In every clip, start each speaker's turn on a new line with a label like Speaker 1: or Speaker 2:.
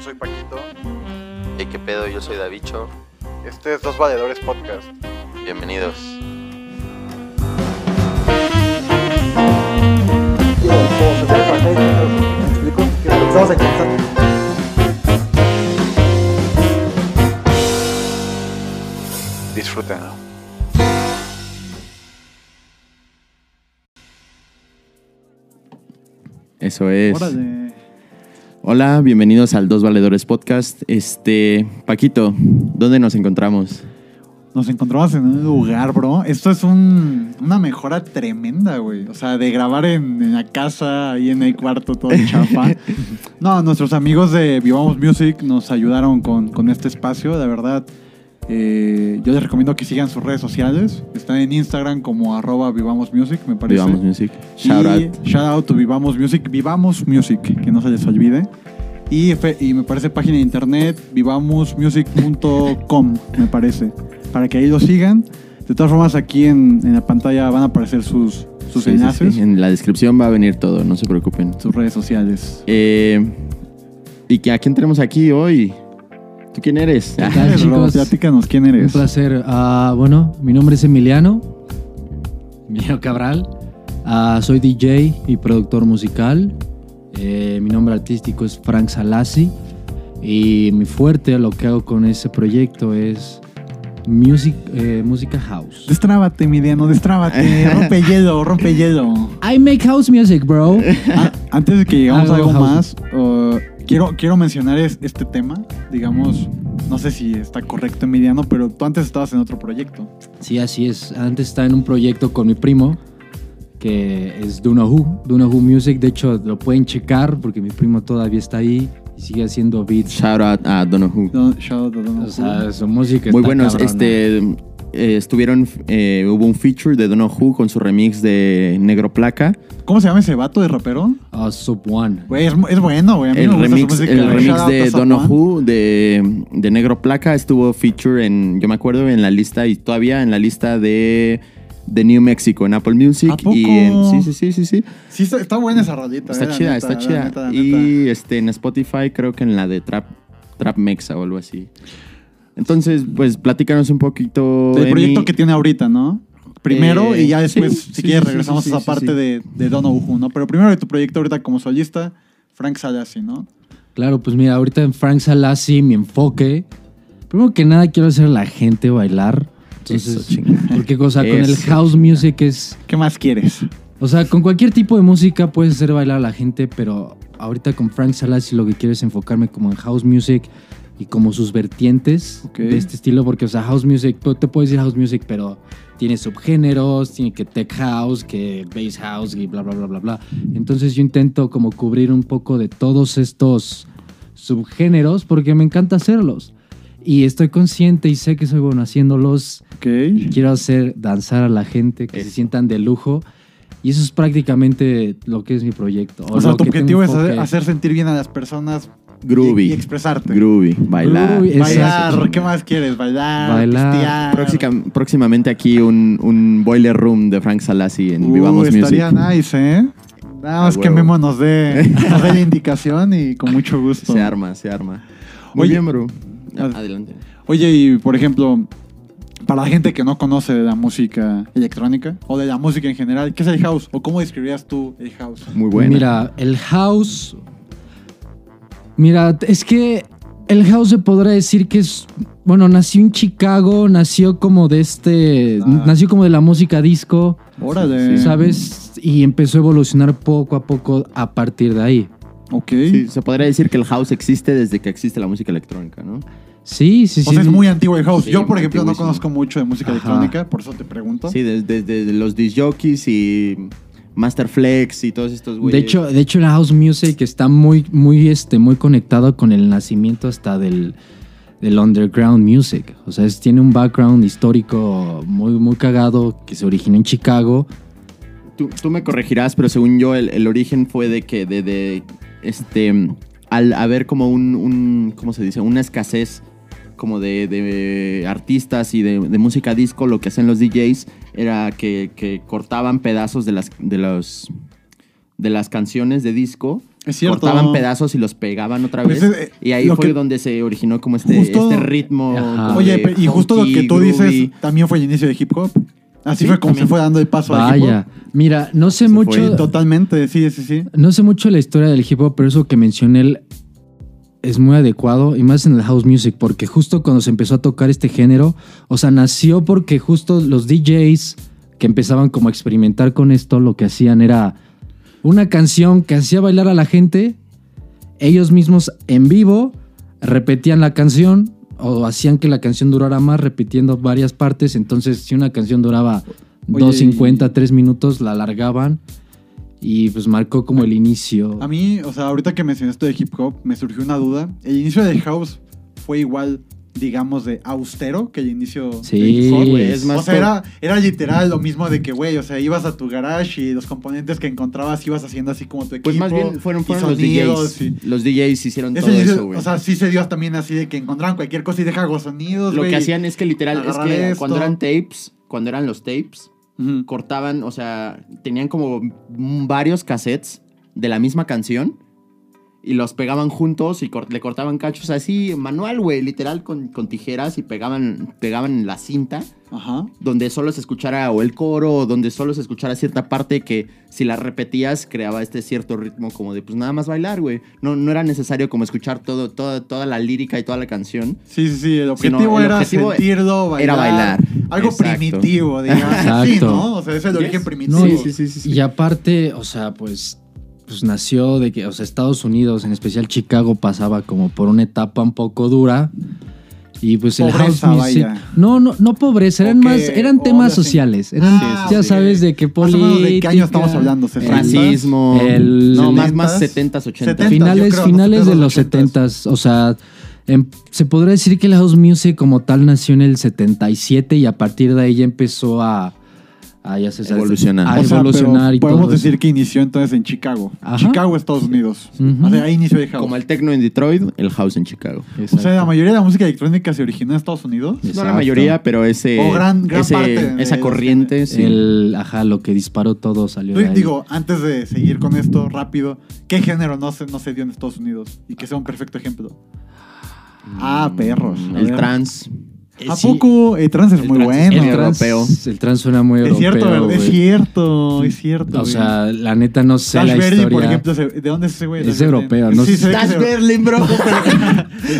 Speaker 1: soy Paquito.
Speaker 2: Hey, qué pedo, yo soy Davicho.
Speaker 1: Este es Dos Valedores Podcast.
Speaker 2: Bienvenidos.
Speaker 1: Disfrútenlo.
Speaker 3: Eso es. Hola, bienvenidos al Dos Valedores Podcast. Este, Paquito, ¿dónde nos encontramos?
Speaker 4: Nos encontramos en un lugar, bro. Esto es un- una mejora tremenda, güey. O sea, de grabar en, en la casa, ahí en el cuarto, todo chapa. No, nuestros amigos de Vivamos Music nos ayudaron con, con este espacio. La verdad, eh, yo les recomiendo que sigan sus redes sociales. Están en Instagram como arroba Vivamos Music, me parece.
Speaker 3: Vivamos Music. Shout
Speaker 4: Y
Speaker 3: out.
Speaker 4: shout out to Vivamos Music. Vivamos Music, que no se les olvide. Y, fe- y me parece página de internet, vivamosmusic.com, me parece. Para que ahí lo sigan. De todas formas, aquí en, en la pantalla van a aparecer sus, sus
Speaker 3: Sí, sí,
Speaker 4: enlaces,
Speaker 3: sí. En la descripción va a venir todo, no se preocupen.
Speaker 4: sus redes sociales.
Speaker 3: Eh, ¿Y que a quién tenemos aquí hoy? ¿Tú quién eres? Ah,
Speaker 5: ¿Qué
Speaker 4: Dale,
Speaker 5: tal,
Speaker 4: bro,
Speaker 5: chicos?
Speaker 4: platícanos quién
Speaker 5: Un
Speaker 4: eres.
Speaker 5: placer. Ah, bueno, mi nombre es Emiliano, Emiliano Cabral. Ah, soy DJ y productor musical. Eh, mi nombre artístico es Frank Salassi. Y mi fuerte, lo que hago con ese proyecto es music, eh, música house.
Speaker 4: Destrábate, Emiliano, destrábate. rompe hielo, rompe hielo.
Speaker 5: I make house music, bro.
Speaker 4: Ah, antes de que llegamos a
Speaker 5: Algo
Speaker 4: algo más,
Speaker 5: house.
Speaker 4: uh, quiero, quiero mencionar es- este tema. Digamos, no sé si está correcto, Emiliano, pero tú antes estabas en otro proyecto.
Speaker 5: Sí, así es. Antes estaba en un proyecto con mi primo, que es Duna Who, Duna Who Music. De hecho, lo pueden checar porque mi primo todavía está ahí y sigue haciendo beats.
Speaker 3: Shout out a Donohue.
Speaker 4: Don- shout out a Don
Speaker 5: O
Speaker 4: Ojo.
Speaker 5: sea, su música
Speaker 3: Muy
Speaker 5: está
Speaker 3: buenos.
Speaker 5: cabrona.
Speaker 3: Este, eh, estuvieron, eh, hubo un feature de Donohue con su remix de Negro Placa.
Speaker 4: ¿Cómo se llama ese vato de rapero?
Speaker 5: Ah, Sub One.
Speaker 4: Güey, es, mu- es bueno, güey. A mí
Speaker 3: El
Speaker 4: me gusta su
Speaker 3: remix,
Speaker 4: música,
Speaker 3: el
Speaker 4: güey. Shout
Speaker 3: remix
Speaker 4: out a
Speaker 3: de
Speaker 4: San Juan.
Speaker 3: Donohue de, de Negro Placa estuvo feature en, yo me acuerdo, en la lista y todavía en la lista de, de New Mexico, en Apple Music.
Speaker 4: ¿A poco?
Speaker 3: Y en, sí, sí, sí, sí, sí.
Speaker 4: Sí, está, está buena esa rolita.
Speaker 3: Está
Speaker 4: eh, la
Speaker 3: chida,
Speaker 4: neta,
Speaker 3: está
Speaker 4: la
Speaker 3: chida.
Speaker 4: neta, la neta.
Speaker 3: y este, en Spotify creo que en la de Trap, Trap Mexa o algo así. Entonces, pues platícanos un poquito.
Speaker 4: Del
Speaker 3: Emi.
Speaker 4: proyecto que tiene ahorita, ¿no? Primero
Speaker 3: Eh,
Speaker 4: y ya después,
Speaker 3: sí,
Speaker 4: si
Speaker 3: sí, sí,
Speaker 4: quieres,
Speaker 3: sí,
Speaker 4: regresamos
Speaker 3: sí,
Speaker 4: a esa
Speaker 3: sí,
Speaker 4: parte
Speaker 3: sí.
Speaker 4: de, de Don Ojo, ¿no? Pero primero de tu proyecto ahorita como solista, Frank Salassi, ¿no?
Speaker 5: Claro, pues mira, ahorita en Frank Salassi, mi enfoque. Primero que nada, quiero hacer a la gente bailar.
Speaker 3: Eso,
Speaker 5: Entonces,
Speaker 3: chinga.
Speaker 5: porque, o sea, con el
Speaker 3: Eso,
Speaker 5: house music es.
Speaker 4: ¿Qué más quieres?
Speaker 5: O sea, con cualquier tipo de música puedes hacer bailar a la gente, pero ahorita con Frank Salassi lo que quiero es enfocarme como en house music y como sus vertientes
Speaker 4: Ok.
Speaker 5: de este estilo, porque, o sea, house music, tú te puedes decir house music, pero tiene subgéneros, tiene que tech house, que bass house y bla, bla, bla, bla, bla. Entonces yo intento como cubrir un poco de todos estos subgéneros porque me encanta hacerlos. Y estoy consciente y sé que soy bueno haciéndolos.
Speaker 4: Ok.
Speaker 5: Quiero hacer danzar a la gente, que se
Speaker 3: Eso.
Speaker 5: sientan de lujo. Y eso es prácticamente lo que es mi proyecto.
Speaker 4: O sea,
Speaker 5: lo
Speaker 4: tu
Speaker 5: que tengo
Speaker 4: objetivo es
Speaker 5: enfoque.
Speaker 4: hacer, hacer sentir bien a las personas y, y
Speaker 3: Groovy.
Speaker 4: expresarte.
Speaker 3: Groovy. Bailar.
Speaker 5: Groovy,
Speaker 4: Bailar,
Speaker 5: Exacto.
Speaker 4: ¿qué más quieres? Bailar,
Speaker 5: Bailar.
Speaker 4: pistear.
Speaker 3: Próxica- próximamente aquí un, un boiler room de Frank Salassi en
Speaker 4: Uh,
Speaker 3: Vivamos
Speaker 4: estaría
Speaker 3: Music.
Speaker 4: nice, ¿eh? Nada más
Speaker 3: A
Speaker 4: que
Speaker 3: huevo.
Speaker 4: Memo nos dé, nos dé la indicación y con mucho gusto.
Speaker 3: Se arma, se arma. Muy
Speaker 4: Oye,
Speaker 3: bien, bro.
Speaker 4: ad-
Speaker 3: Adelante.
Speaker 4: Oye, y por ejemplo, para la gente que no conoce de la música electrónica o de la música en general, ¿qué es el house? ¿O cómo describirías tú el house?
Speaker 3: Muy bueno.
Speaker 5: Mira, el house. Mira, es que el house se podrá decir que es. Bueno, nació en Chicago, nació como de este.
Speaker 4: Ah.
Speaker 5: Nació como de la música disco,
Speaker 4: Órale.
Speaker 3: Sí.
Speaker 5: ¿sabes? Y empezó a evolucionar poco a poco a partir de ahí.
Speaker 4: Ok.
Speaker 3: Sí, se podría decir que el house existe desde que existe la música electrónica, ¿no?
Speaker 5: Sí, sí, sí.
Speaker 4: O sea, es muy antiguo el house.
Speaker 3: Sí,
Speaker 4: Yo, por ejemplo, no
Speaker 3: antiguísimo.
Speaker 4: conozco mucho de música
Speaker 5: Ajá.
Speaker 4: electrónica, por eso te pregunto.
Speaker 3: Sí, desde los disjockeys y Masterflex y todos estos güeyes.
Speaker 5: De hecho, de hecho, la house music está muy, muy, este, muy conectado con el nacimiento hasta del, del underground music. O sea, es- tiene un background histórico muy, muy cagado que se originó en Chicago.
Speaker 3: tú, tú me corregirás, pero según yo, el, el origen fue de que, de, de, este, al haber como un, un, ¿cómo se dice? Una escasez como de, de artistas y de, de música disco, lo que hacían los DJs era que, que cortaban pedazos de las, de los, de las canciones de disco
Speaker 4: Es cierto.
Speaker 3: Cortaban pedazos y los pegaban otra vez.
Speaker 4: Pues, eh,
Speaker 3: y ahí
Speaker 4: lo
Speaker 3: fue
Speaker 4: que-
Speaker 3: donde se originó como este,
Speaker 4: Justo-
Speaker 3: este ritmo.
Speaker 5: Ajá.
Speaker 3: como
Speaker 4: Oye,
Speaker 3: de
Speaker 4: pe- y justo lo
Speaker 3: funky,
Speaker 4: que tú
Speaker 3: groovy.
Speaker 4: dices también fue el inicio de hip hop. Así
Speaker 3: Sí,
Speaker 4: fue como
Speaker 3: también.
Speaker 4: se fue dando el paso al hip hop.
Speaker 5: Vaya, mira, no sé
Speaker 3: Se fue
Speaker 5: mucho.
Speaker 4: Totalmente, sí, sí, sí.
Speaker 5: No sé mucho la historia del hip hop, pero eso que mencioné el- es muy adecuado y más en el house music, porque justo cuando se empezó a tocar este género, o sea, nació porque justo los DJs que empezaban como a experimentar con esto, lo que hacían era una canción que hacía bailar a la gente, ellos mismos en vivo repetían la canción o hacían que la canción durara más repitiendo varias partes, entonces si una canción duraba
Speaker 4: Oye,
Speaker 5: 2.50, 3 minutos, la alargaban y pues marcó como el inicio.
Speaker 4: A mí, o sea, ahorita que mencioné esto de hip hop, me surgió una duda. El inicio de house fue igual, digamos, de austero que el inicio
Speaker 5: Sí,
Speaker 4: de hip hop.
Speaker 5: güey,
Speaker 3: es más
Speaker 4: o sea,
Speaker 3: por-
Speaker 4: era, era literal lo mismo de que, güey, o sea, ibas a tu garage y los componentes que encontrabas ibas haciendo así como tu equipo.
Speaker 3: Pues más bien fueron,
Speaker 4: y
Speaker 3: fueron los
Speaker 4: sonidos
Speaker 3: DJs.
Speaker 4: y-
Speaker 3: Los DJs hicieron
Speaker 4: Ese
Speaker 3: todo
Speaker 4: inicio,
Speaker 3: eso, güey.
Speaker 4: o sea, sí se dio también así de que encontraban cualquier cosa y deja los sonidos,
Speaker 3: lo
Speaker 4: güey.
Speaker 3: que hacían es que literal, es
Speaker 4: agarrar
Speaker 3: que
Speaker 4: esto.
Speaker 3: cuando eran tapes, cuando eran los tapes,
Speaker 4: Ujú.
Speaker 3: cortaban, o sea, tenían como m- varios cassettes de la misma canción y los pegaban juntos y cor- le cortaban cachos así, manual, güey, literal, con, con tijeras y pegaban, pegaban la cinta
Speaker 4: Ajá.
Speaker 3: donde solo se escuchara o el coro o donde solo se escuchara cierta parte que si la repetías creaba este cierto ritmo como de pues nada más bailar, güey. No, no era necesario como escuchar todo, toda, toda la lírica y toda la canción.
Speaker 4: Sí, sí, sí. El objetivo
Speaker 3: el
Speaker 4: era
Speaker 3: objetivo
Speaker 4: sentirlo, bailar.
Speaker 3: era bailar.
Speaker 4: Algo
Speaker 3: Exacto.
Speaker 4: primitivo, digamos. Sí,
Speaker 5: Exacto.
Speaker 4: ¿no? O sea, ese es el
Speaker 3: Yes.
Speaker 4: origen primitivo.
Speaker 5: No, y- Y aparte, o sea, pues, pues nació de que, o sea, Estados Unidos, en especial Chicago, pasaba como por una etapa un poco dura. Y pues el
Speaker 4: Pobreza,
Speaker 5: house music.
Speaker 4: vaya.
Speaker 5: No, no, no pobreza, eran
Speaker 4: Ok,
Speaker 5: más, eran
Speaker 4: o
Speaker 5: temas
Speaker 4: algo así.
Speaker 5: sociales. Eran,
Speaker 4: Ah,
Speaker 5: ya
Speaker 4: ok.
Speaker 5: sabes de qué
Speaker 4: Más o
Speaker 5: política. eh,
Speaker 4: menos, ¿de qué año estamos hablando? ¿Se
Speaker 5: el
Speaker 4: fue así?
Speaker 3: Racismo.
Speaker 5: El-
Speaker 3: no, más,
Speaker 4: 70s,
Speaker 3: más 70s, 80s.
Speaker 4: 70s.
Speaker 5: finales,
Speaker 4: yo creo,
Speaker 5: finales de
Speaker 4: los
Speaker 5: los 70
Speaker 4: 70s.
Speaker 5: o sea, em- se podría decir que el house music como tal nació en el 77 y a partir de ahí ya empezó a, a ya se sabe,
Speaker 3: Evolucionar.
Speaker 5: a
Speaker 4: O sea,
Speaker 5: evolucionar
Speaker 4: pero
Speaker 5: y
Speaker 4: podemos
Speaker 5: todo eso.
Speaker 4: decir que inició entonces en Chicago.
Speaker 5: Ajá.
Speaker 4: Chicago, Estados Unidos.
Speaker 5: Ujú.
Speaker 4: O sea, ahí inició el house.
Speaker 3: Como el techno en Detroit, el house en Chicago.
Speaker 4: O sea, la mayoría de la música electrónica se originó en Estados Unidos.
Speaker 3: No
Speaker 5: Exacto.
Speaker 3: la mayoría, pero ese,
Speaker 4: O gran- gran
Speaker 3: ese-
Speaker 4: parte de-
Speaker 3: esa
Speaker 4: de-
Speaker 3: corriente, sí.
Speaker 5: El, ajá, lo que disparó todo salió
Speaker 4: Tú,
Speaker 5: de ahí.
Speaker 4: digo, antes de seguir con esto rápido, ¿qué género no se, no se dio en Estados Unidos? Y que sea un perfecto ejemplo. Ah, perros. A
Speaker 3: el
Speaker 4: ver.
Speaker 3: trans.
Speaker 5: Eh,
Speaker 4: ¿A
Speaker 5: sí,
Speaker 4: poco el trans es
Speaker 3: El
Speaker 4: muy
Speaker 3: trans es
Speaker 4: bueno?
Speaker 5: el trans,
Speaker 3: europeo?
Speaker 5: El trans suena muy
Speaker 4: Es
Speaker 5: europeo.
Speaker 4: cierto, ¿verdad? es
Speaker 5: güey.
Speaker 4: cierto, es cierto.
Speaker 5: O
Speaker 4: güey.
Speaker 5: sea, la neta no sé
Speaker 4: Dash
Speaker 5: la
Speaker 4: Verdi,
Speaker 5: historia.
Speaker 4: por ejemplo, se- ¿de dónde es ese güey?
Speaker 5: Es
Speaker 4: Dash Verdi.
Speaker 5: europeo, no
Speaker 4: Sí,
Speaker 5: sé.
Speaker 4: se ve que
Speaker 3: Dash
Speaker 4: es-
Speaker 3: Berlin, bro.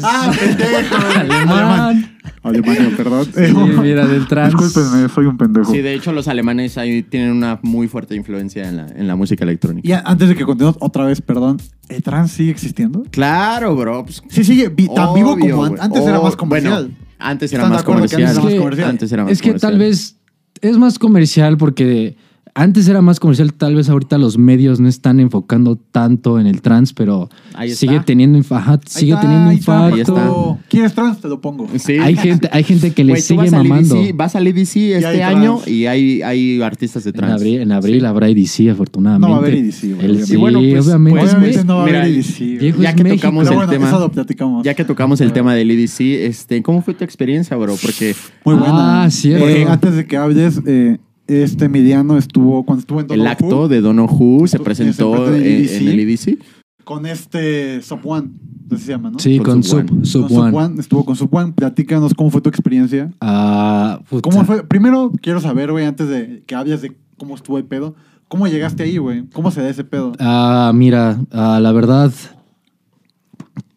Speaker 4: Ah, pendejo. Alemán.
Speaker 5: Alemán.
Speaker 4: Alemania, perdón.
Speaker 5: Sí, mira, del trans.
Speaker 4: Discúlpenme, soy un pendejo.
Speaker 3: sí, de hecho, los alemanes ahí tienen una muy fuerte influencia en la, en la música electrónica.
Speaker 4: Y a- antes de que continuemos, otra vez, perdón. ¿El trans sigue existiendo?
Speaker 3: Claro, bro. pues,
Speaker 4: Sí, sigue vi- tan
Speaker 3: obvio,
Speaker 4: vivo como an-
Speaker 3: güey.
Speaker 4: antes era
Speaker 3: Oh,
Speaker 4: más comercial.
Speaker 3: bueno, antes era
Speaker 4: ¿Están de
Speaker 3: más
Speaker 4: acuerdo que
Speaker 3: comercial.
Speaker 4: antes
Speaker 5: Es
Speaker 4: era más
Speaker 5: que-
Speaker 4: comercial?
Speaker 3: Antes era más
Speaker 5: Es que tal
Speaker 3: comercial.
Speaker 5: vez es más comercial porque antes era más comercial, tal vez ahorita los medios no están enfocando tanto en el trans, pero
Speaker 3: Ahí está.
Speaker 5: sigue teniendo, inf- ajá,
Speaker 4: Ahí
Speaker 5: sigue
Speaker 4: está,
Speaker 5: teniendo
Speaker 4: ahí está,
Speaker 3: Ahí está.
Speaker 5: impacto.
Speaker 4: pato. ¿Quieres trans? Te lo pongo.
Speaker 3: Sí.
Speaker 5: Hay gente, hay gente que le
Speaker 3: Güey, tú
Speaker 5: sigue
Speaker 3: vas al
Speaker 5: mamando.
Speaker 3: EDC, vas al EDC
Speaker 4: hay
Speaker 3: este
Speaker 4: trans.
Speaker 3: año y hay, hay artistas de
Speaker 5: En
Speaker 3: trans.
Speaker 5: abril, en abril habrá IDC, afortunadamente.
Speaker 4: No va a haber IDC, güey,
Speaker 5: El-
Speaker 4: obviamente.
Speaker 5: sí,
Speaker 3: Y bueno, pues,
Speaker 5: obviamente.
Speaker 3: pues,
Speaker 5: güey.
Speaker 4: Obviamente no va a
Speaker 3: mira,
Speaker 4: haber IDC. güey.
Speaker 5: Diego
Speaker 3: ya
Speaker 5: es
Speaker 3: que
Speaker 5: México. Ah.
Speaker 3: tocamos
Speaker 4: Pero
Speaker 3: el
Speaker 4: bueno,
Speaker 3: tema,
Speaker 4: eso lo platicamos.
Speaker 3: ya que tocamos
Speaker 4: Ah.
Speaker 3: el tema del EDC, este, ¿cómo fue tu experiencia, bro? Porque
Speaker 4: Muy
Speaker 5: Ah,
Speaker 4: buena.
Speaker 5: cierto.
Speaker 4: Eh, antes de que hables, eh, este Emiliano estuvo, cuando estuvo en
Speaker 3: el
Speaker 4: Doctor
Speaker 3: acto
Speaker 4: Who,
Speaker 3: de Dono Who se
Speaker 4: Se
Speaker 3: presentó
Speaker 4: presentó en el
Speaker 3: en,
Speaker 4: EDC.
Speaker 3: en el EDC.
Speaker 4: con este Sub One, así se llama, ¿no?
Speaker 5: Sí,
Speaker 3: Con
Speaker 5: con,
Speaker 3: Sub
Speaker 5: Sub,
Speaker 3: One.
Speaker 5: Sub
Speaker 4: con Sub
Speaker 5: One.
Speaker 4: One, estuvo con Sub One. Platícanos cómo fue tu experiencia.
Speaker 5: Ah, puta.
Speaker 4: ¿Cómo fue? Primero quiero saber, güey, antes de que hables de cómo estuvo el pedo, ¿cómo llegaste ahí, güey? ¿Cómo se da ese pedo?
Speaker 3: Eh,
Speaker 5: Ah, mira, ah, la verdad,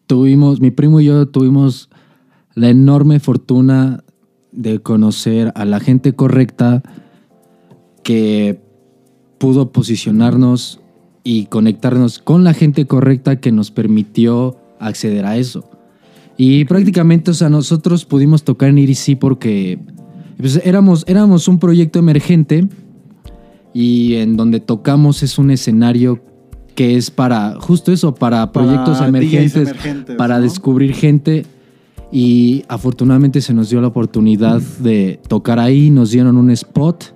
Speaker 5: tuvimos, mi primo y yo tuvimos la enorme fortuna de conocer a la gente correcta que pudo posicionarnos y conectarnos con la gente correcta que nos permitió acceder a eso. Y prácticamente, o sea, nosotros pudimos tocar en IRISI porque pues, éramos, éramos un proyecto emergente y en donde tocamos es un escenario que es para justo eso, para
Speaker 4: Para
Speaker 5: proyectos
Speaker 4: DJs
Speaker 5: emergentes,
Speaker 4: emergentes,
Speaker 5: para
Speaker 4: ¿no?
Speaker 5: descubrir gente. Y afortunadamente se nos dio la oportunidad de tocar ahí, nos dieron un spot.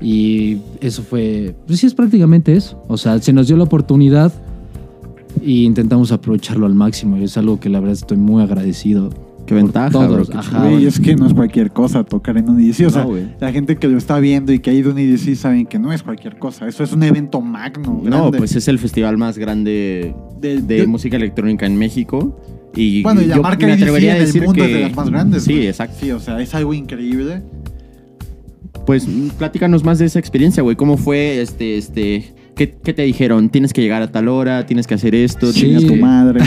Speaker 5: Y eso fue, pues sí es prácticamente eso. O sea, se nos dio la oportunidad y intentamos aprovecharlo al máximo. Y es algo que la verdad estoy muy agradecido
Speaker 3: Qué ventaja,
Speaker 5: todos,
Speaker 3: bro, qué
Speaker 5: ajá,
Speaker 4: Güey,
Speaker 5: güey.
Speaker 4: es que no es cualquier cosa tocar en un EDC. O sea,
Speaker 3: No, güey.
Speaker 4: la gente que lo está viendo y que ha ido a un EDC saben que no es cualquier cosa. Eso es un evento magno.
Speaker 3: No,
Speaker 4: grande.
Speaker 3: pues es el festival más grande
Speaker 4: De-
Speaker 3: de,
Speaker 4: yo-
Speaker 3: música electrónica en México. Y
Speaker 4: Bueno, y la
Speaker 3: yo
Speaker 4: marca
Speaker 3: me
Speaker 4: EDC
Speaker 3: atrevería
Speaker 4: en
Speaker 3: a decir
Speaker 4: el mundo
Speaker 3: que...
Speaker 4: es de las más grandes.
Speaker 3: Sí,
Speaker 4: güey.
Speaker 3: exacto.
Speaker 4: Sí, o sea, es algo increíble.
Speaker 3: Pues mm, platícanos más de esa experiencia, güey. ¿Cómo fue este, este... ¿Qué, qué te dijeron? Tienes que llegar a tal hora, tienes que hacer esto.
Speaker 5: Sí.
Speaker 3: tienes
Speaker 4: Chinga tu
Speaker 3: que-
Speaker 4: madre.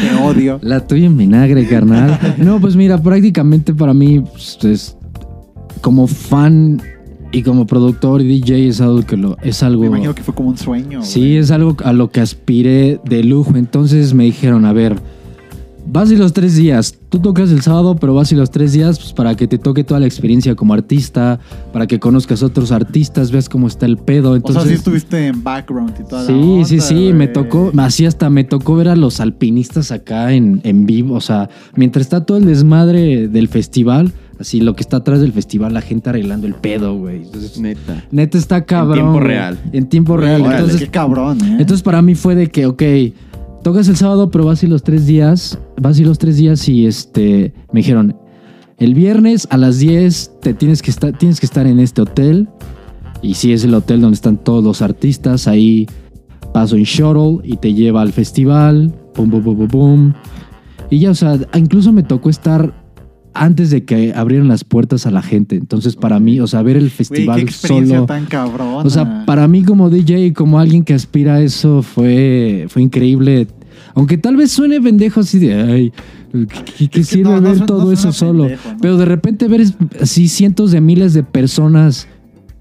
Speaker 4: Te odio.
Speaker 5: La tuya en vinagre, carnal. No, pues mira, prácticamente para mí, pues, es- como fan y como productor y DJ es algo que lo, es algo.
Speaker 4: Me imagino que fue como un sueño.
Speaker 5: Sí,
Speaker 4: güey.
Speaker 5: es algo a lo que aspiré de lujo. Entonces me dijeron, a ver, vas y los tres días. Tú tocas el sábado, pero vas y los tres días pues, para que te toque toda la experiencia como artista, para que conozcas otros artistas, veas cómo está el pedo. Entonces,
Speaker 4: o sea, sí estuviste en background y toda la
Speaker 5: sí,
Speaker 4: onda,
Speaker 5: sí, sí, me
Speaker 4: güey.
Speaker 5: tocó, así hasta me tocó ver a los alpinistas acá en, en vivo, o sea, mientras está todo el desmadre del festival, así lo que está atrás del festival, la gente arreglando el pedo, güey. Entonces,
Speaker 3: Neta.
Speaker 5: Neta está cabrón.
Speaker 3: tiempo
Speaker 5: güey.
Speaker 3: real.
Speaker 5: En tiempo real.
Speaker 4: Órale,
Speaker 5: Entonces,
Speaker 4: qué cabrón, ¿eh?
Speaker 5: entonces para mí fue de que, ok, tocas el sábado, pero vas y los tres días, vas y los tres días y este, me dijeron, el viernes a las 10 te tienes que estar, tienes que estar en este hotel. Y sí, es el hotel donde están todos los artistas, ahí paso en shuttle y te lleva al festival, pum, pum, pum, pum, pum. Y ya, o sea, incluso me tocó estar antes de que abrieran las puertas a la gente. Entonces, para mí, o sea, ver el
Speaker 4: Güey, qué
Speaker 5: festival
Speaker 4: experiencia
Speaker 5: solo...
Speaker 4: tan cabrona.
Speaker 5: O sea, para mí como DJ y como alguien que aspira a eso fue, fue increíble. Aunque tal vez suene pendejo así de, ay, ¿qué, qué
Speaker 4: Es que
Speaker 5: sirve
Speaker 4: no, no
Speaker 5: ver
Speaker 4: suena-
Speaker 5: todo
Speaker 4: no
Speaker 5: eso
Speaker 4: suena
Speaker 5: solo?
Speaker 4: pendejo, ¿no?
Speaker 5: Pero de repente ver es- así cientos de miles de personas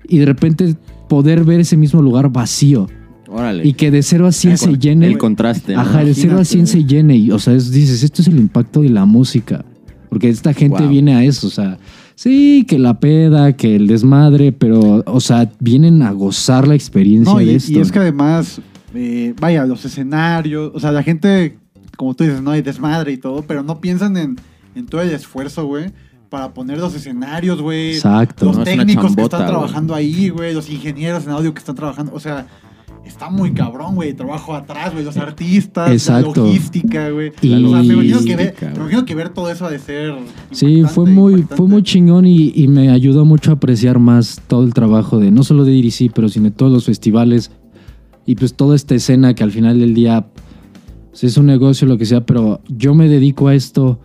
Speaker 5: y de repente poder ver ese mismo lugar vacío
Speaker 3: Órale.
Speaker 5: y que de 0 a 100 se
Speaker 3: el,
Speaker 5: llene.
Speaker 3: el contraste. ¿no?
Speaker 5: Ajá, de 0 a
Speaker 4: Imagínate.
Speaker 5: 100 se llene. Y, o sea, es- dices, esto es el impacto de la música. Porque esta gente
Speaker 3: Wow.
Speaker 5: viene a eso. O sea, sí, que la peda, que el desmadre, pero, o sea, vienen a gozar la experiencia
Speaker 4: No, y,
Speaker 5: de
Speaker 4: y
Speaker 5: esto.
Speaker 4: es que además, eh, vaya, los escenarios, o sea, la gente, como tú dices, no hay desmadre y todo, pero no piensan en, en todo el esfuerzo, güey, para poner los escenarios, güey.
Speaker 5: Exacto.
Speaker 4: Los
Speaker 3: No, es una
Speaker 4: técnicos que
Speaker 3: chambota,
Speaker 4: están
Speaker 3: güey.
Speaker 4: trabajando ahí, güey, los ingenieros en audio que están trabajando, o sea, está muy cabrón, güey, el trabajo atrás, güey, los artistas, la
Speaker 5: Exacto.
Speaker 4: logística, güey.
Speaker 5: Y-
Speaker 4: O sea, me imagino, que ver,
Speaker 3: Logística,
Speaker 4: me imagino que ver todo eso ha de ser.
Speaker 5: Sí, fue
Speaker 4: impactante,
Speaker 5: muy,
Speaker 4: impactante.
Speaker 5: fue muy chingón y, y me ayudó mucho a apreciar más todo el trabajo de no solo de IRC, pero sino de todos los festivales y pues toda esta escena que al final del día pues, es un negocio, lo que sea, pero yo me dedico a esto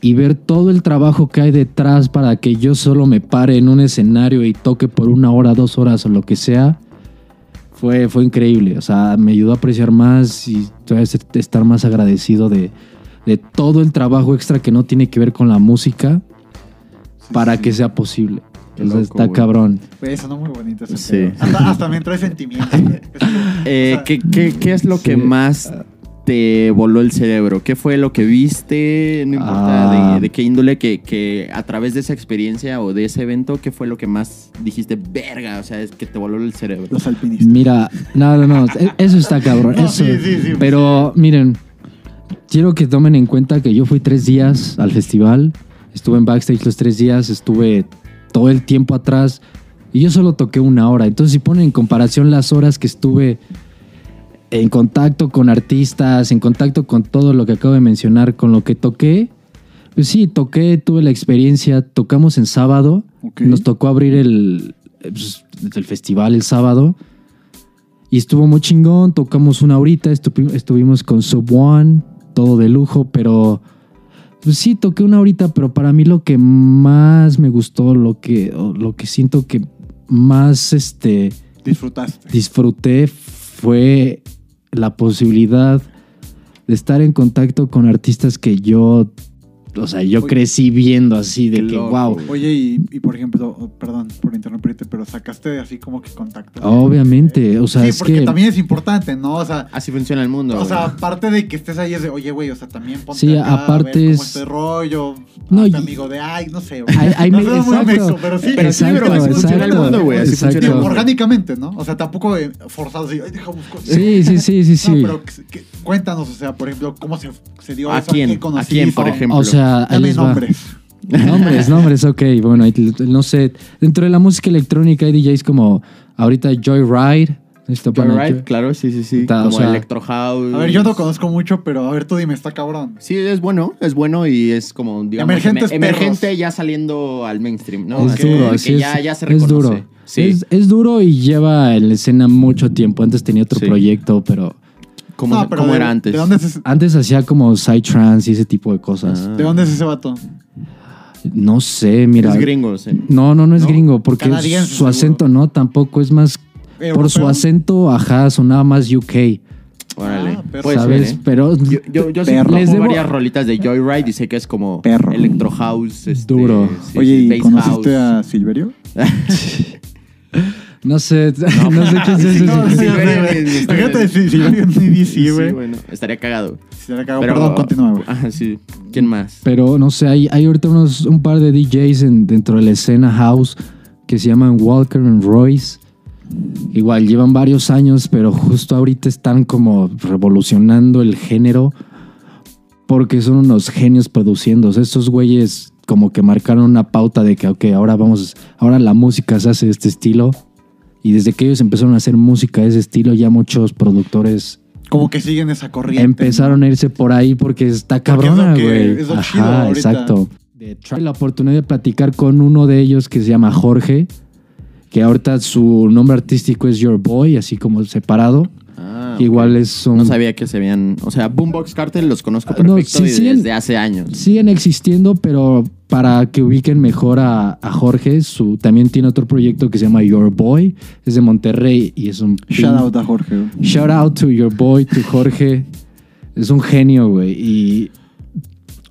Speaker 5: y ver todo el trabajo que hay detrás para que yo solo me pare en un escenario y toque por una hora, dos horas o lo que sea. Fue, fue increíble, o sea, me ayudó a apreciar más y todavía est- estar más agradecido de, de todo el trabajo extra que no tiene que ver con la música
Speaker 4: Sí,
Speaker 5: para
Speaker 4: sí.
Speaker 5: que sea posible.
Speaker 3: Qué
Speaker 5: Entonces
Speaker 3: loco,
Speaker 5: está
Speaker 3: güey.
Speaker 5: cabrón.
Speaker 4: Güey, sonó muy bonito ese
Speaker 3: Sí.
Speaker 4: pedo. Hasta, hasta me entró el sentimiento, güey.
Speaker 3: Eh,
Speaker 4: O sea,
Speaker 3: ¿qué, qué, qué es lo
Speaker 5: Sí.
Speaker 3: que más te voló el cerebro? ¿Qué fue lo que viste? No importa
Speaker 5: Ah.
Speaker 3: de, de qué índole, que, que a través de esa experiencia o de ese evento, ¿qué fue lo que más dijiste, verga? O sea, es que te voló el cerebro.
Speaker 4: Los alpinistas.
Speaker 5: Mira, no, no, no, e- eso está cabrón.
Speaker 4: No,
Speaker 5: eso.
Speaker 4: sí, sí, sí.
Speaker 5: Pero miren, quiero que tomen en cuenta que yo fui tres días al festival, estuve en backstage los tres días, estuve todo el tiempo atrás y yo solo toqué una hora. Entonces si ponen en comparación las horas que estuve en contacto con artistas, en contacto con todo lo que acabo de mencionar, con lo que toqué, pues sí, toqué, tuve la experiencia, tocamos en sábado,
Speaker 4: Ok.
Speaker 5: nos tocó abrir el, eh, pues, el festival el sábado y estuvo muy chingón, tocamos una horita, estupi- estuvimos con Sub One, todo de lujo, pero pues sí, toqué una horita, pero para mí lo que más me gustó, lo que, o lo que siento que más este,
Speaker 4: Disfrutaste.
Speaker 5: disfruté fue la posibilidad de estar en contacto con artistas que yo, o sea, yo
Speaker 4: Oye.
Speaker 5: crecí viendo así de
Speaker 3: Qué
Speaker 5: que,
Speaker 3: loco,
Speaker 5: wow.
Speaker 3: güey.
Speaker 4: Oye, y, y por ejemplo, oh, perdón por interrumpirte, pero sacaste así como que contacto.
Speaker 5: Obviamente, o sea,
Speaker 4: sí,
Speaker 5: es
Speaker 4: porque
Speaker 5: que...
Speaker 4: también es importante, ¿no? O sea,
Speaker 3: Así funciona el mundo.
Speaker 4: o sea,
Speaker 3: güey.
Speaker 4: aparte de que estés ahí es de, oye, güey, o sea, también ponte
Speaker 5: Sí,
Speaker 4: acá, a
Speaker 5: aparte
Speaker 4: ver cómo
Speaker 5: es-
Speaker 4: este rollo,
Speaker 5: No,
Speaker 4: hazte
Speaker 5: y-
Speaker 4: amigo de, ay, no sé, güey.
Speaker 5: Ahí- ahí
Speaker 4: No
Speaker 5: me-
Speaker 4: suena muy
Speaker 5: exacto.
Speaker 4: meco, pero sí,
Speaker 3: Pero sí,
Speaker 5: exacto,
Speaker 3: pero así funciona el
Speaker 5: exacto,
Speaker 3: mundo, güey. Así funciona el
Speaker 5: exacto.
Speaker 4: digo,
Speaker 3: mundo.
Speaker 4: orgánicamente, ¿no? O sea, tampoco eh, forzado, así, ay, deja busco".
Speaker 5: Sí, sí, sí, sí, sí.
Speaker 4: No, pero que- que- cuéntanos, o sea, por ejemplo, cómo se, se dio
Speaker 3: ¿A
Speaker 4: eso,
Speaker 3: quién? ¿A
Speaker 4: conociste?
Speaker 3: quién, por ejemplo?
Speaker 5: O sea, ahí
Speaker 4: Dame
Speaker 5: les va.
Speaker 4: nombres.
Speaker 5: Nombres, nombres, ok. Bueno, ahí- no sé. Dentro de la música electrónica hay DJs como ahorita Joyride, Esto para
Speaker 3: Joyride, claro, sí, sí, sí.
Speaker 5: Está, o
Speaker 3: Como
Speaker 5: sea-
Speaker 3: Electro House.
Speaker 4: A ver, yo no conozco mucho, pero a ver, tú dime, está cabrón.
Speaker 3: Pues Sí, es bueno, es bueno y es como, digamos,
Speaker 4: Emergentes
Speaker 3: em- emergente
Speaker 4: perros.
Speaker 3: ya saliendo al mainstream, ¿no?
Speaker 5: Es
Speaker 3: Así como
Speaker 5: duro,
Speaker 3: que
Speaker 5: sí,
Speaker 3: ya,
Speaker 5: es,
Speaker 3: ya se
Speaker 5: es
Speaker 3: reconoce.
Speaker 5: duro.
Speaker 3: Sí,
Speaker 5: Es, es duro y lleva en la escena mucho tiempo. Antes tenía otro
Speaker 3: Sí.
Speaker 5: proyecto, pero
Speaker 3: como,
Speaker 4: No, Ah, pero
Speaker 3: como
Speaker 4: de-
Speaker 3: era antes.
Speaker 4: ¿De dónde es ese,
Speaker 5: antes hacía como psytrance y ese tipo de cosas.
Speaker 3: Ah.
Speaker 4: de dónde es ese vato?
Speaker 5: No sé, mira.
Speaker 3: Es gringo, sí.
Speaker 5: No, no, no es
Speaker 4: ¿No?
Speaker 5: gringo, porque
Speaker 4: Canadiense,
Speaker 5: su
Speaker 4: seguro.
Speaker 5: acento no, tampoco es más. Por su
Speaker 4: Europeo.
Speaker 5: acento, ajá, sonaba más UK,
Speaker 3: Órale.
Speaker 4: Ah, pero-
Speaker 3: Puede ser,
Speaker 5: ¿sabes?
Speaker 3: ¿eh?
Speaker 5: Pero
Speaker 3: Yo, yo, yo sí
Speaker 4: Perro.
Speaker 3: conozco
Speaker 5: Les debo-
Speaker 3: varias rolitas de Joyride y sé que es como
Speaker 4: Perro.
Speaker 3: Electro House. este,
Speaker 5: Duro.
Speaker 3: sí,
Speaker 4: Oye,
Speaker 3: sí,
Speaker 4: ¿y
Speaker 3: bass
Speaker 4: conociste
Speaker 3: house.
Speaker 4: a Silverio?
Speaker 5: no sé, no, sé quién es ese.
Speaker 3: No, sí,
Speaker 5: sí.
Speaker 3: Silverio,
Speaker 4: güey.
Speaker 3: güey, sí,
Speaker 4: Fíjate,
Speaker 3: güey.
Speaker 4: sí, Silverio en
Speaker 3: Sí,
Speaker 4: DDC, güey.
Speaker 3: bueno, estaría cagado.
Speaker 4: Se la cagó. Perdón, continúa, güey.
Speaker 3: Ah, sí. ¿Quién más?
Speaker 5: Pero no sé, hay, hay ahorita unos, un par de DJs en- dentro de la escena house que se llaman Walker and Royce. Igual llevan varios años, pero justo ahorita están como revolucionando el género porque son unos genios produciendo. O sea, estos güeyes como que marcaron una pauta de que, ok, ahora vamos, ahora la música se hace de este estilo. Y desde que ellos empezaron a hacer música de ese estilo, ya muchos productores
Speaker 4: Como que siguen esa corriente.
Speaker 5: Empezaron a irse por ahí porque está
Speaker 4: Porque es lo
Speaker 5: cabrona,
Speaker 4: que-
Speaker 5: güey.
Speaker 4: es lo
Speaker 5: Ajá,
Speaker 4: chido ahorita.
Speaker 5: exacto. De tra- la oportunidad de platicar con uno de ellos que se llama Jorge, que ahorita su nombre artístico es Your Boy, así como separado.
Speaker 3: Ah,
Speaker 5: Igual es un...
Speaker 3: No sabía que se habían. O sea, Boombox Cartel los conozco
Speaker 5: Ah, no,
Speaker 3: perfecto
Speaker 5: sí,
Speaker 3: y
Speaker 5: sí, en-
Speaker 3: desde hace años.
Speaker 5: Siguen existiendo, pero para que ubiquen mejor a, a Jorge, su, también tiene otro proyecto que se llama Your Boy, es de Monterrey y es un...
Speaker 4: Shout out a Jorge,
Speaker 3: pues,
Speaker 4: güey.
Speaker 5: Shout out to your boy, to Jorge. Es un genio, güey. Y,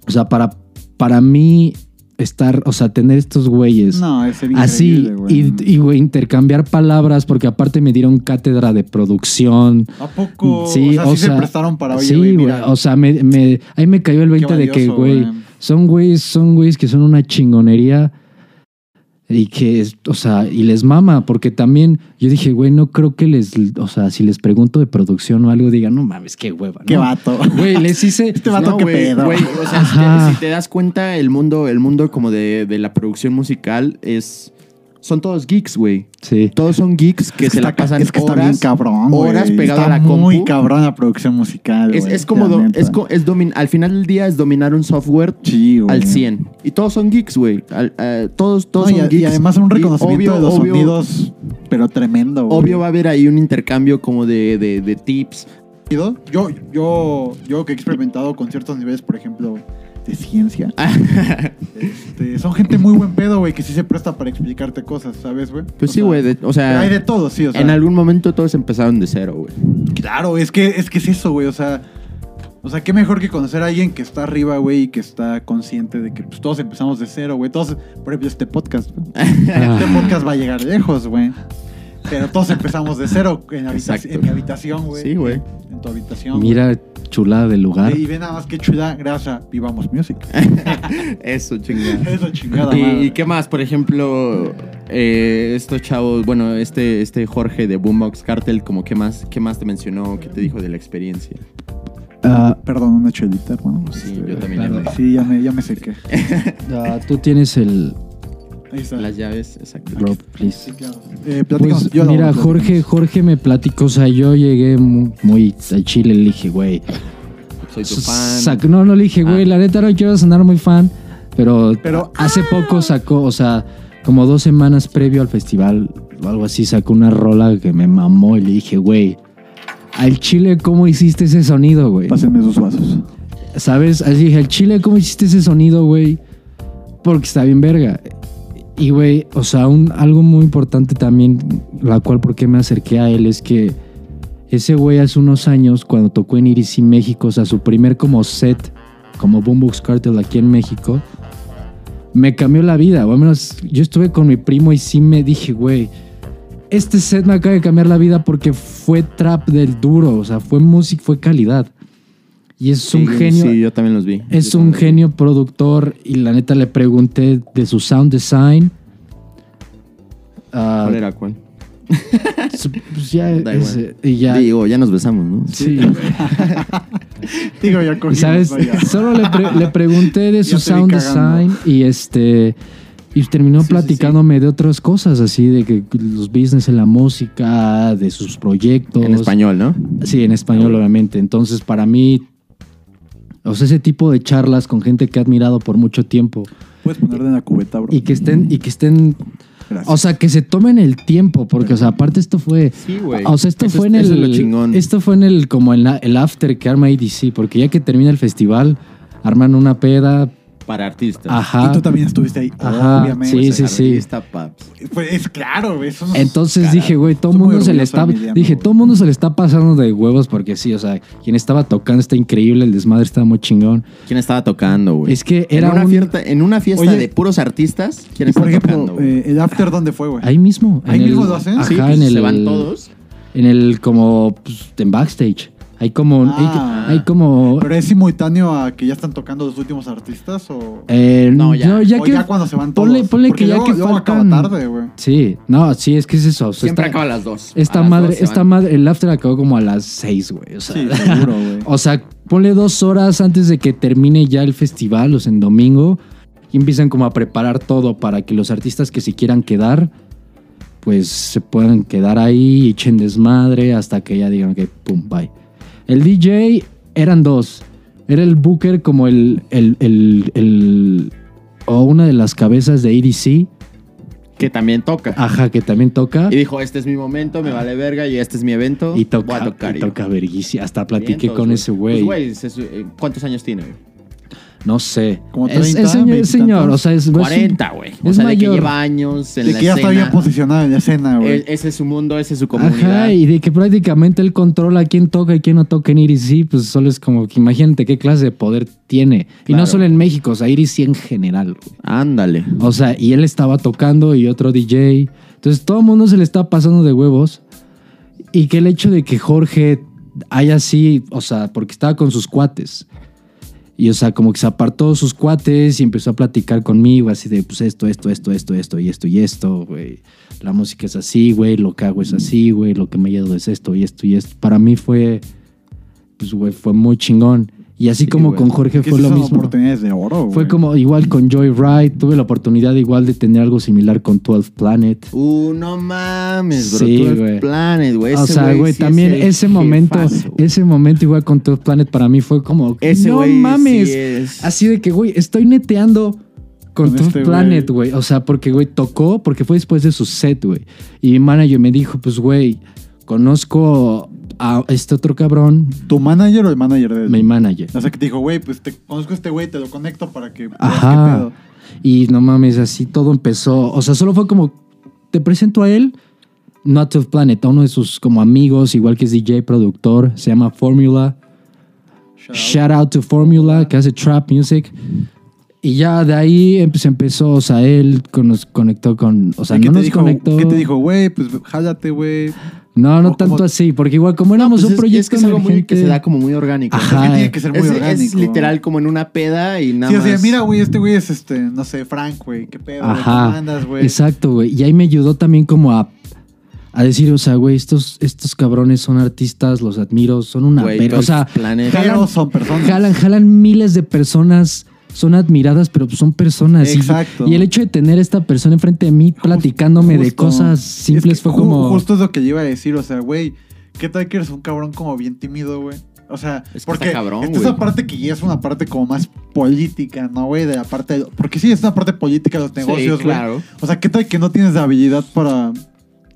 Speaker 5: o sea, para, para mí, estar, o sea, tener estos güeyes
Speaker 4: No, es el
Speaker 5: así
Speaker 4: increíble,
Speaker 5: y,
Speaker 4: güey.
Speaker 5: y, güey, intercambiar palabras, porque aparte me dieron cátedra de producción.
Speaker 4: ¿A poco?
Speaker 5: Sí,
Speaker 4: o sea, sí se prestaron para oye,
Speaker 5: sí,
Speaker 4: güey,
Speaker 5: güey,
Speaker 4: mira,
Speaker 5: O sea, me, me- ahí me cayó el 20 de que,
Speaker 4: valioso,
Speaker 5: güey,
Speaker 4: güey.
Speaker 5: son güeyes, son güeyes que son una chingonería y que, es- o sea, y les mama, porque también yo dije, güey, no creo que les, o sea, si les pregunto de producción o algo, digan, no mames, qué hueva, ¿no?".
Speaker 4: qué vato.
Speaker 5: Güey, les hice,
Speaker 4: Este vato
Speaker 3: No,
Speaker 4: qué
Speaker 3: güey,
Speaker 4: pedo.
Speaker 3: güey, o sea, si
Speaker 5: Ajá.
Speaker 3: te, si te das cuenta, el mundo, el mundo como de, de la producción musical es. Son todos geeks, güey.
Speaker 5: sí,
Speaker 4: este
Speaker 3: Todos son geeks que,
Speaker 4: Es
Speaker 3: se la
Speaker 4: está-
Speaker 3: pasan
Speaker 4: es que está bien
Speaker 3: horas.
Speaker 4: cabrón, güey.
Speaker 3: horas pegado
Speaker 4: está
Speaker 3: a la
Speaker 4: muy
Speaker 3: compu.
Speaker 4: cabrón la producción musical,
Speaker 3: es,
Speaker 4: güey,
Speaker 3: es como.
Speaker 4: la
Speaker 3: do-
Speaker 4: neta.
Speaker 3: es, co- es domin- al final del día es dominar un software
Speaker 4: Sí, güey.
Speaker 3: al 100. Y todos son geeks, güey. Al- eh, todos todos
Speaker 4: No, y,
Speaker 3: son
Speaker 4: a- y
Speaker 3: geeks.
Speaker 4: además un
Speaker 3: Y obvio-
Speaker 4: reconocimiento de los
Speaker 3: obvio-
Speaker 4: sonidos, pero tremendo, güey.
Speaker 3: Obvio va a haber ahí un intercambio como de, de- de tips.
Speaker 4: Yo, yo, yo que he experimentado con ciertos niveles, por ejemplo, de ciencia. este, son gente muy buen pedo, güey, que sí se presta para explicarte cosas, ¿sabes, güey?
Speaker 3: Pues
Speaker 4: O
Speaker 3: sí,
Speaker 4: sea,
Speaker 3: güey. de- O sea,
Speaker 4: Hay de todo, sí, o sea.
Speaker 3: en algún momento todos empezaron de cero, güey.
Speaker 4: Claro, es que es que es eso, güey, o sea, o sea, qué mejor que conocer a alguien que está arriba, güey, y que está consciente de que pues, todos empezamos de cero, güey. Todos, por ejemplo, este podcast, güey. Este podcast va a llegar lejos, güey. Pero todos empezamos de cero en, la habitaci-
Speaker 3: Exacto.
Speaker 4: en mi habitación, güey.
Speaker 3: Sí, güey.
Speaker 4: En tu habitación. güey.
Speaker 5: Ah, mira, chulada del lugar.
Speaker 4: Y ve nada más que chula, grasa, vivamos music.
Speaker 3: Eso, chingada.
Speaker 4: Eso chingada
Speaker 3: ¿Y,
Speaker 4: madre.
Speaker 3: y qué más? Por ejemplo, eh, estos chavos, bueno, este, este Jorge de Boombox Cartel, como qué más, qué más te mencionó, qué te dijo de la experiencia.
Speaker 5: Ah,
Speaker 4: Perdón, una chelita, hermano.
Speaker 3: Sí,
Speaker 4: Este,
Speaker 3: yo también.
Speaker 5: claro.
Speaker 3: ya
Speaker 4: Sí, ya me, ya me sequé.
Speaker 5: ah, tú tienes el
Speaker 4: Ahí está.
Speaker 3: me- Las llaves, exacto.
Speaker 5: drop, please.
Speaker 4: Sí, claro. Eh, platícanos,
Speaker 5: Pues,
Speaker 4: yo la
Speaker 5: mira,
Speaker 4: voy a
Speaker 5: Jorge, Jorge me platicó, o sea, yo llegué mu- muy, a Chile, le dije, güey,
Speaker 3: Soy tu fan.
Speaker 5: sac- no, no le dije, güey,
Speaker 3: Ah.
Speaker 5: la neta no quiero sonar muy fan, pero,
Speaker 4: Pero-
Speaker 5: hace poco sacó, o sea, como dos semanas previo al festival o algo así, sacó una rola que me mamó y le dije, güey, al chile, ¿cómo hiciste ese sonido, güey?
Speaker 4: Pásenme sus vasos.
Speaker 5: ¿Sabes? Así dije, al chile, ¿cómo hiciste ese sonido, güey? Porque está bien verga. Y, güey, o sea, un- algo muy importante también, la cual por qué me acerqué a él, es que ese güey hace unos años, cuando tocó en Iris y México, o sea, su primer como set, como Boombox Cartel aquí en México, me cambió la vida. O al menos yo estuve con mi primo y sí me dije, güey, este set me acaba de cambiar la vida porque fue trap del duro, o sea, fue música, fue calidad. Y es un
Speaker 3: Sí,
Speaker 5: genio,
Speaker 3: Sí, yo también los vi.
Speaker 5: es
Speaker 3: Yo también
Speaker 5: un
Speaker 3: los vi.
Speaker 5: genio productor y la neta le pregunté de su sound design. Ah,
Speaker 3: ¿Cuál era cuál?
Speaker 5: su- pues ya,
Speaker 3: Da igual.
Speaker 5: ese- y ya-
Speaker 3: Digo, ya nos besamos, ¿no?
Speaker 5: sí.
Speaker 4: Digo, ya cogimos.
Speaker 5: ¿Sabes?
Speaker 4: vaya.
Speaker 5: Solo le, pre- le pregunté de su
Speaker 4: Ya te vi
Speaker 5: sound
Speaker 4: cagando.
Speaker 5: design y este Y terminó
Speaker 4: Sí, sí,
Speaker 5: platicándome de otras cosas, así de que los business en la música, de sus proyectos.
Speaker 3: En español, ¿no?
Speaker 5: Sí, en español, obviamente. Entonces, para mí, o sea, ese tipo de charlas con gente que he admirado por mucho tiempo
Speaker 4: Puedes ponerle en la cubeta, bro.
Speaker 5: y que estén, y que estén,
Speaker 4: Gracias.
Speaker 5: o sea, que se tomen el tiempo, porque, o sea, aparte esto fue,
Speaker 3: Sí, güey.
Speaker 5: Ah, o sea, esto
Speaker 3: Eso
Speaker 5: fue
Speaker 3: es-
Speaker 5: en
Speaker 3: eso
Speaker 5: el, este-
Speaker 3: es lo chingón.
Speaker 5: esto fue en el, como en la- el after que arma ADC, porque ya que termina el festival, arman una peda,
Speaker 3: Para artistas.
Speaker 5: ajá.
Speaker 4: Y tú también estuviste ahí,
Speaker 5: Ajá,
Speaker 4: obviamente.
Speaker 5: sí, Ah, sí, sí.
Speaker 3: Artista, paps.
Speaker 4: Pues es claro, güey. eso nos-
Speaker 5: Entonces
Speaker 4: Carajo,
Speaker 5: dije, güey, todo
Speaker 4: estoy muy
Speaker 5: mundo se le
Speaker 4: orgulloso
Speaker 5: está,
Speaker 4: de Emiliano,
Speaker 5: dije,
Speaker 4: güey.
Speaker 5: todo mundo se le está pasando de huevos porque sí, o sea, quien estaba tocando está increíble, el desmadre estaba muy chingón.
Speaker 3: ¿Quién estaba tocando, güey?
Speaker 5: Es que
Speaker 3: en
Speaker 5: era
Speaker 3: una
Speaker 5: un-
Speaker 3: fiesta, en una fiesta
Speaker 4: Oye.
Speaker 3: de puros artistas. ¿Quién
Speaker 4: Y por
Speaker 3: estaba
Speaker 4: ejemplo,
Speaker 3: tocando, güey?
Speaker 4: eh, el after, ¿dónde fue, güey?
Speaker 5: Ahí mismo.
Speaker 4: Ahí
Speaker 5: en
Speaker 4: mismo lo hacen,
Speaker 5: Ajá,
Speaker 3: sí, pues,
Speaker 5: en el,
Speaker 3: se van todos.
Speaker 5: En el como pues, en backstage. Hay como
Speaker 4: Ah.
Speaker 5: hay, hay como
Speaker 4: ¿Pero es simultáneo a que ya están tocando los últimos artistas o...?
Speaker 5: eh,
Speaker 3: No,
Speaker 5: no,
Speaker 3: ya.
Speaker 5: ya,
Speaker 4: o
Speaker 5: que
Speaker 4: ya cuando se van todos.
Speaker 5: ponle- ponle
Speaker 4: Porque
Speaker 5: que ya
Speaker 4: luego-
Speaker 5: que
Speaker 4: luego acaba
Speaker 5: faltan-
Speaker 4: tarde, güey.
Speaker 5: Sí, no, sí, es que es eso. o sea,
Speaker 3: Siempre
Speaker 5: está-
Speaker 3: acaba a las dos. A
Speaker 5: Esta
Speaker 3: las
Speaker 5: madre,
Speaker 3: dos se
Speaker 5: esta
Speaker 3: van.
Speaker 5: madre, el after acabó como a las seis, güey. O sea,
Speaker 4: Sí, seguro, güey.
Speaker 5: o sea, ponle dos horas antes de que termine ya el festival, o sea, en domingo, y empiezan como a preparar todo para que los artistas que se quieran quedar, pues se puedan quedar ahí, echen desmadre, hasta que ya digan que pum, bye. El DJ eran dos. Era el Booker como el, el, el, el- o una de las cabezas de EDC,
Speaker 3: Que también toca.
Speaker 5: ajá, que también toca.
Speaker 3: Y dijo, este es mi momento, me vale verga y este es mi evento.
Speaker 5: Y
Speaker 3: voy
Speaker 5: toca,
Speaker 3: a tocar
Speaker 5: y
Speaker 3: yo".
Speaker 5: toca verguísima. Hasta platiqué
Speaker 3: Vientos,
Speaker 5: con ese güey.
Speaker 3: Pues, güey, se su- eh, ¿cuántos años tiene? güey?
Speaker 5: No sé.
Speaker 4: Como
Speaker 5: Es- es,
Speaker 4: 30,
Speaker 5: señor, es señor,
Speaker 4: 20
Speaker 5: o sea, es es un-
Speaker 3: 40, güey. O
Speaker 5: Pues es
Speaker 3: sea, de que
Speaker 5: mayor.
Speaker 3: lleva años en
Speaker 4: De
Speaker 3: la
Speaker 4: que ya está bien
Speaker 3: escena.
Speaker 4: posicionado en la escena,
Speaker 3: Eh,
Speaker 4: güey.
Speaker 3: Ese es su mundo, ese es su comunidad.
Speaker 5: Ajá, y de que prácticamente él controla quién toca y quién no toca en IRIC, pues solo es como que imagínate qué clase de poder tiene. Y
Speaker 3: Claro.
Speaker 5: no solo en México, o sea, IRIC en general. güey.
Speaker 3: Ándale.
Speaker 5: O sea, y él estaba tocando y otro DJ. Entonces todo el mundo se le está pasando de huevos. Y que el hecho de que Jorge haya así, o sea, porque estaba con sus cuates. Y o sea, como que se apartó de sus cuates y empezó a platicar conmigo, así de, pues esto, esto, esto, esto, esto, y esto, y esto, güey. La música es así, güey, lo que hago es así, güey, lo que me llevo es esto, y esto, y esto. Para mí fue, pues, güey, fue muy chingón. Y así
Speaker 3: Sí,
Speaker 5: como
Speaker 3: güey.
Speaker 5: con Jorge
Speaker 4: Que
Speaker 5: fue
Speaker 4: esas
Speaker 5: lo
Speaker 4: son
Speaker 5: mismo.
Speaker 4: oportunidades de oro, güey.
Speaker 5: Fue como igual con Joyride, tuve la oportunidad igual de tener algo similar con 12 Planet.
Speaker 3: Uh, no mames, bro.
Speaker 5: Sí,
Speaker 3: Tú eres
Speaker 5: güey.
Speaker 3: Planet, güey.
Speaker 5: o
Speaker 3: Ese
Speaker 5: sea, güey,
Speaker 3: sí
Speaker 5: también
Speaker 3: es el
Speaker 5: ese momento,
Speaker 3: jefazo, güey.
Speaker 5: ese momento igual con 12 Planet para mí fue como,
Speaker 3: Ese
Speaker 5: no
Speaker 3: güey sí
Speaker 5: mames.
Speaker 3: es-
Speaker 5: Así de que, güey, estoy neteando con,
Speaker 4: Con
Speaker 5: 12
Speaker 4: este
Speaker 5: Planet, güey. O sea, porque, güey, tocó, porque fue después de su set, güey. Y mi manager me dijo, pues, güey, conozco a este otro cabrón,
Speaker 4: ¿Tu manager o el manager de él?
Speaker 5: mi manager.
Speaker 4: O sea, que te dijo, güey, pues te conozco a este güey, te lo conecto para que veas qué
Speaker 5: Ajá.
Speaker 4: pedo.
Speaker 5: Y no mames, así todo empezó. O sea, solo fue como, te presento a él, Not of Planet, a uno de sus como amigos, igual que es DJ, productor, se llama Formula.
Speaker 4: Shout out.
Speaker 5: Shout out to Formula, que hace trap music. Y ya de ahí em- se empezó, o sea, él con- nos conectó con, o sea,
Speaker 4: ¿Y qué
Speaker 5: no
Speaker 4: te
Speaker 5: nos
Speaker 4: dijo-
Speaker 5: conectó.
Speaker 4: ¿Qué te dijo, güey? Pues jálate, güey.
Speaker 5: No,
Speaker 4: ¿O cómo?
Speaker 5: no tanto así, porque igual como éramos
Speaker 3: Pues
Speaker 5: un
Speaker 3: es-
Speaker 5: proyecto
Speaker 3: es que es algo muy, que se da
Speaker 5: emergente-
Speaker 3: como muy orgánico.
Speaker 5: Ajá.
Speaker 4: Es que tiene que ser muy
Speaker 3: Es, es
Speaker 4: orgánico.
Speaker 3: literal como en una peda y nada
Speaker 4: Sí, o
Speaker 3: más.
Speaker 4: sea, mira, güey, este güey es este, no sé, Frank, güey, qué pedo, güey,
Speaker 5: Ajá.
Speaker 4: ¿Cómo andas, güey.
Speaker 5: Exacto, güey. Y ahí me ayudó también como a, a decir, o sea, güey, estos, estos cabrones son artistas, los admiro, son una
Speaker 3: Güey, pues,
Speaker 5: verga. O sea,
Speaker 3: Planet.
Speaker 4: Pero
Speaker 5: jalan-
Speaker 4: son personas.
Speaker 5: jalan, jalan miles de personas, son admiradas, pero son personas. Y-
Speaker 4: Exacto.
Speaker 5: Y, el hecho de tener esta persona enfrente de mí platicándome de
Speaker 4: Justo.
Speaker 5: cosas simples
Speaker 4: Es que
Speaker 5: fue
Speaker 4: ju-
Speaker 5: como.
Speaker 4: Justo es lo que yo iba a decir, o sea, güey, ¿qué tal que eres un cabrón como bien tímido, güey? O sea,
Speaker 3: Es que
Speaker 4: porque
Speaker 3: está cabrón,
Speaker 4: esta es
Speaker 3: güey.
Speaker 4: la parte que ya es una parte como más política, ¿no, güey? De la parte... de- porque sí, es una parte política de los negocios,
Speaker 3: sí,
Speaker 4: güey.
Speaker 3: claro.
Speaker 4: O sea, ¿qué tal que no tienes la habilidad para...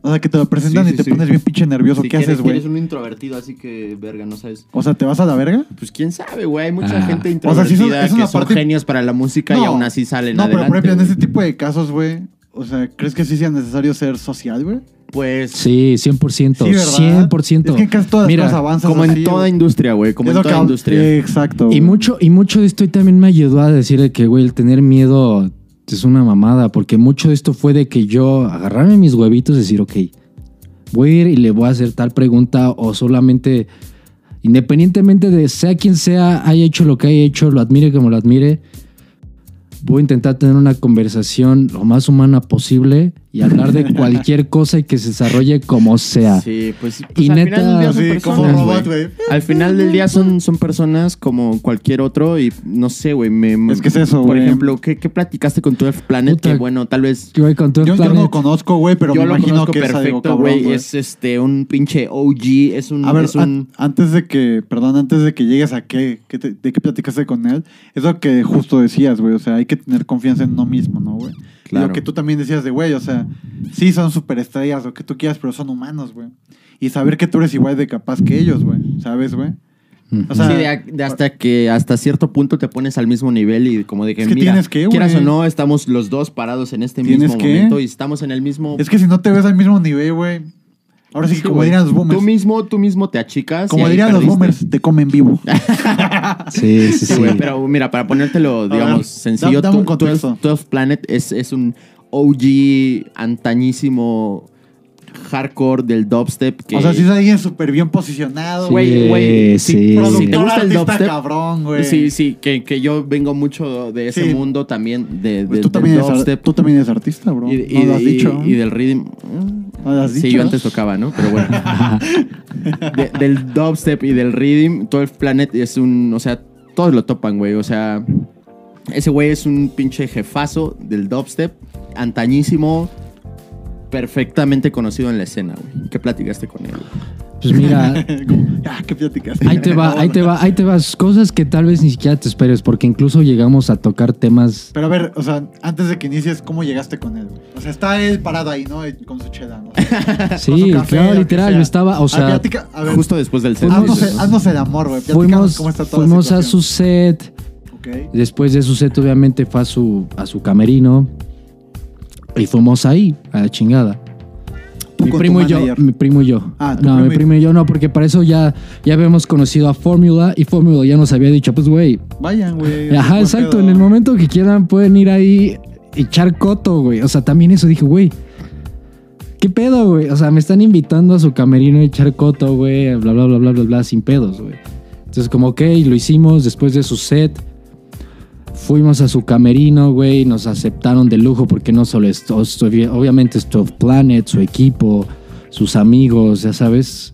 Speaker 4: O sea, que te lo presentan
Speaker 3: Sí,
Speaker 4: y
Speaker 3: sí,
Speaker 4: te
Speaker 3: sí.
Speaker 4: pones bien pinche nervioso.
Speaker 3: Si
Speaker 4: ¿Qué haces,
Speaker 3: quieres-
Speaker 4: güey?
Speaker 3: Eres un introvertido, así que, verga, no sabes.
Speaker 4: O sea, ¿te vas a la verga?
Speaker 3: Pues quién sabe, güey. Hay mucha
Speaker 5: Ah.
Speaker 3: gente
Speaker 4: O sea, sí
Speaker 3: introvertida
Speaker 4: es un- es una
Speaker 3: que son
Speaker 4: parte-
Speaker 3: genios para la música y
Speaker 4: No.
Speaker 3: aún así salen
Speaker 4: No, pero
Speaker 3: adelante.
Speaker 4: por ejemplo, en
Speaker 3: güey.
Speaker 4: ese tipo de casos, güey, o sea, ¿crees que sí sea necesario ser social, güey?
Speaker 3: Pues
Speaker 5: Sí, 100%.
Speaker 4: Sí, ¿verdad?
Speaker 5: 100%.
Speaker 4: Es que en casi todas
Speaker 5: Mira,
Speaker 4: las cosas avanzan
Speaker 3: como en toda industria, güey. Como en toda industria.
Speaker 4: exacto.
Speaker 5: Y
Speaker 4: güey.
Speaker 5: mucho, y mucho de esto ahí también me ayudó a decir de que, güey, el tener miedo es una mamada, porque mucho de esto fue de que yo agarrarme mis huevitos y decir, ok, voy a ir y le voy a hacer tal pregunta o solamente, independientemente de sea quien sea, haya hecho lo que haya hecho, lo admire como lo admire, voy a intentar tener una conversación lo más humana posible y hablar de cualquier cosa y que se desarrolle como sea.
Speaker 3: Sí, pues,
Speaker 5: Y
Speaker 3: y al
Speaker 5: neta-
Speaker 3: final del día son
Speaker 4: Así como
Speaker 3: personas,
Speaker 4: robot,
Speaker 3: güey.
Speaker 4: güey.
Speaker 3: Al final del día son, son personas como cualquier otro y no sé, güey. me-
Speaker 4: Es que es eso,
Speaker 3: Por
Speaker 4: güey.
Speaker 3: ejemplo, ¿qué, qué platicaste con tu Planet?
Speaker 5: Puta.
Speaker 3: Que bueno, tal vez
Speaker 5: Yo voy con todo el
Speaker 4: Yo, yo no
Speaker 5: planeta.
Speaker 4: lo conozco, güey, pero
Speaker 3: yo
Speaker 4: me
Speaker 3: lo
Speaker 4: imagino
Speaker 3: conozco
Speaker 4: que es algo
Speaker 3: perfecto,
Speaker 4: cabrón,
Speaker 3: güey.
Speaker 4: güey.
Speaker 3: Es este, un pinche OG, es un...
Speaker 4: A ver,
Speaker 3: es un-
Speaker 4: an- antes de que, perdón, antes de que llegues a qué, qué te- de qué platicaste con él, es lo que justo decías, güey, o sea, hay que tener confianza en uno mismo, ¿no, güey? Y
Speaker 3: Claro.
Speaker 4: Lo que tú también decías de, güey, o sea, sí son superestrellas, lo que tú quieras, pero son humanos, güey. Y saber que tú eres igual de capaz que ellos, güey, ¿sabes, güey?
Speaker 5: Ujú.
Speaker 4: O sea,
Speaker 3: Sí, de, a- de hasta que hasta cierto punto te pones al mismo nivel y como de que,
Speaker 4: Es que
Speaker 3: mira,
Speaker 4: tienes que, güey.
Speaker 3: quieras o no, estamos los dos parados en este
Speaker 4: Tienes
Speaker 3: mismo
Speaker 4: que.
Speaker 3: momento y estamos en el mismo...
Speaker 4: es que si no te ves al mismo nivel, güey, ahora sí que
Speaker 3: Sí,
Speaker 4: como
Speaker 3: güey.
Speaker 4: dirían los
Speaker 3: Tú
Speaker 4: boomers,
Speaker 3: mismo, tú mismo te achicas. y
Speaker 4: como
Speaker 3: ahí
Speaker 4: dirían los
Speaker 3: perdiste.
Speaker 4: boomers, te comen vivo.
Speaker 5: Sí, sí,
Speaker 3: Sí,
Speaker 5: sí.
Speaker 3: güey, pero mira, para ponértelo, digamos,
Speaker 4: ver,
Speaker 3: sencillo,
Speaker 4: da- dame un
Speaker 3: 12
Speaker 4: contexto.
Speaker 3: 12 Planet es, es un OG antañísimo hardcore del dubstep que...
Speaker 4: O sea, si es alguien súper bien posicionado,
Speaker 5: Sí,
Speaker 4: güey.
Speaker 3: Güey, güey,
Speaker 5: sí.
Speaker 3: si-
Speaker 4: productor,
Speaker 3: si te gusta el
Speaker 4: artista
Speaker 3: dubstep,
Speaker 4: cabrón, güey.
Speaker 3: Sí, sí, que, que yo vengo mucho de ese
Speaker 4: Sí.
Speaker 3: mundo también, de,
Speaker 4: Pues
Speaker 3: de-
Speaker 4: tú,
Speaker 3: del
Speaker 4: también eres, ar-
Speaker 3: dubstep.
Speaker 4: tú también eres artista, bro.
Speaker 3: Y, y-
Speaker 4: no lo has
Speaker 3: y-
Speaker 4: dicho.
Speaker 3: y del rhythm.
Speaker 4: No lo has
Speaker 3: sí,
Speaker 4: dicho.
Speaker 3: yo antes tocaba, ¿no? Pero bueno. De- del dubstep y del rhythm, 12 Planet es un. O sea, todos lo topan, güey. O sea, ese güey es un pinche jefazo del dubstep, antañísimo, perfectamente conocido en la escena, güey. ¿Qué platicaste con él? güey?
Speaker 5: Pues mira,
Speaker 4: Como, ah, ¿qué platicas?
Speaker 5: Ahí te va, ahí te va, ahí te vas. Cosas que tal vez ni siquiera te esperes, porque incluso llegamos a tocar temas.
Speaker 4: Pero a ver, o sea, antes de que inicies, ¿cómo llegaste con él? güey? O sea, está él parado ahí, ¿no? Con su chela, ¿no? Con
Speaker 5: Sí,
Speaker 4: su café, lo
Speaker 5: claro,
Speaker 4: que
Speaker 5: literal.
Speaker 4: sea. Ah,
Speaker 5: Yo estaba, o
Speaker 4: A ver,
Speaker 5: sea,
Speaker 4: platica- a ver, Pues
Speaker 3: Justo después del set.
Speaker 5: Fuimos-
Speaker 4: haznos,
Speaker 3: dices,
Speaker 4: el- haznos el amor, güey. Platícanos
Speaker 5: fuimos,
Speaker 4: cómo está todo.
Speaker 5: fuimos a su set. Después de su set, obviamente, fue a su, a su camerino. Y fuimos ahí, a la chingada. Mi primo, y yo, mi primo y yo.
Speaker 4: Ah, tu
Speaker 5: no,
Speaker 4: primo
Speaker 5: mi
Speaker 4: y-
Speaker 5: primo y yo no, porque para eso ya, ya habíamos conocido a Fórmula y Fórmula ya nos había dicho, pues, güey,
Speaker 4: Vayan, güey.
Speaker 5: Ajá,
Speaker 4: buen
Speaker 5: exacto.
Speaker 4: pedo.
Speaker 5: En el momento que quieran pueden ir ahí y echar coto, güey. O sea, también eso dije, güey. ¿Qué pedo, güey? O sea, me están invitando a su camerino a echar coto, güey. Bla, bla, bla, bla, bla, bla, sin pedos, güey. Entonces, como, ok, lo hicimos después de su set. Fuimos a su camerino, güey. Nos aceptaron de lujo porque no solo esto, obviamente Stove Planet, su equipo, sus amigos, ya sabes.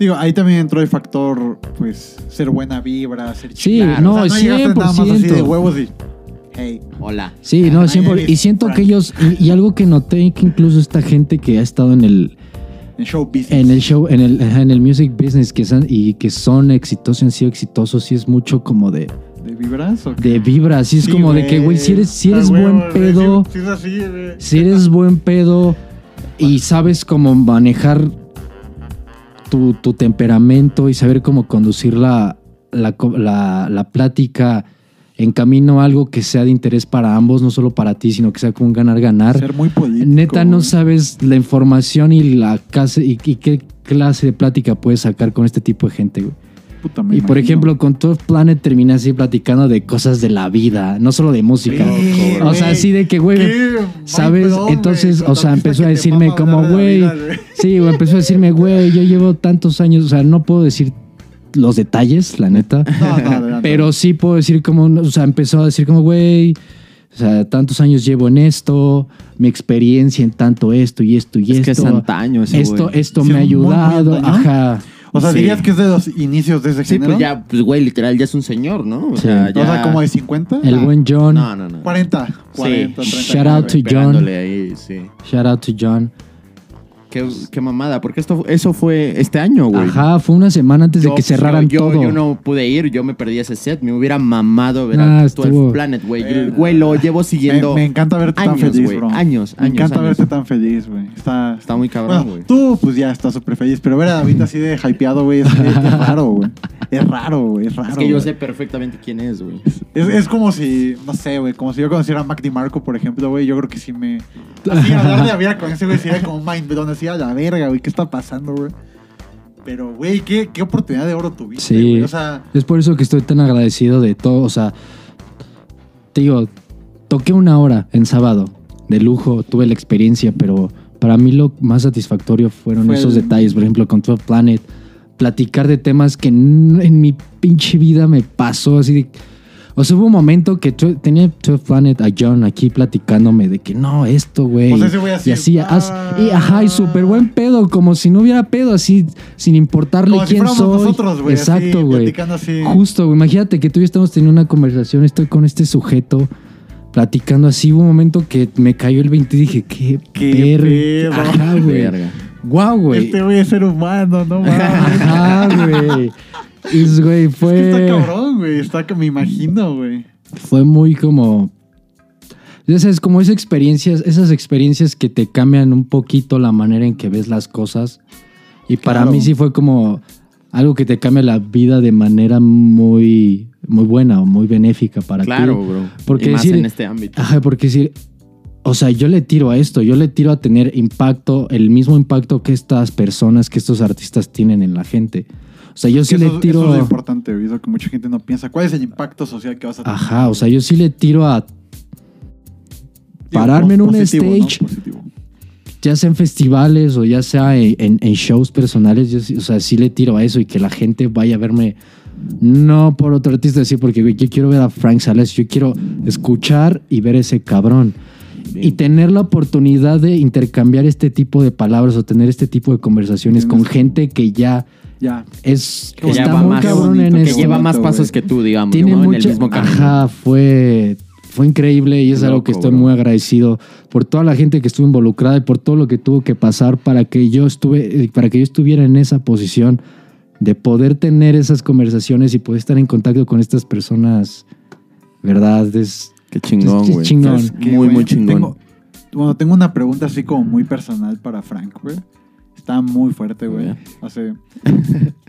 Speaker 4: Digo, ahí también entró el factor, pues, ser buena vibra, ser
Speaker 5: Sí,
Speaker 4: chingón.
Speaker 5: no,
Speaker 4: o sea, llegaste nada más así de
Speaker 5: 100%.
Speaker 4: huevos y. Hey.
Speaker 3: Hola.
Speaker 5: Sí, no,
Speaker 4: Ay,
Speaker 5: siempre. Y
Speaker 4: eres
Speaker 5: siento que
Speaker 4: Frank.
Speaker 5: ellos. Y, y algo que noté que incluso esta gente que ha estado en el,
Speaker 4: En show business.
Speaker 5: en el show, en el, ajá, en el music business, que son, y que son exitosos, han sido exitosos, sí es mucho como de,
Speaker 4: ¿De vibras o qué?
Speaker 5: de vibra. Sí es
Speaker 4: Sí,
Speaker 5: como de que, güey, si eres, si
Speaker 4: Ah,
Speaker 5: eres
Speaker 4: güey,
Speaker 5: buen
Speaker 4: güey,
Speaker 5: pedo,
Speaker 4: sí, sí es así, güey.
Speaker 5: si eres buen pedo y sabes cómo manejar tu, tu temperamento y saber cómo conducir la, la, co- la- la plática en camino a algo que sea de interés para ambos, no solo para ti, sino que sea como un ganar-ganar.
Speaker 4: Ser muy político.
Speaker 5: Neta, no
Speaker 4: güey.
Speaker 5: sabes la información y la clase y, y qué clase de plática puedes sacar con este tipo de gente, güey.
Speaker 4: Puta,
Speaker 5: Y
Speaker 4: me imagino.
Speaker 5: por ejemplo, con todo Planet terminé así platicando de cosas de la vida, no solo de música.
Speaker 4: Sí,
Speaker 5: o sea,
Speaker 4: güey.
Speaker 5: así de que, güey,
Speaker 4: Qué
Speaker 5: ¿sabes?
Speaker 4: mind blown, güey,
Speaker 5: Entonces,
Speaker 4: con
Speaker 5: o sea,
Speaker 4: artista
Speaker 5: empezó
Speaker 4: que
Speaker 5: a
Speaker 4: te
Speaker 5: decirme
Speaker 4: mama
Speaker 5: como,
Speaker 4: hablar de la
Speaker 5: güey,
Speaker 4: vida, güey.
Speaker 5: Sí, güey, empezó a decirme, güey, yo llevo tantos años, o sea, no puedo decir los detalles, la neta.
Speaker 4: No, no, adelante.
Speaker 5: Pero sí puedo decir como, o sea, empezó a decir como, güey, o sea, tantos años llevo en esto, mi experiencia en tanto esto y esto y
Speaker 3: Es que es
Speaker 5: esto.
Speaker 3: antaño ese
Speaker 5: esto,
Speaker 3: güey.
Speaker 5: esto
Speaker 4: Sí,
Speaker 5: me ha
Speaker 4: muy, muy
Speaker 5: ayudado,
Speaker 4: antaño.
Speaker 5: ajá.
Speaker 4: O sea,
Speaker 3: Sí.
Speaker 4: dirías que es de los inicios de ese
Speaker 3: Sí,
Speaker 4: género.
Speaker 3: pues ya, pues güey, literal, ya es un señor, ¿no? O
Speaker 5: Sí.
Speaker 3: sea,
Speaker 4: O sea,
Speaker 3: ya-
Speaker 4: como de 50.
Speaker 5: El
Speaker 4: Ah,
Speaker 5: buen John.
Speaker 3: No, no, no.
Speaker 4: 40. 40, 30.
Speaker 5: Shout out to John.
Speaker 3: pegándole ahí, sí.
Speaker 5: Shout out to John.
Speaker 3: Qué, qué mamada, porque esto, eso fue este año, güey.
Speaker 5: Ajá, fue una semana antes
Speaker 3: Yo-
Speaker 5: de que cerraran
Speaker 3: yo,
Speaker 5: todo.
Speaker 3: Yo no pude ir, yo me perdí ese set. Me hubiera mamado ver
Speaker 5: Ah,
Speaker 3: a 12
Speaker 5: estuvo-
Speaker 3: Planet, güey.
Speaker 4: Eh,
Speaker 3: Güey, lo llevo
Speaker 4: Me,
Speaker 3: siguiendo.
Speaker 4: me encanta verte tan
Speaker 3: años,
Speaker 4: feliz,
Speaker 3: güey,
Speaker 4: bro.
Speaker 3: años,
Speaker 4: Me
Speaker 3: años,
Speaker 4: encanta
Speaker 3: años.
Speaker 4: verte tan feliz, güey. Está,
Speaker 3: Está muy cabrón, güey.
Speaker 4: Bueno, tú, pues ya estás súper feliz. Pero ver a David así de hypeado, güey, es, es raro, güey. Es raro, güey. Es raro.
Speaker 3: es que yo
Speaker 4: güey.
Speaker 3: sé perfectamente quién es, güey.
Speaker 4: Es, es como si, no sé, güey, como si yo conociera a Mac DiMarco, por ejemplo, güey, yo creo que si me... Así, hablar de la vida con ese güey sería como mind blown, así a la verga, güey, ¿qué está pasando, güey? Pero, güey, ¿qué, qué oportunidad de oro tuviste,
Speaker 5: Sí.
Speaker 4: güey? O sea,
Speaker 5: Es por eso que estoy tan agradecido de todo. O sea, te digo, toqué una hora en sábado de lujo, tuve la experiencia, pero para mí lo más satisfactorio fueron
Speaker 4: Fue
Speaker 5: esos
Speaker 4: el-
Speaker 5: detalles. Por ejemplo, con 12 Planet, platicar de temas que n- en mi pinche vida me pasó así de- O O sea, hubo un momento que tu- tenía Two Planet a John aquí platicándome de que no, esto, güey.
Speaker 4: Pues ese güey así,
Speaker 5: y así,
Speaker 4: ah.
Speaker 5: as- y ajá, y súper buen pedo, como si no hubiera pedo, así, sin importarle
Speaker 4: Como si
Speaker 5: quién
Speaker 4: fuéramos
Speaker 5: soy.
Speaker 4: nosotros, güey, así,
Speaker 5: Exacto, güey.
Speaker 4: platicando así.
Speaker 5: Justo, güey. Imagínate que tú y yo estamos teniendo una conversación, estoy con este sujeto platicando así. Hubo un momento que me cayó el 20 y dije, qué,
Speaker 4: Qué
Speaker 5: per-
Speaker 4: pedo.
Speaker 5: Ajá, güey.
Speaker 3: Verga.
Speaker 5: Guau, güey.
Speaker 4: Este güey es ser humano, no mames.
Speaker 5: Ajá, güey. Es, güey,
Speaker 4: Es
Speaker 5: fue.
Speaker 4: que está cabrón, güey. Está, me imagino, güey.
Speaker 5: fue muy como. Ya sabes, como esas experiencias, esas experiencias que te cambian un poquito la manera en que ves las cosas. Y para
Speaker 4: Claro.
Speaker 5: mí sí fue como algo que te cambia la vida de manera muy, muy buena o muy benéfica para ti.
Speaker 3: Claro, bro.
Speaker 5: Porque
Speaker 3: y más
Speaker 5: decir- "Ah,
Speaker 3: en este ámbito.
Speaker 5: Ajá, porque decir, o sea, yo le tiro a esto, yo le tiro a tener impacto, el mismo impacto que estas personas, que estos artistas tienen en la gente. O sea, yo sí
Speaker 4: eso,
Speaker 5: le tiro.
Speaker 4: eso es lo importante, güey. Eso que mucha gente no piensa. ¿Cuál es el impacto social que vas a tener?
Speaker 5: Ajá, o sea, yo sí le tiro a
Speaker 4: Digo,
Speaker 5: pararme en un
Speaker 4: positivo, ¿no?
Speaker 5: stage.
Speaker 4: Positivo.
Speaker 5: ya sea en festivales o ya sea en, en- en shows personales, yo sí- o sea, sí le tiro a eso y que la gente vaya a verme. No por otro artista, sí, porque güey, yo quiero ver a Frank Sales, yo quiero escuchar y ver ese cabrón. Y tener la oportunidad de intercambiar este tipo de palabras o tener este tipo de conversaciones con
Speaker 4: Tienes-
Speaker 5: gente que ya
Speaker 4: Ya.
Speaker 5: es
Speaker 4: Que
Speaker 5: está
Speaker 4: ya va
Speaker 5: muy
Speaker 4: más-
Speaker 5: cabrón
Speaker 4: Qué bonito,
Speaker 5: en este
Speaker 4: qué
Speaker 3: que
Speaker 5: esto.
Speaker 3: lleva más
Speaker 4: bonito,
Speaker 3: pasos
Speaker 4: güey.
Speaker 3: que tú, digamos.
Speaker 5: Tiene
Speaker 3: ¿no? en el
Speaker 5: mucho-
Speaker 3: mismo camino.
Speaker 5: Ajá, fue, fue increíble y es
Speaker 3: Qué
Speaker 5: algo
Speaker 3: loco,
Speaker 5: que estoy
Speaker 3: bro.
Speaker 5: muy agradecido por toda la gente que estuvo involucrada y por todo lo que tuvo que pasar para que yo estuve, eh, para que yo estuviera en esa posición de poder tener esas conversaciones y poder estar en contacto con estas personas, ¿verdad? Es,
Speaker 3: Qué
Speaker 5: Es-
Speaker 3: chingón,
Speaker 5: es
Speaker 3: güey.
Speaker 5: chingón.
Speaker 4: ¿Sabes qué,
Speaker 3: Muy,
Speaker 4: güey?
Speaker 3: muy chingón.
Speaker 4: Tengo- bueno, tengo una pregunta así como muy personal para Frank, güey. Está muy fuerte, güey.
Speaker 3: Bien.
Speaker 4: Hace...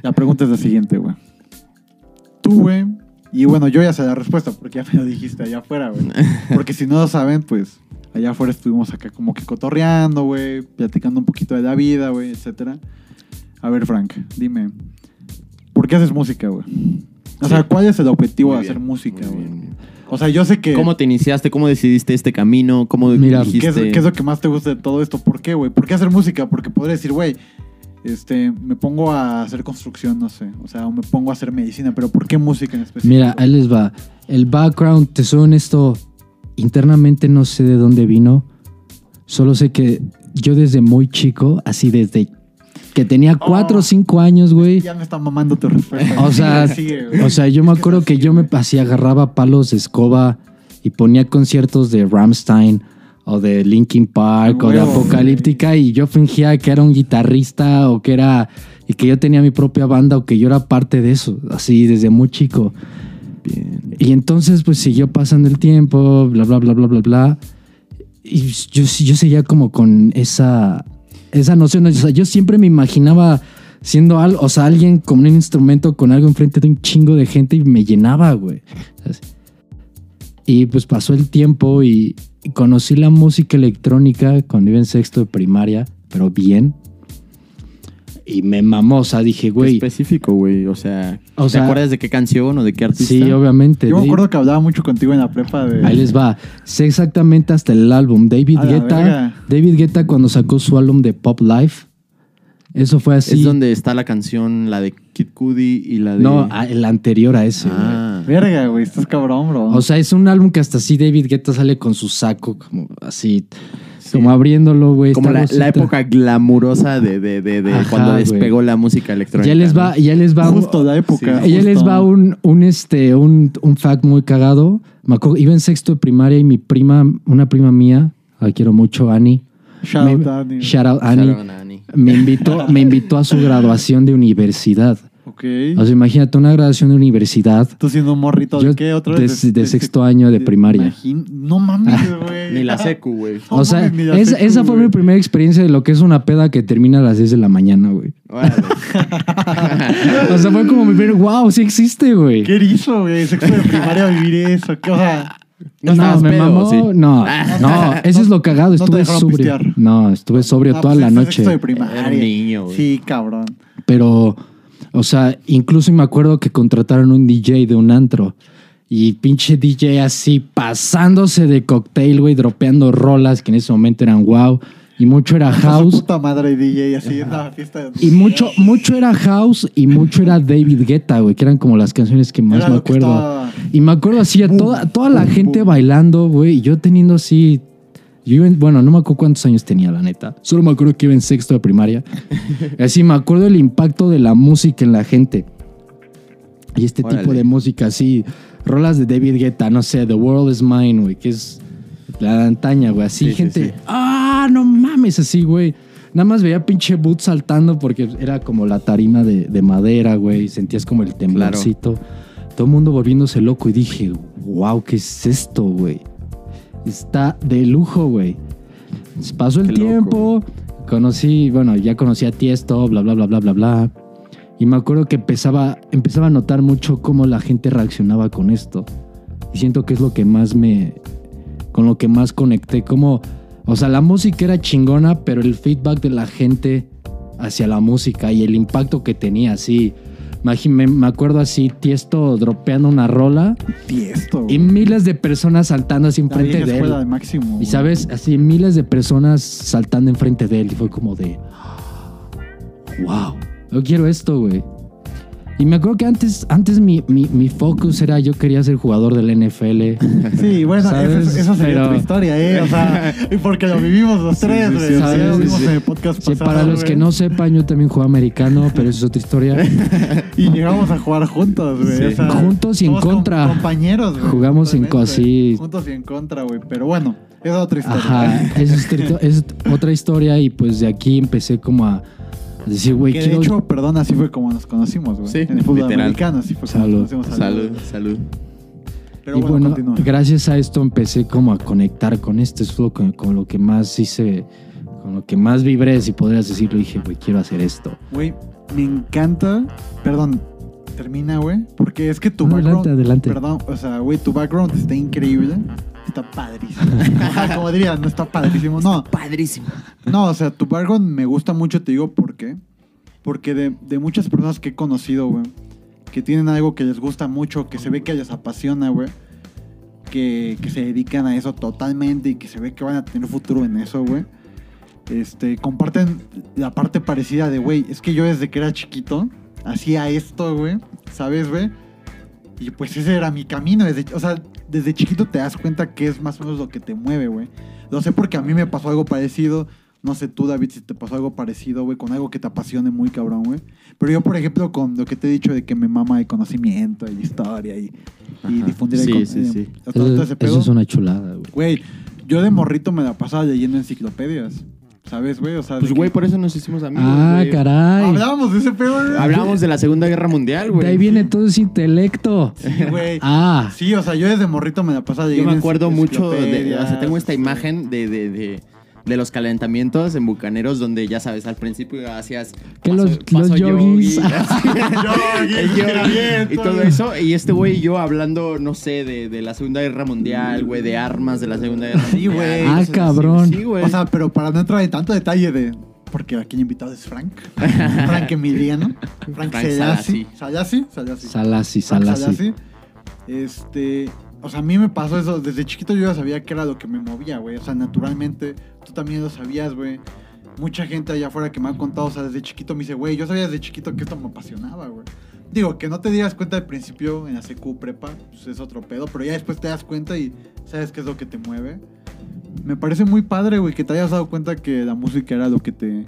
Speaker 4: La pregunta es la siguiente, güey. Tú, güey. Y bueno, yo ya sé la respuesta porque ya me lo dijiste allá afuera, güey. Porque si no lo saben, pues allá afuera estuvimos acá como que cotorreando, güey. Platicando un poquito de la vida, güey, etcétera. A ver, Frank, dime. ¿Por qué haces música, güey? O sea, ¿cuál es el objetivo
Speaker 3: Muy
Speaker 4: de
Speaker 3: bien,
Speaker 4: hacer música,
Speaker 3: muy
Speaker 4: güey?
Speaker 3: bien.
Speaker 4: O sea, yo sé que...
Speaker 3: ¿Cómo te iniciaste? ¿Cómo decidiste este camino? ¿Cómo
Speaker 5: Eh, Mira,
Speaker 3: dijiste?
Speaker 4: ¿Qué es, qué es lo que más te gusta de todo esto? ¿Por qué, güey? ¿Por qué hacer música? Porque podría decir, güey, este, me pongo a hacer construcción, no sé. O sea, o me pongo a hacer medicina, pero ¿por qué música en específico?
Speaker 5: Mira, ahí les va. El background, te soy honesto, internamente no sé de dónde vino. Solo sé que yo desde muy chico, así desde que tenía cuatro
Speaker 4: Oh.
Speaker 5: o cinco años, güey.
Speaker 4: ya me está mamando tu respuesta.
Speaker 5: O sea,
Speaker 4: Sigue, güey.
Speaker 5: O sea, yo
Speaker 4: Es
Speaker 5: me
Speaker 4: es
Speaker 5: acuerdo que
Speaker 4: así,
Speaker 5: yo me
Speaker 4: güey.
Speaker 5: así agarraba palos de escoba y ponía conciertos de Rammstein o de Linkin Park o de
Speaker 4: Huevo,
Speaker 5: Apocalíptica y yo fingía que era un guitarrista o que era y que yo tenía mi propia banda o que yo era parte de eso, así desde muy chico. Y entonces pues siguió pasando el tiempo, bla bla bla bla bla bla. Y yo, yo seguía como con esa esa noción. O sea, yo siempre me imaginaba siendo al, o sea, alguien con un instrumento, con algo enfrente de un chingo de gente y me llenaba, güey. ¿Sabes? Y pues pasó el tiempo y, y conocí la música electrónica cuando iba en sexto de primaria, pero bien. Y me mamó, o sea, dije, güey.
Speaker 3: específico, güey. O sea,
Speaker 5: O
Speaker 3: ¿te
Speaker 5: sea-
Speaker 3: acuerdas de qué canción o de qué artista?
Speaker 5: Sí, obviamente.
Speaker 4: Yo me
Speaker 5: de-
Speaker 4: acuerdo que hablaba mucho contigo en la prepa de...
Speaker 5: Ahí les va. Sé exactamente hasta el álbum. David
Speaker 4: A la
Speaker 5: Guetta.
Speaker 4: verga.
Speaker 5: David Guetta cuando sacó su álbum de Pop Life. Eso fue así.
Speaker 3: Es donde está la canción, la de Kid Cudi y la de.
Speaker 5: No, a- el anterior a ese. güey.
Speaker 3: Ah.
Speaker 4: Verga, güey, estás cabrón, bro.
Speaker 5: O sea, es un álbum que hasta así David Guetta sale con su saco, como así,
Speaker 3: Sí.
Speaker 5: como abriéndolo, güey.
Speaker 3: Como
Speaker 5: esta
Speaker 3: la,
Speaker 5: rosita.
Speaker 3: la época glamurosa de, de, de, de
Speaker 5: Ajá,
Speaker 3: cuando
Speaker 5: güey.
Speaker 3: despegó la música electrónica.
Speaker 5: Ya les va, ya les va. un-
Speaker 4: justo la época.
Speaker 3: sí,
Speaker 5: Ella les
Speaker 4: justo.
Speaker 5: va un, un, este, un, un fact muy cagado. Me acuerdo, iba en sexto de primaria y mi prima, una prima mía, la quiero mucho, Annie.
Speaker 4: Shout out,
Speaker 5: me-
Speaker 4: Dani.
Speaker 5: Shout out,
Speaker 3: ¿no?
Speaker 5: Annie.
Speaker 3: Sharon Anani.
Speaker 5: Me invitó, me invitó a su graduación de universidad.
Speaker 4: Ok.
Speaker 5: O sea, imagínate una graduación de universidad.
Speaker 4: Tú siendo un morrito
Speaker 5: Yo
Speaker 4: de qué otra
Speaker 5: de-
Speaker 4: vez.
Speaker 5: de sexto año de primaria.
Speaker 4: imagín- No mames, güey.
Speaker 3: Ni la secu, güey.
Speaker 4: No
Speaker 5: O sea,
Speaker 4: mames, ni la
Speaker 5: es-
Speaker 4: secu,
Speaker 5: esa fue
Speaker 4: güey.
Speaker 5: mi primera experiencia de lo que es una peda que termina a las 10 de la mañana, güey.
Speaker 3: Órale.
Speaker 5: O sea, fue como mi primer, wow, sí existe, güey.
Speaker 4: ¿Qué erizo, güey? Sexto de primaria vivir eso. ¿Qué, o sea,
Speaker 3: No, estabas
Speaker 5: me
Speaker 3: pedo,
Speaker 5: mamó.
Speaker 3: sí.
Speaker 5: No, no,
Speaker 4: no,
Speaker 5: eso es lo cagado.
Speaker 4: no te
Speaker 5: Estuve
Speaker 4: dejaron
Speaker 5: sobrio.
Speaker 4: pistear.
Speaker 5: No, estuve sobrio
Speaker 4: ah,
Speaker 5: toda
Speaker 4: pues,
Speaker 5: la
Speaker 4: es
Speaker 5: noche.
Speaker 4: Sexto de primaria.
Speaker 3: Era un niño, güey.
Speaker 4: Sí, cabrón.
Speaker 5: Pero, o sea, incluso me acuerdo que contrataron un DJ de un antro. Y pinche DJ así pasándose de cocktail, güey, dropeando rolas que en ese momento eran wow. y mucho era
Speaker 4: Su
Speaker 5: house.
Speaker 4: puta madre DJ así en la fiesta.
Speaker 5: Y mucho, mucho era house y mucho era David Guetta, güey, que eran como las canciones que más
Speaker 4: Era
Speaker 5: me
Speaker 4: lo que
Speaker 5: acuerdo.
Speaker 4: estaba-
Speaker 5: Y me acuerdo así a
Speaker 4: Boom,
Speaker 5: toda, toda la
Speaker 4: boom,
Speaker 5: gente
Speaker 4: boom.
Speaker 5: bailando, güey, y yo teniendo así. Yo iba en- bueno, no me acuerdo cuántos años tenía, la neta. Solo me acuerdo que iba en sexto de primaria. Así me acuerdo el impacto de la música en la gente. Y este tipo
Speaker 3: Órale.
Speaker 5: de música, así. Rolas de David Guetta, no sé, The World is Mine, güey, que es la de antaña, güey. Así,
Speaker 3: Sí, sí,
Speaker 5: gente.
Speaker 3: sí.
Speaker 5: ¡Ah, no mames! Así, güey. Nada más veía pinche boot saltando porque era como la tarima de, de madera, güey. y Sentías como el temblorcito. Todo el mundo volviéndose loco y dije, wow, ¿qué es esto, güey? Está de lujo, güey. Pasó
Speaker 3: Qué
Speaker 5: el
Speaker 3: loco.
Speaker 5: tiempo, conocí, bueno, ya conocí a Tiesto, bla, bla, bla, bla, bla, bla. Y me acuerdo que empezaba, empezaba a notar mucho cómo la gente reaccionaba con esto. Y siento que es lo que más me, con lo que más conecté, como, o sea, la música era chingona, pero el feedback de la gente hacia la música y el impacto que tenía, así. Imagi- Me, me acuerdo así, Tiesto dropeando una rola
Speaker 4: Tiesto.
Speaker 5: y miles de personas saltando así
Speaker 4: La vieja
Speaker 5: enfrente de
Speaker 4: escuela de
Speaker 5: él.
Speaker 4: máximo.
Speaker 5: Y sabes, así miles de personas saltando enfrente de él. Y fue como de. ¡Wow! Yo quiero esto, güey. Y me acuerdo que antes, antes mi, mi, mi focus era yo quería ser jugador del NFL.
Speaker 4: Sí, bueno,
Speaker 5: ¿Sabes?
Speaker 4: esa, esa sería
Speaker 5: Pero-
Speaker 4: otra historia, ¿eh? O sea, y porque lo vivimos los tres,
Speaker 5: sí,
Speaker 4: güey.
Speaker 5: sí,
Speaker 4: o sea,
Speaker 5: sí,
Speaker 4: lo
Speaker 5: sí,
Speaker 4: vimos
Speaker 5: sí.
Speaker 4: en el podcast
Speaker 5: Sí,
Speaker 4: pasado.
Speaker 5: para los que
Speaker 4: güey.
Speaker 5: no sepan, yo también juego americano, pero eso es otra historia.
Speaker 4: Y llegamos a jugar juntos, güey.
Speaker 3: Sí.
Speaker 4: o sea,
Speaker 5: Juntos y en
Speaker 4: somos com-
Speaker 5: contra.
Speaker 4: compañeros, güey.
Speaker 5: Jugamos en
Speaker 4: totalmente.
Speaker 5: así.
Speaker 4: Juntos y en contra, güey. Pero bueno, es otra historia.
Speaker 5: Ajá, eso es, tri- es otra historia y pues de aquí empecé como a decir, güey,
Speaker 4: Que de
Speaker 5: quiero...
Speaker 4: hecho, perdón, así fue como nos conocimos, güey.
Speaker 3: Sí,
Speaker 4: en el fútbol
Speaker 3: literal.
Speaker 4: americano, así fue como
Speaker 5: Salud.
Speaker 4: nos conocimos.
Speaker 3: Salud, salud.
Speaker 4: Pero
Speaker 5: y
Speaker 4: bueno,
Speaker 5: bueno,
Speaker 4: continúa.
Speaker 5: gracias a esto empecé como a conectar con esto, es lo que- con lo que más hice, con lo que más vibré, si podrías decirlo, dije, güey, quiero hacer esto.
Speaker 4: Güey, me encanta. Perdón, termina, güey. Porque es que tu
Speaker 5: No,
Speaker 4: background.
Speaker 5: adelante, adelante.
Speaker 4: Perdón, o sea, güey, tu background está increíble. Está padrísimo. O sea, como diría, no está padrísimo. No,
Speaker 3: Padrísimo.
Speaker 4: no, o sea, tu background me gusta mucho, te digo por qué. Porque de, de muchas personas que he conocido, güey, que tienen algo que les gusta mucho, que se ve que les apasiona, güey. Que, que se dedican a eso totalmente y que se ve que van a tener futuro en eso, güey. Este, comparten la parte parecida de, güey, es que yo desde que era chiquito hacía esto, güey, ¿sabes, güey? Y pues ese era mi camino. Desde, o sea, desde chiquito te das cuenta que es más o menos lo que te mueve, güey. Lo sé porque a mí me pasó algo parecido. No sé tú, David, si te pasó algo parecido, güey, con algo que te apasione muy cabrón, güey. Pero yo, por ejemplo, con lo que te he dicho de que me mama el conocimiento y la historia y, y
Speaker 3: Ajá.
Speaker 4: difundir
Speaker 3: Sí,
Speaker 4: el con-
Speaker 3: sí,
Speaker 4: eh,
Speaker 3: sí.
Speaker 4: todo
Speaker 5: Eso,
Speaker 4: ese
Speaker 5: eso
Speaker 4: pedo.
Speaker 5: es una chulada, güey.
Speaker 4: Güey, yo de morrito me la pasaba leyendo enciclopedias. ¿Sabes, güey? O sea, de
Speaker 3: Pues,
Speaker 4: que-
Speaker 3: güey, por eso nos hicimos amigos.
Speaker 5: Ah,
Speaker 3: güey.
Speaker 5: caray.
Speaker 4: Hablábamos de ese pedo, güey.
Speaker 3: Hablábamos de la Segunda Guerra Mundial, güey.
Speaker 5: De ahí viene todo ese intelecto.
Speaker 4: Sí, güey.
Speaker 5: Ah,
Speaker 4: Sí, o sea, yo desde morrito me la pasaba
Speaker 3: Yo
Speaker 4: leyendo
Speaker 3: me acuerdo mucho de. O
Speaker 4: enciclopedias.
Speaker 3: sea, tengo esta imagen de. de, de de los calentamientos en Bucaneros, donde ya sabes, al principio hacías
Speaker 5: Que los- los yogis.
Speaker 4: Yogi,
Speaker 3: El yogi
Speaker 4: estiramiento,
Speaker 3: y todo
Speaker 4: güey.
Speaker 3: eso. Y este güey y yo hablando, no sé, de, de la Segunda Guerra Mundial, güey, de armas de la Segunda Guerra
Speaker 4: Sí,
Speaker 3: Mundial.
Speaker 4: güey.
Speaker 3: cosas
Speaker 5: Ah,
Speaker 3: así,
Speaker 5: cabrón.
Speaker 3: Sí, güey.
Speaker 4: O sea, pero para no entrar en tanto detalle de... Porque aquí el invitado es Frank. Frank Emiliano. Frank,
Speaker 3: Frank
Speaker 4: Sayasi. Sayasi. Sayasi.
Speaker 5: Salasi,
Speaker 4: Frank
Speaker 5: Salasi.
Speaker 4: Sayasi. Este... O sea, a mí me pasó eso. Desde chiquito yo ya sabía que era lo que me movía, güey. O sea, naturalmente. Tú también lo sabías, güey. Mucha gente allá afuera que me ha contado, o sea, desde chiquito me dice, güey, yo sabía desde chiquito que esto me apasionaba, güey. Digo, que no te dieras cuenta al principio en la CQ prepa, pues es otro pedo, pero ya después te das cuenta y sabes qué es lo que te mueve. Me parece muy padre, güey, que te hayas dado cuenta que la música era lo que te,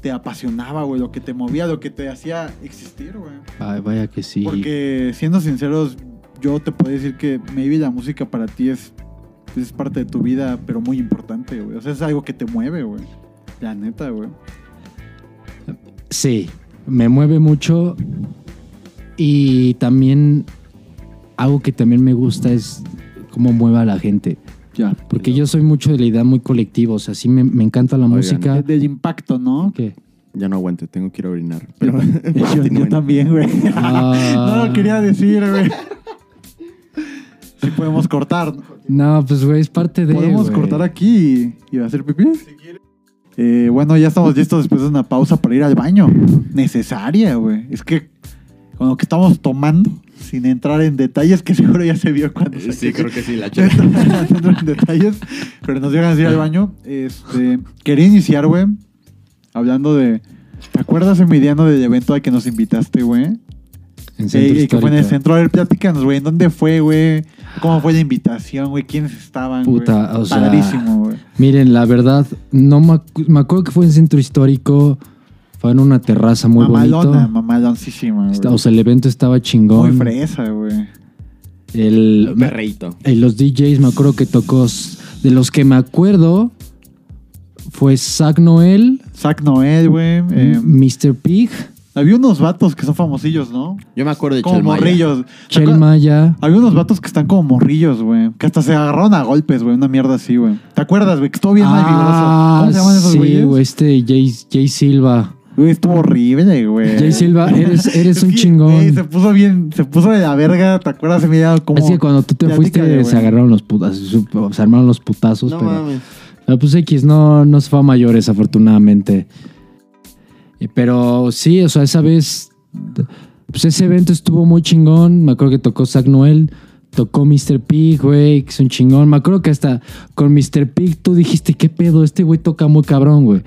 Speaker 4: te apasionaba, güey, lo que te movía, lo que te hacía existir, güey.
Speaker 5: Ay, vaya que sí.
Speaker 4: Porque, siendo sinceros, yo te puedo decir que maybe la música para ti es, es parte de tu vida, pero muy importante, güey. O sea, es algo que te mueve, güey. La neta, güey.
Speaker 5: Sí, me mueve mucho y también algo que también me gusta es cómo mueve a la gente.
Speaker 4: Ya.
Speaker 5: Porque yo soy mucho de la idea muy colectiva, o sea, sí me, me encanta la
Speaker 3: Oigan,
Speaker 5: música.
Speaker 4: Del impacto, ¿no?
Speaker 5: ¿Qué?
Speaker 3: Ya no aguanto, tengo que ir a orinar. Pero
Speaker 4: Yo, yo también, güey.
Speaker 5: Ah.
Speaker 4: no lo quería decir, güey. Si podemos cortar.
Speaker 5: No, pues güey, es parte de...
Speaker 4: Podemos
Speaker 5: güey.
Speaker 4: cortar aquí y, y hacer pipí. Eh, bueno, ya estamos listos después de una pausa para ir al baño. Necesaria, güey. Es que con lo que estamos tomando, sin entrar en detalles, que seguro ya se vio cuando se
Speaker 3: Sí, creo que sí, la
Speaker 4: Ya
Speaker 3: chela.
Speaker 4: entramos en detalles, pero nos llegan así al baño. Este, quería iniciar, güey, hablando de. ¿Te acuerdas, Emiliano, del evento al que nos invitaste, güey?
Speaker 5: En Centro
Speaker 4: Eh, eh, que fue en el
Speaker 5: Histórico.
Speaker 4: centro. A ver, platícanos, güey. ¿En dónde fue, güey? ¿Cómo fue la invitación, güey? ¿Quiénes estaban? güey?
Speaker 5: Puta, o sea,
Speaker 4: Padrísimo, güey.
Speaker 5: Miren, la verdad, no me, acu- me acuerdo que fue en centro histórico, fue en una terraza muy
Speaker 4: Mamalona,
Speaker 5: bonito.
Speaker 4: mamaloncísima, güey.
Speaker 5: Está- O sea, el evento estaba chingón.
Speaker 4: Muy fresa, güey.
Speaker 5: El,
Speaker 3: Perreíto.
Speaker 5: eh, los DJs me acuerdo que tocó. s- De los que me acuerdo fue Zach Noel,
Speaker 4: Zack Noel, güey. eh,
Speaker 5: Mr. Pig,
Speaker 4: había unos vatos que son famosillos, ¿no?
Speaker 3: Yo me acuerdo de
Speaker 4: Como
Speaker 3: Chel Maya.
Speaker 4: morrillos.
Speaker 5: Chel
Speaker 4: ¿Te acuer-
Speaker 5: Maya.
Speaker 4: Había unos vatos que están como morrillos, güey. Que hasta se agarraron a golpes, güey. Una mierda así, güey. ¿Te acuerdas, güey? Que estuvo bien mal vigoroso. ¿Cómo se llaman esos
Speaker 5: Ah, Sí,
Speaker 4: güeyes?
Speaker 5: güey, este Jay, Jay Silva.
Speaker 4: Güey, estuvo horrible, güey.
Speaker 5: Jay Silva, eres, eres
Speaker 4: Eh, Es
Speaker 5: un
Speaker 4: que, güey, se
Speaker 5: chingón.
Speaker 4: puso bien, se puso de la verga. ¿Te acuerdas, Emiliano? Como...
Speaker 5: Es que cuando tú te
Speaker 4: Platícale,
Speaker 5: fuiste
Speaker 4: güey.
Speaker 5: se agarraron los putazos, se armaron los putazos,
Speaker 3: No
Speaker 5: pero
Speaker 3: mames.
Speaker 5: Ah, pues X, no, no se fue a mayores, afortunadamente. Eh, Pero sí, o sea, esa vez. Pues ese evento estuvo muy chingón. Me acuerdo que tocó Zack Noel, tocó Mr. Pig, güey, que es un chingón. Me acuerdo que hasta con Mr. Pig tú dijiste, ¿qué pedo? Este güey toca muy cabrón, güey.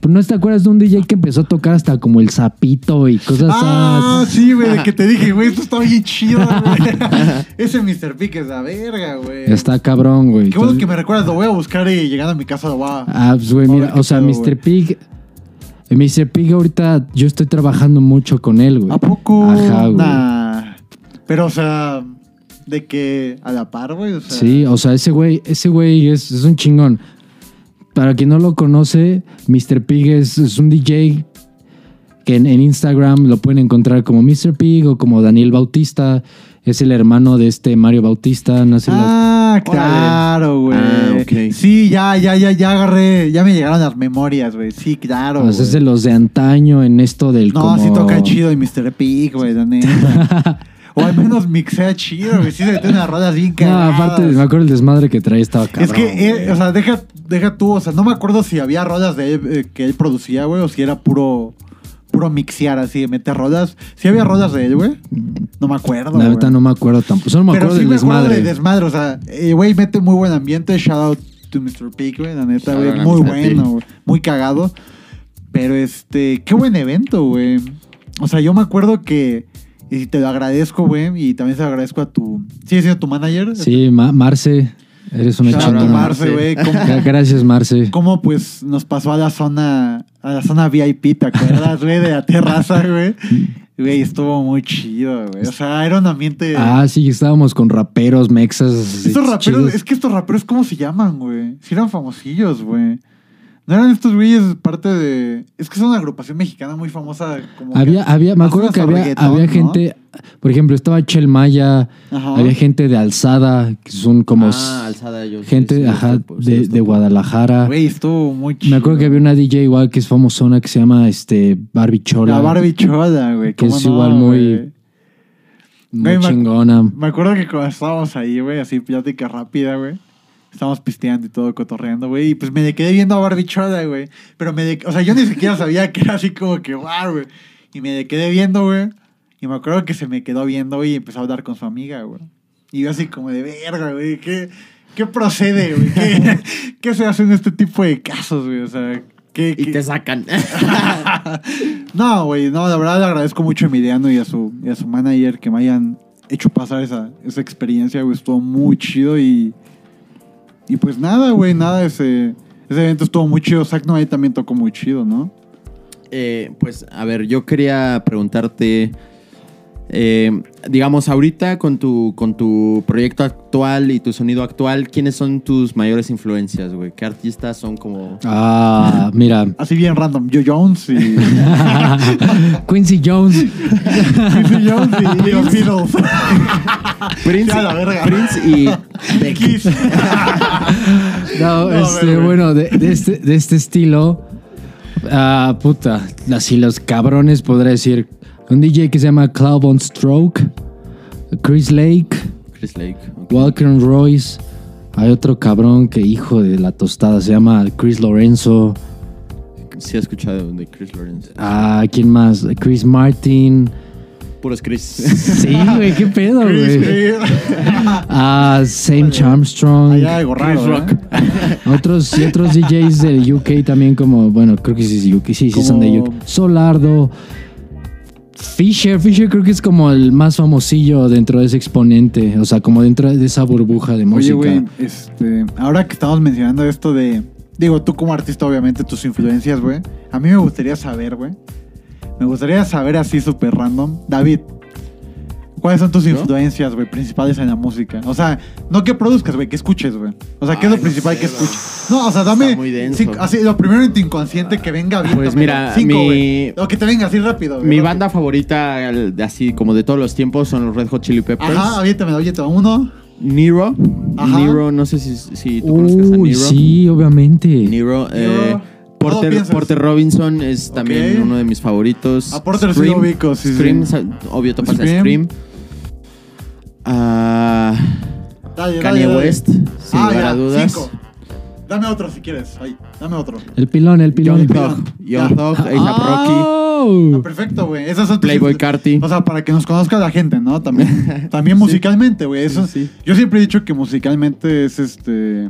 Speaker 5: Pero no te acuerdas de un DJ que empezó a tocar hasta como el sapito y cosas
Speaker 4: Ah,
Speaker 5: así.
Speaker 4: sí, güey, de que te dije, güey, esto está bien chido, güey. Ese Mr. Pick es la verga, güey.
Speaker 5: Está cabrón, güey.
Speaker 4: Qué bueno
Speaker 5: Entonces-
Speaker 4: que me recuerdas, lo voy a buscar y llegando a mi casa lo voy a...
Speaker 5: Ah, pues, güey,
Speaker 4: A ver
Speaker 5: mira,
Speaker 4: qué
Speaker 5: o sea,
Speaker 4: pedo,
Speaker 5: Mr.
Speaker 4: güey.
Speaker 5: Pig. Mr. Pig, ahorita yo estoy trabajando mucho con él, güey.
Speaker 4: ¿A poco?
Speaker 5: Ajá, güey.
Speaker 4: Nah. Pero, o sea, de que a la par, güey, o sea...
Speaker 5: Sí, o sea, ese güey, ese güey es, es un chingón. Para quien no lo conoce, Mr. Pig es, es un DJ que en, en Instagram lo pueden encontrar como Mr. Pig o como Daniel Bautista. Es el hermano de este Mario Bautista. No sé las-
Speaker 4: Ah,
Speaker 3: Órale.
Speaker 4: claro, güey.
Speaker 3: Ah, ok.
Speaker 4: Sí, ya, ya, ya, ya agarré. Ya me llegaron las memorias, güey. Sí, claro.
Speaker 5: o sea, Pues es de
Speaker 4: güey.
Speaker 5: los de antaño en esto del
Speaker 4: No,
Speaker 5: como-
Speaker 4: sí toca chido y Mr. Pig, güey, la neta. o al menos mixea chido, güey. Sí se metió unas rodas bien
Speaker 5: No,
Speaker 4: cagadas.
Speaker 5: aparte, me acuerdo el desmadre que trae estaba cabrón.
Speaker 4: es que, eh,
Speaker 5: güey.
Speaker 4: o sea, deja, deja tú, o sea, no me acuerdo si había rodas de él, eh, que él producía, güey, o si era puro, puro mixear así, de meter rodas. Si había rodas de él, güey, no me acuerdo.
Speaker 5: La
Speaker 4: güey.
Speaker 5: neta no me acuerdo tampoco. Solo me
Speaker 4: Pero
Speaker 5: acuerdo
Speaker 4: sí
Speaker 5: del
Speaker 4: me acuerdo
Speaker 5: desmadre.
Speaker 4: del desmadre, o sea, eh, güey, mete muy buen ambiente, shout out to Mr. Pig, güey, la neta,
Speaker 3: Shout out
Speaker 4: güey,
Speaker 3: a
Speaker 4: muy
Speaker 3: Mr. Pig.
Speaker 4: bueno, güey, muy cagado. Pero este, qué buen evento, güey. O sea, yo me acuerdo que, y te lo agradezco, güey, y también se lo agradezco a tu, ¿sigue siendo tu manager?
Speaker 5: Sí, Ma- Marce, eres una
Speaker 4: Shout out a
Speaker 5: chingona.
Speaker 4: Marce, güey, cómo-
Speaker 5: Gra- Gracias, Marce.
Speaker 4: cómo pues nos pasó a la zona a la zona VIP, ¿te acuerdas, güey? De la terraza, güey. Güey, estuvo muy chido, güey. O sea, era un ambiente
Speaker 5: Ah, sí, estábamos con raperos, mexas. así,
Speaker 4: Estos raperos,
Speaker 5: chidos.
Speaker 4: es que estos raperos cómo se llaman, güey? Si eran famosillos, güey. No eran estos güeyes parte de es que es una agrupación mexicana muy famosa como que-
Speaker 5: Había, había, me
Speaker 4: Más
Speaker 5: acuerdo que
Speaker 4: hasta
Speaker 5: había,
Speaker 4: reggaetón,
Speaker 5: había
Speaker 4: ¿no?
Speaker 5: gente, por ejemplo, estaba Chel Maya,
Speaker 4: Ajá.
Speaker 5: había gente de Alzada, que son como s-
Speaker 3: Ah, alzada yo.
Speaker 5: gente
Speaker 3: sí, sí,
Speaker 5: ajá,
Speaker 3: los topo, sí,
Speaker 5: de,
Speaker 3: los
Speaker 5: de
Speaker 3: topo.
Speaker 5: Guadalajara.
Speaker 4: pues, Güey, estuvo muy chido.
Speaker 5: me acuerdo que había una DJ igual que es famosona que se llama este Barbie Chola.
Speaker 4: la Barbie chola, güey,
Speaker 5: Que
Speaker 4: ¿cómo
Speaker 5: es
Speaker 4: no,
Speaker 5: igual muy-
Speaker 4: güey?
Speaker 5: Muy
Speaker 4: Güey, me-
Speaker 5: chingona.
Speaker 4: Me acuerdo que cuando estábamos ahí, güey, así plática rápida, güey. Estábamos pisteando y todo, cotorreando, güey. Y pues me le quedé viendo a Barbie Chola, güey. Pero me le... O sea, yo ni siquiera sabía que era así como que, wow, güey. Y me le quedé viendo, güey. Y me acuerdo que se me quedó viendo, güey, y empezó a hablar con su amiga, güey. Y yo así como de verga, güey. ¿Qué, qué procede, güey? ¿Qué, qué se hace en este tipo de casos, güey? O sea, ¿qué...
Speaker 3: Y
Speaker 4: qué-
Speaker 3: te sacan.
Speaker 4: no, güey, no, la verdad le agradezco mucho a Emiliano y a su, y a su manager que me hayan hecho pasar esa, esa experiencia, güey. Estuvo muy chido y. Y pues nada, güey, nada, ese, ese evento estuvo muy chido. Zack Noel también tocó muy chido, ¿no?
Speaker 3: Eh, pues, a ver, yo quería preguntarte, eh, digamos, ahorita con tu, con tu proyecto actual y tu sonido actual, ¿quiénes son tus mayores influencias, güey? ¿Qué artistas son como...
Speaker 5: Ah, mira.
Speaker 4: Así bien random. Joe Jones y.
Speaker 5: Quincy Jones.
Speaker 4: Quincy Jones y los Beatles.
Speaker 3: Prince,
Speaker 4: Ya, la verga.
Speaker 3: Prince y Beck.
Speaker 4: Kiss. No,
Speaker 5: No,
Speaker 4: a
Speaker 5: este,
Speaker 4: ver, güey.
Speaker 5: bueno, de, de este, de este estilo. Ah, puta. Así los cabrones podré decir. Un DJ que se llama Cloud on Stroke, Chris Lake,
Speaker 3: Chris Lake. ok.
Speaker 5: Walker and Royce. Hay otro cabrón que hijo de la tostada se llama Chris Lorenzo.
Speaker 3: Sí he escuchado de Chris Lawrence.
Speaker 5: Ah, ¿quién más? Chris Martin.
Speaker 3: Puros Chris.
Speaker 5: Sí, güey, qué pedo, güey. Ah, Same Armstrong.
Speaker 4: Allá algo raro.
Speaker 3: Chris Rock.
Speaker 4: ¿eh?
Speaker 5: Otros, y otros DJs del UK también como, bueno, creo que sí es UK, sí, sí son de
Speaker 4: Como-
Speaker 5: UK. Solardo, Fisher, Fisher creo que es como el más famosillo dentro de ese exponente, o sea, como dentro de esa burbuja de
Speaker 4: Oye,
Speaker 5: música.
Speaker 4: güey, este, ahora que estamos mencionando esto de. Digo, tú como artista, obviamente, tus influencias, güey. A mí me gustaría saber, güey. Me gustaría saber así súper random. David, ¿cuáles son tus influencias, güey, principales en la música? O sea, no que produzcas, güey, que escuches, güey. O sea, ¿qué es
Speaker 3: Ay,
Speaker 4: lo
Speaker 3: no
Speaker 4: principal
Speaker 3: sé,
Speaker 4: que
Speaker 3: bro.
Speaker 4: escuches? No, o sea, dame.
Speaker 3: Está muy denso.
Speaker 4: cinco- así, lo primero en tu inconsciente que venga bien.
Speaker 3: Pues mira, mi-
Speaker 4: O que te venga así rápido, güey,
Speaker 3: Mi
Speaker 4: rápido.
Speaker 3: banda favorita, al- así como de todos los tiempos, son los Red Hot Chili Peppers.
Speaker 4: Ajá, aviéntame, aviéntame. Uno.
Speaker 3: Nero.
Speaker 4: Ajá.
Speaker 3: Nero, no sé si, si tú conozcas a
Speaker 5: Uy,
Speaker 3: Nero.
Speaker 5: sí, obviamente.
Speaker 3: Nero. eh,
Speaker 4: Nero. Todo
Speaker 3: Porter,
Speaker 4: piensas.
Speaker 3: Porter Robinson es también
Speaker 4: Ok.
Speaker 3: uno de mis favoritos.
Speaker 4: A Porter sí lo ubico, sí, sí.
Speaker 3: Scream, sa- obvio topas a
Speaker 4: Scream.
Speaker 3: Scream. Ah,
Speaker 4: Dale,
Speaker 3: Kanye
Speaker 4: dale, dale.
Speaker 3: West, sin lugar a dudas.
Speaker 4: Ah, cinco. Dame otro si quieres. Ahí, dame otro.
Speaker 5: El pilón, el pilón.
Speaker 3: Young
Speaker 5: el
Speaker 3: Thug,
Speaker 5: pilón.
Speaker 3: Young Thug, A$AP Rocky.
Speaker 5: Oh.
Speaker 4: Ah, perfecto, güey. Esas son tus
Speaker 3: Playboy
Speaker 4: influ-
Speaker 3: Carti.
Speaker 4: O sea, para que nos conozca la gente, ¿no? También, también musicalmente, güey. Eso
Speaker 3: sí.
Speaker 4: Yo siempre he dicho que musicalmente es este.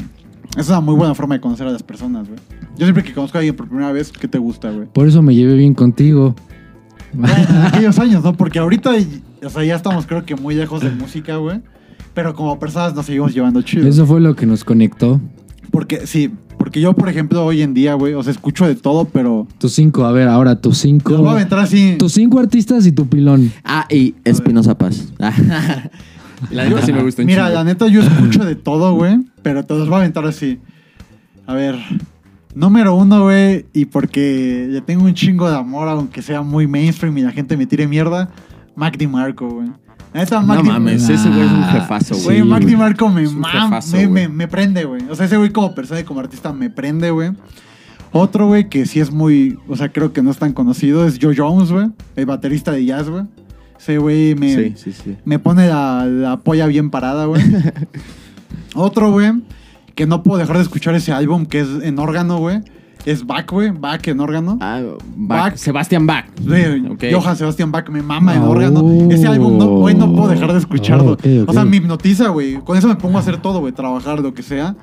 Speaker 4: Es una muy buena forma de conocer a las personas, güey. Yo siempre que conozco a alguien por primera vez, ¿qué te gusta, güey?
Speaker 5: Por eso me llevé bien contigo.
Speaker 4: Bueno, en aquellos años, ¿no? Porque ahorita, o sea, ya estamos creo que muy lejos de música, güey. Pero como personas nos seguimos llevando chido.
Speaker 5: Eso fue lo que nos conectó.
Speaker 4: Porque, sí, porque yo, por ejemplo, hoy en día, güey, o sea, escucho de todo, pero.
Speaker 5: Tus cinco, a ver, ahora tus
Speaker 4: Te voy a
Speaker 5: cinco.
Speaker 4: aventar así.
Speaker 5: Tus cinco artistas y tu pilón.
Speaker 3: Ah, y Espinosa Paz. Ah. La neta sí me gusta un
Speaker 4: Mira,
Speaker 3: chingo.
Speaker 4: la neta, yo escucho de todo, güey. Pero te los voy a aventar así. A ver. Número uno, güey. Y porque le tengo un chingo de amor, aunque sea muy mainstream y la gente me tire mierda. Mac DiMarco, güey. La neta, Mac
Speaker 3: No
Speaker 4: Di-
Speaker 3: mames, ese güey es un jefazo,
Speaker 5: Sí,
Speaker 4: Güey,
Speaker 3: güey.
Speaker 4: Mac
Speaker 5: güey.
Speaker 4: DiMarco me,
Speaker 3: Es un
Speaker 4: mam-
Speaker 3: jefazo,
Speaker 4: me,
Speaker 3: güey.
Speaker 4: me- me prende, güey. O sea, ese güey como persona y como artista me prende, güey. Otro, güey, que sí es muy... O sea, creo que no es tan conocido. Es Joe Jones, güey. El baterista de jazz, güey. Ese güey me,
Speaker 3: Sí, sí, sí.
Speaker 4: me pone la, la polla bien parada, güey. Otro, güey, que no puedo dejar de escuchar ese álbum que es en órgano, güey. Es Bach, güey. Bach en órgano.
Speaker 3: Ah, Bach.
Speaker 4: Bach.
Speaker 3: Sebastián Bach.
Speaker 4: Güey,
Speaker 3: Ok.
Speaker 4: Johann Sebastián Bach me mama en
Speaker 5: Oh.
Speaker 4: órgano. Ese álbum, no, güey, no puedo dejar de escucharlo.
Speaker 5: Oh, ok, ok.
Speaker 4: O sea, me hipnotiza, güey. Con eso me pongo a hacer todo, güey. Trabajar, lo que sea.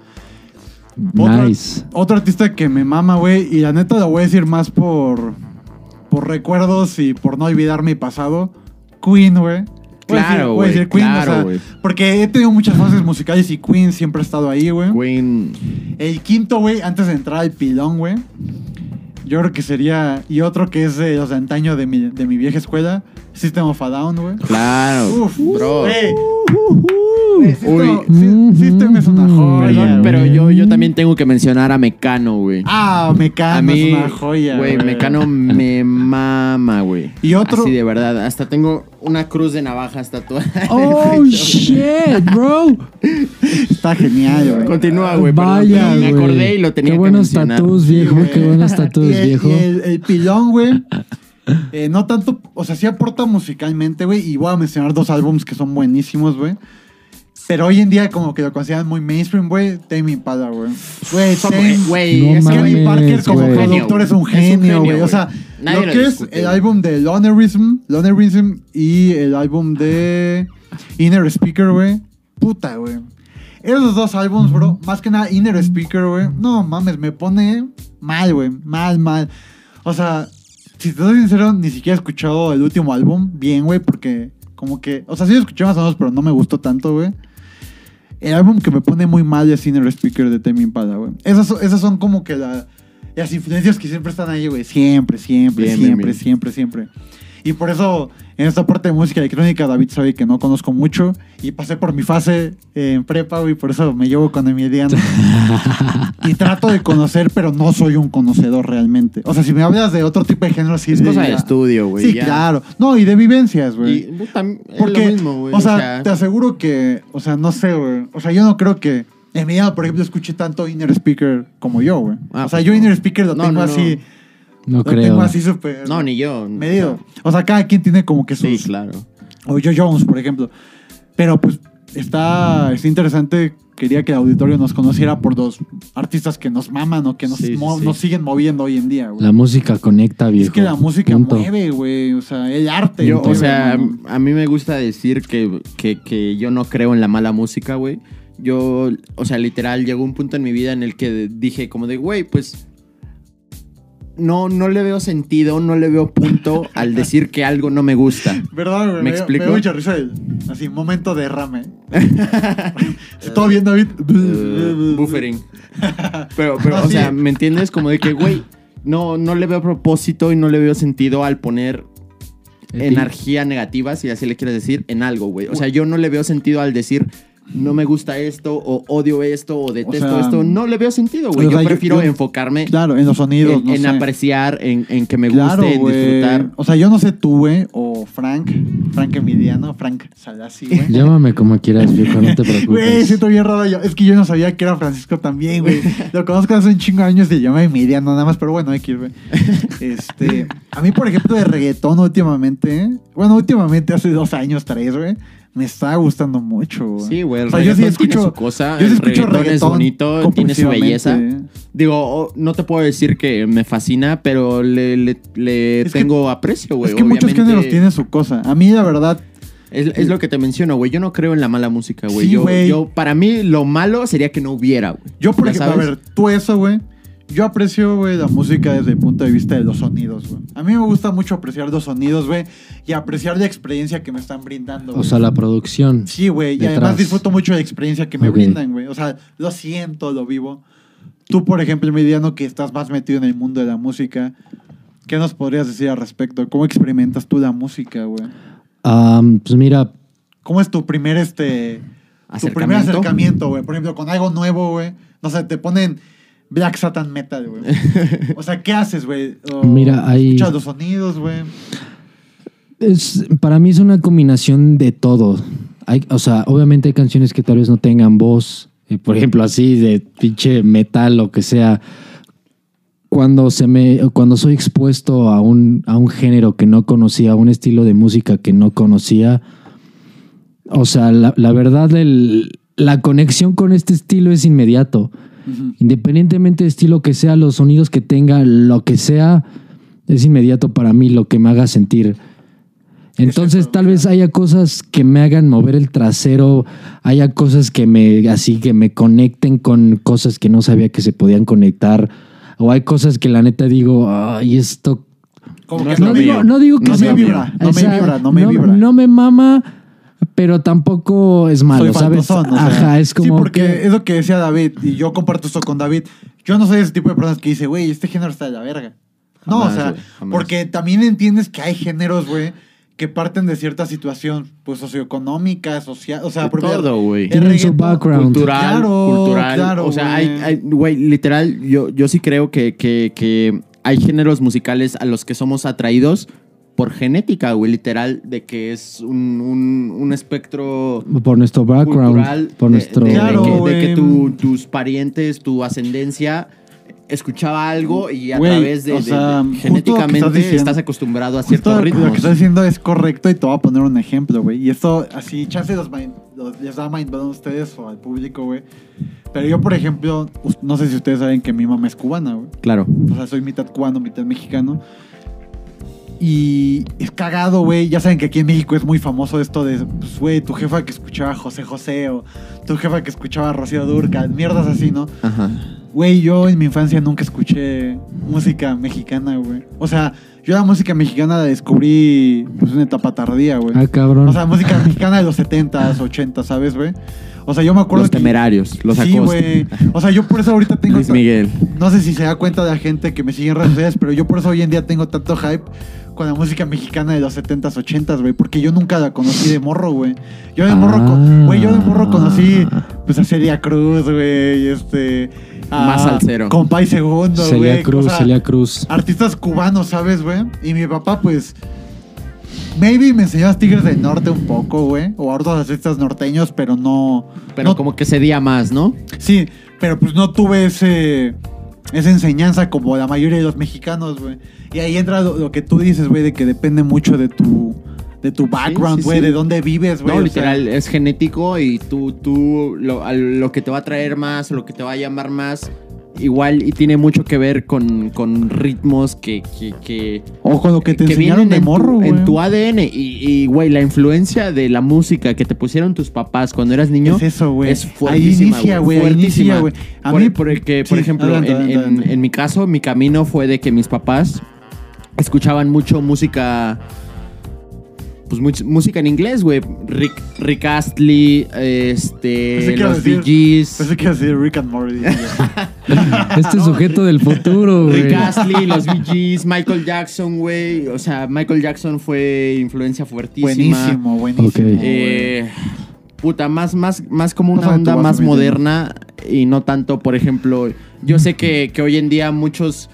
Speaker 4: Otro-
Speaker 5: Nice.
Speaker 4: Otro artista que me mama, güey. Y la neta lo voy a decir más por, por recuerdos y por no olvidar mi pasado. Queen, güey. Voy a decir-
Speaker 3: Claro,
Speaker 4: voy a
Speaker 3: güey,
Speaker 4: decir Queen, o
Speaker 3: claro,
Speaker 4: sea,
Speaker 3: güey.
Speaker 4: Porque he tenido muchas fases musicales y Queen siempre ha estado ahí, güey.
Speaker 3: Queen.
Speaker 4: El quinto, güey, antes de entrar al pilón, güey. Yo creo que sería. Y otro que es de los de antaño de mi, de mi vieja escuela. System of a Down, güey.
Speaker 3: Claro.
Speaker 4: Uf,
Speaker 3: Bro.
Speaker 4: güey. Güey, System,
Speaker 3: Uy.
Speaker 4: of- Si- System es una joya.
Speaker 3: Perdón,
Speaker 4: güey.
Speaker 3: pero yo, yo también tengo que mencionar a Mecano, güey.
Speaker 4: Ah, Mecano
Speaker 3: a mí,
Speaker 4: es una joya.
Speaker 3: güey, Mecano me mama, güey.
Speaker 4: Y otro-
Speaker 3: Así de verdad, hasta tengo una cruz de navajas tatuada.
Speaker 5: Oh, shit, bro.
Speaker 4: Está genial, Ah, güey.
Speaker 3: Continúa, güey. perdón,
Speaker 5: Vaya,
Speaker 3: pero
Speaker 5: güey.
Speaker 3: Me acordé y lo tenía
Speaker 5: Qué
Speaker 3: que
Speaker 5: buenos
Speaker 3: mencionar.
Speaker 5: tatuos, viejo.
Speaker 4: Sí,
Speaker 5: Qué
Speaker 4: güey.
Speaker 5: buenos tatuos,
Speaker 4: Y el-
Speaker 5: viejo.
Speaker 4: y el, el pilón, güey. eh, no tanto, o sea, sí aporta musicalmente, güey. Y voy a mencionar dos álbumes que son buenísimos, güey. Pero hoy en día como que lo consideran muy mainstream, güey. Tame Impala, güey. Güey,
Speaker 3: Son-
Speaker 4: Tame-
Speaker 3: Güey,
Speaker 5: No
Speaker 3: ese
Speaker 4: Kevin
Speaker 3: güey-
Speaker 5: mames,
Speaker 4: Parker como
Speaker 5: güey.
Speaker 4: productor es un genio, güey. O sea,
Speaker 3: Nadie
Speaker 4: lo que es
Speaker 3: discute,
Speaker 4: el
Speaker 3: güey.
Speaker 4: álbum de Lonerism, Lonerism y el álbum de Inner Speaker, güey. Puta, güey. Esos dos álbums, bro. Más que nada Inner Speaker, güey. No mames, me pone mal, güey. Mal, mal. O sea, si te soy sincero, ni siquiera he escuchado el último álbum bien, güey, porque como que... O sea, sí lo escuché más o menos, pero no me gustó tanto, güey. El álbum que me pone muy mal es Inner Speaker de Tame Impala, güey. Esas, son- esas son como que la- las influencias que siempre están ahí, güey. Siempre, siempre,
Speaker 3: Bien, bien,
Speaker 4: siempre,
Speaker 3: bien.
Speaker 4: siempre, siempre. Y por eso, en esta parte de música electrónica, David sabe que no conozco mucho. Y pasé por mi fase eh, en prepa, güey. Por eso me llevo con Emiliano. y trato de conocer, pero no soy un conocedor realmente. O sea, si me hablas de otro tipo de género, sí
Speaker 3: Es cosa de
Speaker 4: ya-
Speaker 3: estudio, güey,
Speaker 4: Sí,
Speaker 3: ya.
Speaker 4: claro. No, y de vivencias, güey.
Speaker 3: Y, puta, es
Speaker 4: Porque,
Speaker 3: lo mismo, güey.
Speaker 4: o, sea, te aseguro que, o sea, no sé, güey. O sea, yo no creo que Emiliano, por ejemplo, escuche tanto Inner Speaker como yo, güey.
Speaker 3: Ah,
Speaker 4: o sea,
Speaker 3: pues
Speaker 4: yo
Speaker 3: no.
Speaker 4: Inner Speaker lo
Speaker 3: No,
Speaker 4: tengo
Speaker 3: no, no.
Speaker 4: así,
Speaker 5: No
Speaker 4: lo tengo
Speaker 5: creo.
Speaker 4: así súper
Speaker 3: No, ni yo.
Speaker 4: medido. O sea, cada quien tiene como que sus...
Speaker 3: Sí, claro.
Speaker 4: O Joe Jones, por ejemplo. Pero pues está, está interesante. Quería que el auditorio nos conociera por dos artistas que nos maman o que nos,
Speaker 3: Sí, sí,
Speaker 4: mo-
Speaker 3: sí.
Speaker 4: nos siguen moviendo hoy en día, güey.
Speaker 5: La música conecta, viejo.
Speaker 4: es que la música
Speaker 5: Punto.
Speaker 4: mueve, güey. O sea, el arte.
Speaker 3: Yo, o
Speaker 4: mueve,
Speaker 3: sea,
Speaker 4: mano.
Speaker 3: a mí me gusta decir que, que- que yo no creo en la mala música, güey. Yo, o sea, literal, llegó un punto en mi vida en el que dije como de, güey, pues no, no le veo sentido, no le veo punto al decir que algo no me gusta.
Speaker 4: ¿Verdad, güey?
Speaker 3: ¿me
Speaker 4: dio-
Speaker 3: explico?
Speaker 4: Me dio mucha risa el- Así, momento derrame. Todo bien, David.
Speaker 3: Eh, buffering. Pero, pero, o sea, ¿me entiendes? Como de que, güey, no, no le veo propósito y no le veo sentido al poner
Speaker 5: Eh,
Speaker 3: energía negativa, si así le quieres decir, en algo, güey. O sea, yo no le veo sentido al decir no me gusta esto, o odio esto, o detesto
Speaker 4: sea,
Speaker 3: esto. No le veo sentido, güey.
Speaker 4: o sea,
Speaker 3: yo
Speaker 4: yo-
Speaker 3: prefiero
Speaker 4: yo-
Speaker 3: enfocarme
Speaker 4: Claro, en los sonidos.
Speaker 3: en,
Speaker 4: no
Speaker 3: en
Speaker 4: sé.
Speaker 3: apreciar, en, en que me
Speaker 4: Claro,
Speaker 3: guste, en
Speaker 4: güey.
Speaker 3: disfrutar.
Speaker 4: O sea, yo no sé tú, güey, o Frank, Frank Emiliano, Frank Salasi, güey.
Speaker 5: Llámame como quieras, viejo, no te preocupes.
Speaker 4: Güey, siento bien raro. yo- Es que yo no sabía que era Francisco también, güey. Lo conozco hace un chingo de años y llama Emiliano nada más, pero bueno, X, güey. Este, a mí, por ejemplo, de reggaetón últimamente, bueno, últimamente hace dos años, tres, güey, me está gustando mucho, güey.
Speaker 3: Sí, güey, el
Speaker 4: O sea, yo sí
Speaker 3: reggaetón tiene
Speaker 4: escucho-
Speaker 3: su cosa,
Speaker 4: yo
Speaker 3: el
Speaker 4: sí escucho
Speaker 3: reggaetón es
Speaker 4: reggaetón
Speaker 3: bonito, tiene su belleza.
Speaker 4: compulsivamente, eh.
Speaker 3: Digo, oh, no te puedo decir que me fascina, pero le, le- le
Speaker 4: Es que-
Speaker 3: tengo aprecio, güey.
Speaker 4: es que muchos
Speaker 3: Obviamente,
Speaker 4: géneros tienen su cosa. A mí, la verdad,
Speaker 3: Es, es lo que te menciono, güey. Yo no creo en la mala música, güey.
Speaker 4: Sí,
Speaker 3: yo,
Speaker 4: güey.
Speaker 3: yo- para mí, lo malo sería que no hubiera, güey.
Speaker 4: Yo, por
Speaker 3: ¿Ya
Speaker 4: ejemplo,
Speaker 3: sabes?
Speaker 4: a ver, tú eso, güey. Yo aprecio, güey, la música desde el punto de vista de los sonidos, güey. A mí me gusta mucho apreciar los sonidos, güey, y apreciar la experiencia que me están brindando.
Speaker 5: O
Speaker 4: güey.
Speaker 5: sea, la producción.
Speaker 4: sí, güey, y
Speaker 5: detrás.
Speaker 4: además disfruto mucho de la experiencia que me
Speaker 5: Ok.
Speaker 4: brindan, güey. O sea, lo siento, lo vivo. Tú, por ejemplo, Mediano, que estás más metido en el mundo de la música, ¿qué nos podrías decir al respecto? ¿Cómo experimentas tú la música, güey?
Speaker 5: Am, pues mira,
Speaker 4: ¿Cómo es tu primer este tu
Speaker 3: Acercamiento.
Speaker 4: primer acercamiento, güey? Por ejemplo, con algo nuevo, güey. No sé, te ponen Black Satan Metal, güey. O sea, ¿qué haces, güey? O
Speaker 5: Mira, ahí-
Speaker 4: Escuchas los sonidos, güey.
Speaker 5: es, para mí es una combinación de todo. Hay, o sea, obviamente hay canciones que tal vez no tengan voz. eh, por ejemplo, así de pinche metal, lo que sea. Cuando, se me, cuando soy expuesto a un, a un género que no conocía, a un estilo de música que no conocía, o sea, la, la verdad, el- la conexión con este estilo es inmediato. Independientemente de estilo que sea, los sonidos que tenga, lo que sea, es inmediato para mí lo que me haga sentir. Entonces,
Speaker 4: Exacto.
Speaker 5: tal vez haya cosas que me hagan mover el trasero, haya cosas que me así que me conecten con cosas que no sabía que se podían conectar, o hay cosas que la neta digo, ay, esto
Speaker 4: Como
Speaker 3: No
Speaker 4: que
Speaker 3: es
Speaker 4: no,
Speaker 3: lo
Speaker 4: me,
Speaker 3: mío.
Speaker 5: no digo que
Speaker 4: no
Speaker 5: sea-
Speaker 4: me vibra, no me
Speaker 5: Esa-
Speaker 4: vibra, no me vibra.
Speaker 5: No me mama, pero tampoco es malo,
Speaker 4: soy
Speaker 5: ¿sabes?
Speaker 4: fantosón, o sea.
Speaker 5: Ajá, es como
Speaker 4: Sí, porque
Speaker 5: que-
Speaker 4: es lo que decía David, y yo comparto esto con David. Yo no soy ese tipo de personas que dice, güey, este género está de la verga. No,
Speaker 3: Jamás,
Speaker 4: o sea,
Speaker 3: güey, jamás.
Speaker 4: porque también entiendes que hay géneros, güey, que parten de cierta situación, pues socioeconómica, social, o sea,
Speaker 3: De
Speaker 4: por ejemplo,
Speaker 3: todo, güey.
Speaker 4: el
Speaker 5: Tienen su
Speaker 4: reggaetón-
Speaker 5: background.
Speaker 3: Cultural,
Speaker 4: Claro,
Speaker 3: cultural.
Speaker 4: claro,
Speaker 3: o sea,
Speaker 4: güey.
Speaker 3: hay, hay- güey, literal, yo, yo sí creo que, que- que hay géneros musicales a los que somos atraídos por genética, güey, literal, de que es un, un- un espectro
Speaker 5: por nuestro background,
Speaker 3: cultural
Speaker 5: por
Speaker 3: de-
Speaker 5: nuestro
Speaker 3: de, de
Speaker 4: Claro, em,
Speaker 3: que, de
Speaker 4: güey.
Speaker 3: que tu- tus parientes, tu ascendencia escuchaba algo y a
Speaker 4: Güey,
Speaker 3: través de,
Speaker 4: o
Speaker 3: de- de-
Speaker 4: sea, justo lo que estás
Speaker 3: genéticamente
Speaker 4: diciendo.
Speaker 3: estás acostumbrado a
Speaker 4: Justo
Speaker 3: ciertos
Speaker 4: lo-
Speaker 3: ritmos.
Speaker 4: Lo que estás diciendo es correcto y te voy a poner un ejemplo, güey. Y esto, así, chance los mind- los- les da mind blown a ustedes o al público, güey. Pero yo, por ejemplo, us- no sé si ustedes saben que mi mamá es cubana, güey.
Speaker 3: Claro.
Speaker 4: O sea, soy mitad cubano, mitad mexicano. Y es cagado, güey. Ya saben que aquí en México es muy famoso esto de, pues, güey, tu jefa que escuchaba a José José o tu jefa que escuchaba a Rocío Durca, mierdas así, ¿no?
Speaker 3: Ajá.
Speaker 4: Güey, yo en mi infancia nunca escuché música mexicana, güey. O sea, yo la música mexicana la descubrí pues una etapa tardía, güey.
Speaker 5: Ah, cabrón.
Speaker 4: O sea, música mexicana de los 70s, 80s, ¿sabes, güey? O sea, yo me acuerdo
Speaker 3: Los
Speaker 4: que-
Speaker 3: temerarios, los
Speaker 4: Sí,
Speaker 3: acosta.
Speaker 4: güey. O sea, yo por eso ahorita tengo
Speaker 3: Luis Miguel.
Speaker 4: no sé si se da cuenta la gente que me sigue en redes sociales, pero yo por eso hoy en día tengo tanto hype con la música mexicana de los 70s, 80s, güey, porque yo nunca la conocí de morro, güey. Yo de morro, co-
Speaker 5: Ah.
Speaker 4: güey, yo de morro conocí pues a Celia Cruz, güey, este a
Speaker 3: Más salsero.
Speaker 4: Compay Segundo, güey.
Speaker 5: Celia Cruz,
Speaker 4: o sea,
Speaker 5: Celia Cruz.
Speaker 4: Artistas cubanos, ¿sabes, güey? Y mi papá pues maybe me enseñó a los Tigres del Norte un poco, güey, o a otros artistas norteños, pero no
Speaker 3: Pero
Speaker 4: no-
Speaker 3: como que ese día más, ¿no?
Speaker 4: Sí, pero pues no tuve ese esa enseñanza como la mayoría de los mexicanos, güey. Y ahí entra lo, lo que tú dices, güey, de que depende mucho de tu de tu background,
Speaker 3: sí,
Speaker 4: güey,
Speaker 3: sí.
Speaker 4: de dónde vives, güey.
Speaker 3: No,
Speaker 4: o sea,
Speaker 3: literal, es genético y tú, tú lo, a lo que te va a traer más, lo que te va a llamar más, igual y tiene mucho que ver con, con ritmos que, que, que,
Speaker 4: o con lo que te
Speaker 3: que
Speaker 4: enseñaron de
Speaker 3: en tu-
Speaker 4: morro, güey.
Speaker 3: en, tu ADN. Y, y, güey, la influencia de la música que te pusieron tus papás cuando eras niño
Speaker 4: Es eso, güey.
Speaker 3: es fuertísima,
Speaker 4: Ahí inicia,
Speaker 3: güey,
Speaker 4: güey. Ahí
Speaker 3: fuertísima.
Speaker 4: inicia, güey. A
Speaker 3: por,
Speaker 4: mí,
Speaker 3: porque,
Speaker 4: sí,
Speaker 3: por ejemplo,
Speaker 4: adelante,
Speaker 3: en,
Speaker 4: adelante,
Speaker 3: en-
Speaker 4: adelante.
Speaker 3: en mi caso, mi camino fue de que mis papás escuchaban mucho música. Pues much- música en inglés, güey. Rick, Rick Astley,
Speaker 4: Pensé
Speaker 3: este.
Speaker 4: que iba a
Speaker 3: Los Bee
Speaker 4: Pues decir-
Speaker 3: Gees.
Speaker 4: pues Pensé que iba a decir Rick and Morty. güey. Ah,
Speaker 5: Este sujeto del futuro, güey.
Speaker 3: Rick Astley, los Bee Gees, Michael Jackson, güey. O sea, Michael Jackson fue influencia fuertísima.
Speaker 4: buenísimo, buenísimo.
Speaker 5: Ok.
Speaker 4: güey.
Speaker 3: Eh, puta, más, más, más como una
Speaker 4: Pásame tu
Speaker 3: onda
Speaker 4: vaso,
Speaker 3: más
Speaker 4: mi Diego.
Speaker 3: moderna y no tanto, por ejemplo, yo sé que, que hoy en día muchos,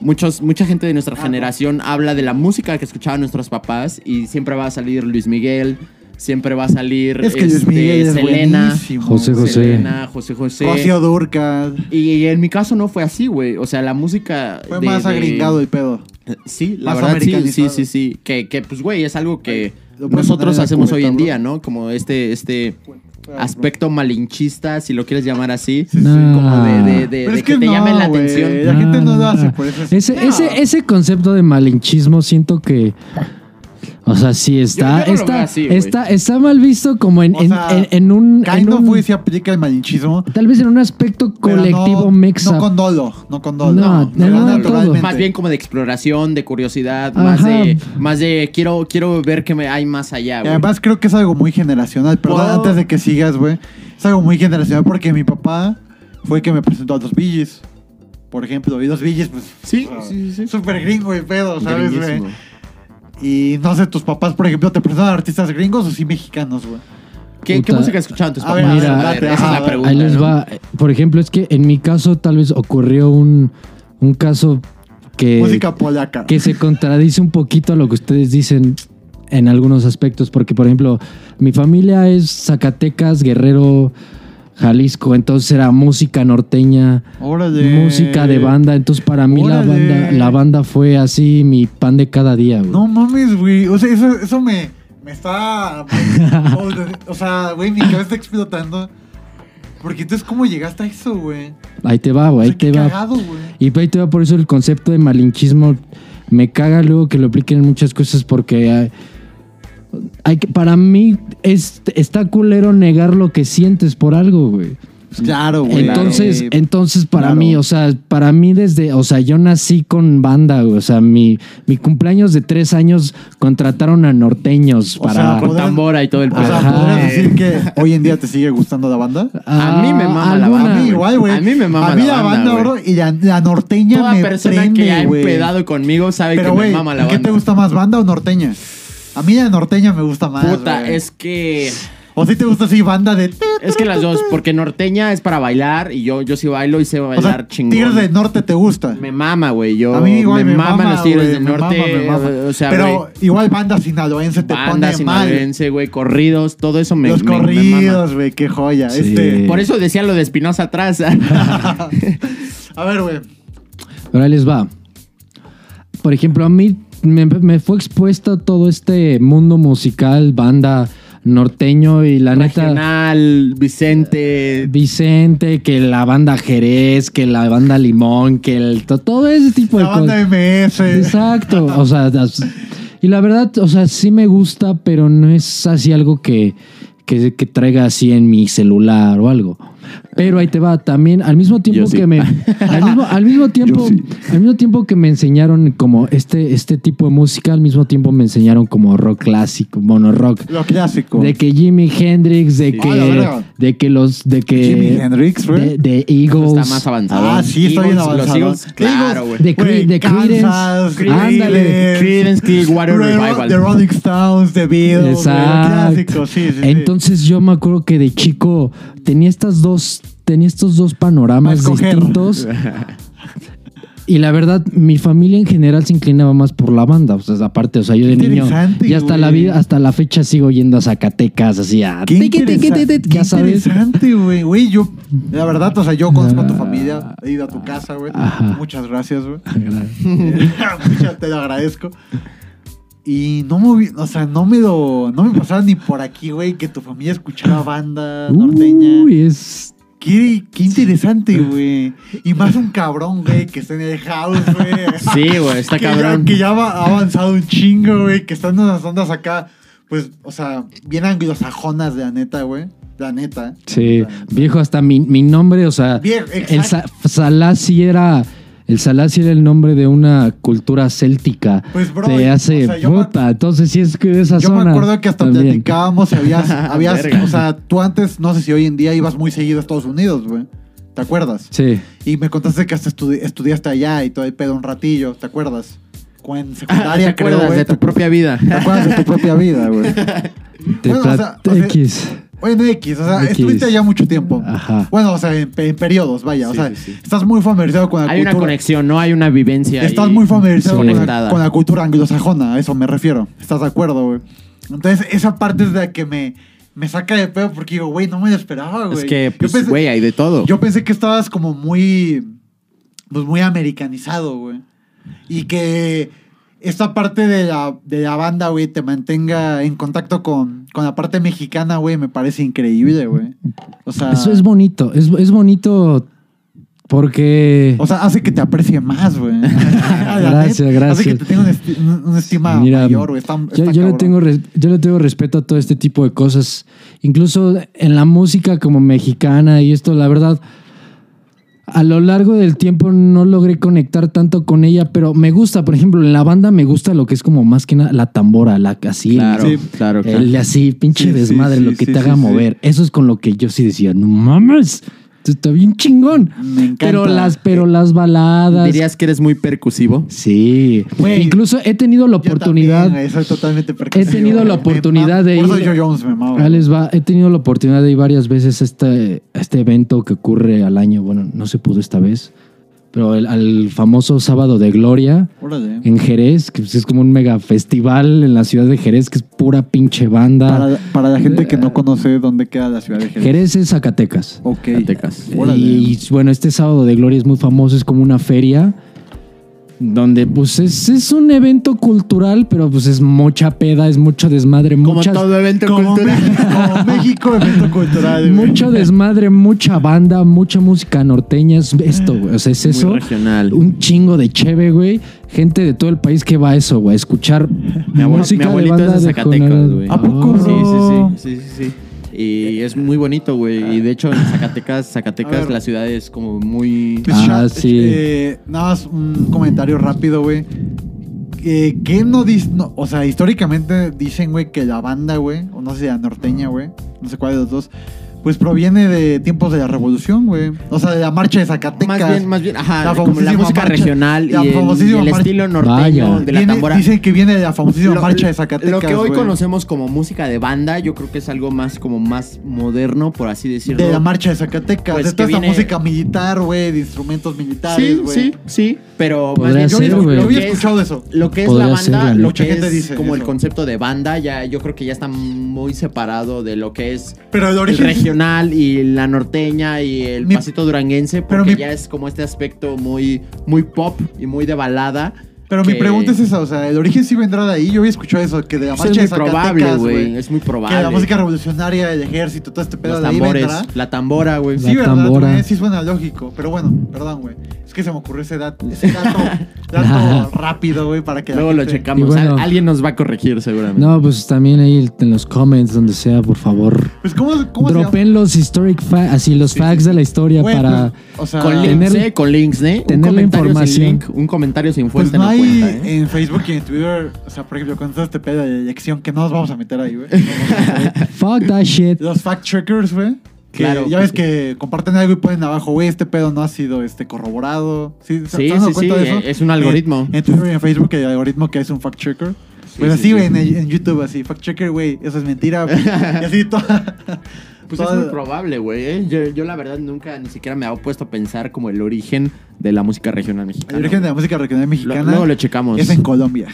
Speaker 3: muchos, mucha gente de
Speaker 4: Ah,
Speaker 3: nuestra generación habla de la música que escuchaban nuestros papás y siempre va a salir Luis Miguel, siempre va a salir
Speaker 4: es que Luis
Speaker 3: este,
Speaker 4: Miguel es
Speaker 3: Selena,
Speaker 4: buenísimo.
Speaker 5: José
Speaker 4: güey.
Speaker 5: José.
Speaker 3: Selena, José José.
Speaker 4: Rocío Durcal.
Speaker 3: Y, y en mi caso no fue así, güey. O sea, la música.
Speaker 4: Fue
Speaker 3: de-
Speaker 4: más
Speaker 3: de-
Speaker 4: agringado el pedo.
Speaker 3: Eh, Sí, la
Speaker 4: Más
Speaker 3: verdad sí, sí,
Speaker 4: americanizado.
Speaker 3: sí, sí. Que, que, pues, güey, es algo que
Speaker 4: Lo puedes poner en
Speaker 3: nosotros
Speaker 4: la
Speaker 3: hacemos hoy
Speaker 4: cubeta,
Speaker 3: en
Speaker 4: bro.
Speaker 3: día, ¿no? Como este, este aspecto malinchista, si lo quieres llamar así.
Speaker 4: Sí, sí.
Speaker 5: No.
Speaker 3: Como de, de- de-
Speaker 4: Pero
Speaker 3: de
Speaker 4: es
Speaker 3: que,
Speaker 4: que
Speaker 3: te
Speaker 4: no,
Speaker 3: llamen la
Speaker 4: güey.
Speaker 3: atención.
Speaker 4: La gente
Speaker 5: Ah,
Speaker 4: no lo hace, por eso es-
Speaker 5: Ese,
Speaker 3: No.
Speaker 5: ese, ese concepto de malinchismo siento que. O sea, sí está.
Speaker 3: Yo- yo no lo
Speaker 5: está,
Speaker 3: veo así, güey.
Speaker 5: está, está mal visto como en,
Speaker 4: O
Speaker 5: en,
Speaker 4: sea,
Speaker 5: en- en un. en
Speaker 4: Kind of,
Speaker 5: un-
Speaker 4: güey, sí aplica el malinchismo.
Speaker 5: Tal vez en un aspecto
Speaker 4: pero no-
Speaker 5: colectivo mexa.
Speaker 4: No con dolo, no con dolo.
Speaker 5: No,
Speaker 4: se da
Speaker 5: no, no,
Speaker 4: naturalmente.
Speaker 3: Más bien como de exploración, de curiosidad, más
Speaker 5: Ajá.
Speaker 3: de, más de quiero, quiero ver qué me hay más allá,
Speaker 4: Y
Speaker 3: güey.
Speaker 4: además creo que es algo muy generacional. Perdón,
Speaker 3: Wow.
Speaker 4: antes de que sigas, güey. Es algo muy generacional porque mi papá fue el que me presentó a los Billys. Por ejemplo, y los Billys, pues.
Speaker 3: Sí,
Speaker 4: o sea,
Speaker 3: sí, sí, sí.
Speaker 4: Súper gringo y pedo, ¿sabes, güey?
Speaker 3: Gringuísimo.
Speaker 4: Y no sé, tus papás, por ejemplo, te presentan a artistas gringos o sí mexicanos, güey.
Speaker 3: ¿Qué, qué
Speaker 5: Puta.
Speaker 3: música escuchaban tus
Speaker 4: A ver, ah,
Speaker 3: papás?
Speaker 5: mira,
Speaker 3: A ver, esa
Speaker 4: ajá,
Speaker 3: es la pregunta.
Speaker 5: Ahí les
Speaker 3: ¿no?
Speaker 5: va. Por ejemplo, es que en mi caso tal vez ocurrió un, un caso
Speaker 3: Eh,
Speaker 5: que.
Speaker 4: Música polaca.
Speaker 5: que se contradice un poquito a lo que ustedes dicen en algunos aspectos, porque por ejemplo, mi familia es Zacatecas, Guerrero, Jalisco, entonces era música norteña,
Speaker 4: Órale.
Speaker 5: música de banda, entonces para mí la
Speaker 4: Órale.
Speaker 5: banda, la banda fue así mi pan de cada día, güey.
Speaker 4: No mames, güey. O sea, eso, eso me, me está. o sea, güey, mi cabeza está explotando. Porque entonces, ¿cómo llegaste a eso, güey?
Speaker 5: Ahí te va,
Speaker 4: O
Speaker 5: güey,
Speaker 4: sea,
Speaker 5: Pues
Speaker 4: Pues
Speaker 5: ahí te
Speaker 4: qué
Speaker 5: va.
Speaker 4: cagado, güey.
Speaker 5: Y ahí te va por eso el concepto de malinchismo. Me caga luego que lo apliquen en muchas cosas porque hay, hay que, para mí es, está culero negar lo que sientes por algo, güey.
Speaker 3: Pues
Speaker 4: Claro, güey.
Speaker 5: Entonces,
Speaker 4: Claro.
Speaker 5: entonces para
Speaker 4: Claro.
Speaker 5: mí, o sea, para mí desde, o sea, yo nací con banda, güey, o sea, mi, mi cumpleaños de tres años contrataron a norteños
Speaker 4: O
Speaker 5: para...
Speaker 4: sea,
Speaker 3: Con tambora y todo el
Speaker 4: o sea,
Speaker 5: Ajá.
Speaker 4: ¿podrías decir que hoy en día te sigue gustando la banda?
Speaker 3: a mí me mama la
Speaker 5: alguna,
Speaker 3: banda,
Speaker 4: A mí
Speaker 3: güey.
Speaker 4: igual, güey.
Speaker 3: A mí me mama
Speaker 4: A mí
Speaker 3: la
Speaker 4: la
Speaker 3: banda,
Speaker 4: banda,
Speaker 3: güey.
Speaker 4: bro, y la, la norteña
Speaker 3: Toda
Speaker 4: me
Speaker 3: persona
Speaker 4: prende,
Speaker 3: que ha
Speaker 4: güey.
Speaker 3: empedado conmigo sabe
Speaker 4: Pero,
Speaker 3: que
Speaker 4: güey,
Speaker 3: me mama la
Speaker 4: ¿qué
Speaker 3: banda.
Speaker 4: te gusta más, banda o norteña? A mí la norteña me gusta más,
Speaker 3: Puta,
Speaker 4: güey.
Speaker 3: es que
Speaker 4: O si te gusta así banda de...
Speaker 3: es que las dos, porque norteña es para bailar y yo yo sí bailo y sé
Speaker 4: O sea,
Speaker 3: bailar chingón.
Speaker 4: Tigres del Norte te gusta.
Speaker 3: Me mama, güey. Yo
Speaker 4: a mí igual
Speaker 3: me,
Speaker 4: me,
Speaker 3: maman
Speaker 4: mama,
Speaker 3: los Tigres
Speaker 4: güey,
Speaker 3: del
Speaker 4: me
Speaker 3: Norte,
Speaker 4: mama, me mama.
Speaker 3: o sea,
Speaker 4: Pero
Speaker 3: güey,
Speaker 4: igual banda sinaloense te
Speaker 3: banda
Speaker 4: pone mal.
Speaker 3: sinaloense, güey, corridos, todo eso me
Speaker 4: Los
Speaker 3: me- me mama.
Speaker 4: corridos, güey, qué joya.
Speaker 5: Sí.
Speaker 4: Este,
Speaker 3: Por eso decía lo de Espinosa atrás.
Speaker 4: a ver, güey.
Speaker 5: Ahora les va. Por ejemplo, a mí me, me fue expuesto todo este mundo musical, banda norteño y la neta...
Speaker 3: Regional, Vicente,
Speaker 5: Vicente, que la banda Jerez, que la banda Limón, que el, to- todo ese tipo
Speaker 3: Pues
Speaker 4: La
Speaker 5: de cosas.
Speaker 4: banda MS.
Speaker 5: Exacto. O sea, das- y la verdad, o sea, sí me gusta, pero no es así algo que, que, que traiga así en mi celular o algo. Pero ahí te va, también al mismo tiempo
Speaker 3: Yo sí.
Speaker 5: que me. Al mismo, al mismo tiempo. Al mismo tiempo que me enseñaron como este, este tipo de música, al mismo tiempo me enseñaron como rock clásico, mono rock.
Speaker 4: Lo clásico.
Speaker 5: De que Jimmy Hendrix, de
Speaker 4: Ah, la
Speaker 5: que.
Speaker 4: verga.
Speaker 5: De que los. De que.
Speaker 4: Jimi Hendrix, güey.
Speaker 5: de, de Eagles.
Speaker 3: está más avanzado.
Speaker 4: Ah, sí, está bien
Speaker 3: Eagles, los
Speaker 4: avanzado.
Speaker 3: Eagles, claro, güey.
Speaker 5: De, Cre-
Speaker 4: Güey,
Speaker 5: de Creedence.
Speaker 4: Kansas,
Speaker 5: Ándale.
Speaker 3: Creedence Clearwater
Speaker 4: Ro-
Speaker 3: Revival.
Speaker 4: The Rolling Stones, The Beatles, güey, lo clásico, sí, sí, sí.
Speaker 5: Entonces yo me acuerdo que de chico tenía estas dos, tenía estos dos panoramas
Speaker 4: Para escoger.
Speaker 5: distintos. Y la verdad, mi familia en general se inclinaba más por la banda. O sea, aparte, o sea, yo de
Speaker 4: Qué
Speaker 5: niño.
Speaker 4: interesante,
Speaker 5: Y hasta la
Speaker 4: güey.
Speaker 5: vida, hasta la fecha sigo yendo a Zacatecas, así a
Speaker 4: Qué,
Speaker 5: tiqui, tiqui,
Speaker 4: interesa-
Speaker 5: tiqui,
Speaker 4: qué
Speaker 5: ya sabes.
Speaker 4: interesante, güey. Güey, yo, la verdad, o sea, yo conozco a tu familia, he ido a tu casa, güey.
Speaker 5: Ah. Ajá.
Speaker 4: Muchas gracias, güey. Muchas- te lo agradezco. Y no me, hubi- o sea, no me lo, no me pasaba ni por aquí, güey, que tu familia escuchaba banda norteña.
Speaker 5: Uy, es.
Speaker 4: Qué, qué interesante, güey. Y más un cabrón, güey, que está en el house, güey.
Speaker 3: Sí, güey, está
Speaker 4: que ya-
Speaker 3: cabrón.
Speaker 4: que ya va- ha avanzado un chingo, güey. Que están unas ondas acá, pues, o sea, bien anglosajonas, la neta, güey. La neta.
Speaker 5: Sí,
Speaker 4: La neta.
Speaker 5: viejo, hasta mi, mi nombre, o sea.
Speaker 4: Bien,
Speaker 5: El
Speaker 4: exacto.
Speaker 5: Sa- Salah sí era. El Salah sí era el nombre de una cultura céltica.
Speaker 4: Pues, bro,
Speaker 5: Te
Speaker 4: y- o
Speaker 5: hace
Speaker 4: sea, yo me-
Speaker 5: puta. Entonces, sí es que de esa
Speaker 4: Yo
Speaker 5: zona.
Speaker 4: me acuerdo que hasta
Speaker 5: también.
Speaker 4: platicábamos y habías, habías
Speaker 3: Verga.
Speaker 4: o sea, tú antes, no sé si hoy en día ibas muy seguido a Estados Unidos, güey. ¿Te acuerdas?
Speaker 5: Sí.
Speaker 4: Y me contaste que hasta estudi- estudiaste allá y todo el pedo un ratillo, ¿te acuerdas? Cu- En
Speaker 3: Ah,
Speaker 4: secundaria,
Speaker 3: ¿Te
Speaker 4: creo,
Speaker 3: acuerdas
Speaker 4: güey,
Speaker 3: de tu
Speaker 4: te acu-
Speaker 3: propia vida?
Speaker 4: ¿Te acuerdas de tu propia vida, güey?
Speaker 5: Te
Speaker 4: Bueno, o sea,
Speaker 5: plat-
Speaker 4: o sea-
Speaker 5: X.
Speaker 4: Bueno, X, o sea,
Speaker 5: X.
Speaker 4: estuviste allá mucho tiempo.
Speaker 5: Ajá.
Speaker 4: Bueno, o sea, en, pe- en periodos, vaya. o
Speaker 3: Sí,
Speaker 4: sea,
Speaker 3: sí, sí.
Speaker 4: estás muy familiarizado con la
Speaker 3: Hay una
Speaker 4: cultura.
Speaker 3: conexión, ¿no? Hay una vivencia.
Speaker 4: Estás
Speaker 3: ahí
Speaker 4: muy familiarizado con la,
Speaker 3: conectada.
Speaker 4: con la cultura anglosajona, a eso me refiero. ¿Estás de acuerdo, güey? Entonces, esa parte es la que me, me saca de pedo porque digo, güey, no me lo esperaba, güey.
Speaker 3: Es que,
Speaker 4: Yo
Speaker 3: pues,
Speaker 4: pensé-
Speaker 3: güey, hay de todo.
Speaker 4: Yo pensé que estabas como muy. Pues muy americanizado, güey. Y que esta parte de la, de la banda, güey, te mantenga en contacto con, con la parte mexicana, güey, me parece increíble, güey. O sea.
Speaker 5: Eso es bonito. Es, es bonito porque.
Speaker 4: o sea, hace que te aprecie más, güey. La
Speaker 5: Gracias,
Speaker 4: neta,
Speaker 5: gracias.
Speaker 4: Hace que te tenga una, esti- un- una estima
Speaker 5: Mira,
Speaker 4: mayor, güey. Está- está
Speaker 5: Yo, yo le
Speaker 4: cabrón.
Speaker 5: tengo res- yo le tengo respeto a todo este tipo de cosas. Incluso en la música como mexicana y esto, la verdad, a lo largo del tiempo no logré conectar tanto con ella, pero me gusta, por ejemplo, en la banda me gusta lo que es como más que nada la tambora, la así.
Speaker 3: Claro,
Speaker 5: el-
Speaker 3: claro, claro.
Speaker 5: El así, pinche
Speaker 4: Sí, sí,
Speaker 5: desmadre,
Speaker 4: sí,
Speaker 5: lo que
Speaker 4: sí,
Speaker 5: te haga
Speaker 4: sí, sí.
Speaker 5: mover. Eso es con lo que yo sí decía, no mames, esto está bien chingón.
Speaker 4: Me encanta.
Speaker 5: Pero las, pero las baladas.
Speaker 3: ¿Dirías que eres muy percusivo?
Speaker 5: Sí.
Speaker 4: Güey,
Speaker 5: Incluso he tenido la
Speaker 4: Yo
Speaker 5: oportunidad.
Speaker 4: también, güey, soy totalmente percusivo,
Speaker 5: tenido la
Speaker 4: güey.
Speaker 5: oportunidad de
Speaker 4: Por eso
Speaker 5: ir-
Speaker 4: Joe Jones me mama.
Speaker 5: Ahí
Speaker 4: güey.
Speaker 5: les va. He tenido la oportunidad de ir varias veces a este, a este evento que ocurre al año. Bueno, no se pudo esta vez, pero el- al famoso Sábado de Gloria
Speaker 4: Órale.
Speaker 5: en Jerez, que pues es como un mega festival en la ciudad de Jerez, que es pura pinche banda.
Speaker 4: Para, para la gente que
Speaker 5: Eh,
Speaker 4: no conoce dónde queda la ciudad de Jerez.
Speaker 5: Jerez es Zacatecas.
Speaker 4: Ok.
Speaker 3: Zacatecas.
Speaker 4: Órale.
Speaker 5: Y, y, bueno, este sábado de Gloria es muy famoso, es como una feria donde pues es, es un evento cultural, pero pues es mucha peda, es mucho desmadre, muchas
Speaker 3: evento
Speaker 4: como, México, como México, evento cultural. güey.
Speaker 5: mucho desmadre, mucha banda, mucha música norteña, es esto, güey, o sea, es eso.
Speaker 3: Muy regional.
Speaker 5: Un chingo de cheve, güey. Gente de todo el país que va a eso, güey, a escuchar
Speaker 3: Mi, abue-
Speaker 5: música
Speaker 3: mi abuelito
Speaker 5: de banda
Speaker 3: es de Zacatecas,
Speaker 5: Conad-
Speaker 3: güey.
Speaker 4: ¿A poco,
Speaker 5: Ah,
Speaker 4: bro?
Speaker 3: Sí, sí, sí, sí, sí. Y es muy bonito, güey. Y de hecho, en Zacatecas, Zacatecas,
Speaker 4: ver.
Speaker 3: la ciudad es como muy.
Speaker 4: Pues,
Speaker 5: Ah,
Speaker 4: Sha-
Speaker 5: sí.
Speaker 4: eh, nada más un comentario rápido, güey. Eh, ¿Qué no dicen? o sea, históricamente dicen, güey, que la banda, güey, o no sé, la norteña, güey, no sé cuál de los dos, pues proviene de tiempos de la revolución, güey. O sea, de la marcha de Zacatecas.
Speaker 3: Más bien, más bien, ajá,
Speaker 4: La
Speaker 3: como la
Speaker 4: famosísima
Speaker 3: música
Speaker 4: marcha-
Speaker 3: regional y
Speaker 4: la
Speaker 3: el, y
Speaker 4: famosísima
Speaker 3: el
Speaker 4: marcha-
Speaker 3: estilo norteño
Speaker 5: Vaya.
Speaker 3: de la
Speaker 4: Viene-
Speaker 3: tambora.
Speaker 4: Dicen que viene de la famosísima
Speaker 3: Lo-
Speaker 4: marcha de Zacatecas.
Speaker 3: Lo que hoy
Speaker 4: güey.
Speaker 3: conocemos como música de banda, yo creo que es algo más como más moderno, por así decirlo.
Speaker 4: De la marcha de Zacatecas,
Speaker 3: Pues
Speaker 4: de toda
Speaker 3: que
Speaker 4: esta
Speaker 3: viene-
Speaker 4: música militar, güey, de instrumentos militares,
Speaker 3: Sí,
Speaker 4: güey.
Speaker 3: sí, sí. Pero
Speaker 5: Podría
Speaker 3: más bien,
Speaker 4: Yo,
Speaker 5: ser,
Speaker 4: había-
Speaker 5: güey.
Speaker 4: yo
Speaker 3: lo,
Speaker 4: había
Speaker 3: que es,
Speaker 4: escuchado eso.
Speaker 3: lo que es
Speaker 5: Podría
Speaker 3: la
Speaker 5: ser,
Speaker 3: banda,
Speaker 5: la
Speaker 3: lo
Speaker 4: neta.
Speaker 3: que
Speaker 4: Mucha gente
Speaker 3: es
Speaker 4: dice
Speaker 3: como el
Speaker 4: eso.
Speaker 3: concepto de banda, ya yo creo que ya está muy separado de lo que es
Speaker 4: Pero el
Speaker 3: el
Speaker 4: origen.
Speaker 3: regional y la norteña y el
Speaker 4: Mi-
Speaker 3: pasito duranguense, porque
Speaker 4: pero mi-
Speaker 3: ya es como este aspecto muy, muy pop y muy de balada.
Speaker 4: pero mi
Speaker 3: que-
Speaker 4: pregunta es esa, o sea, el origen sí vendrá de ahí. Yo había escuchado eso, que de la
Speaker 3: Pues
Speaker 4: marcha
Speaker 3: es muy
Speaker 4: de Zacatecas,
Speaker 3: probable, güey.
Speaker 4: güey.
Speaker 3: Es muy
Speaker 4: Que de la
Speaker 3: probable.
Speaker 4: música revolucionaria, el ejército, todo este pedo
Speaker 3: Los
Speaker 4: de ahí
Speaker 3: tambores,
Speaker 4: vendrá.
Speaker 3: la tambora, güey.
Speaker 5: La
Speaker 4: Sí, ¿verdad?
Speaker 5: tambora.
Speaker 4: güey? Sí suena lógico. Pero bueno, perdón, güey. Es que se me ocurrió ese, dat- ese dato, dato rápido, güey, para que... la
Speaker 3: Luego lo
Speaker 4: gente-
Speaker 3: checamos.
Speaker 5: Y bueno-
Speaker 3: Al- alguien nos va a corregir seguramente.
Speaker 5: No, pues también ahí el- en los comments, donde sea, por favor.
Speaker 4: Pues, ¿cómo, cómo se llama?
Speaker 5: Dropen los historic facts, así los facts de la historia
Speaker 4: Güey,
Speaker 5: para...
Speaker 4: pues, o sea,
Speaker 3: con links,
Speaker 5: tener-
Speaker 3: eh, con links, ¿eh? Un
Speaker 5: tener la
Speaker 3: comentario sin
Speaker 5: información.
Speaker 3: link, un comentario sin
Speaker 4: Pues
Speaker 3: fuente
Speaker 4: no
Speaker 3: no,
Speaker 4: hay
Speaker 3: cuenta, ¿eh?
Speaker 4: en Facebook y en Twitter, o sea, por ejemplo, con todo este pedo de elección, que no nos vamos a meter ahí, güey. No nos vamos a meter ahí.
Speaker 5: Fuck that shit.
Speaker 4: Los fact-checkers, güey. que
Speaker 3: Claro.
Speaker 4: Ya ves que comparten algo y ponen abajo, güey, este pedo no ha sido este, corroborado. Sí, ¿se-
Speaker 3: Sí,
Speaker 4: se han dado
Speaker 3: sí,
Speaker 4: cuenta
Speaker 3: sí,
Speaker 4: de eso?
Speaker 3: eh, es un algoritmo.
Speaker 4: En, en Twitter y en Facebook, el algoritmo que es un fact-checker. pues
Speaker 3: sí,
Speaker 4: así,
Speaker 3: sí.
Speaker 4: güey, en, en YouTube, así, fact-checker, güey, eso es mentira. güey. y así todo.
Speaker 3: Pues es muy probable, güey. ¿eh? Yo, yo la verdad nunca ni siquiera me ha puesto a pensar como el origen de la música regional mexicana.
Speaker 4: El origen de la
Speaker 3: güey.
Speaker 4: música regional mexicana.
Speaker 3: Lo- luego lo checamos.
Speaker 4: Es en Colombia.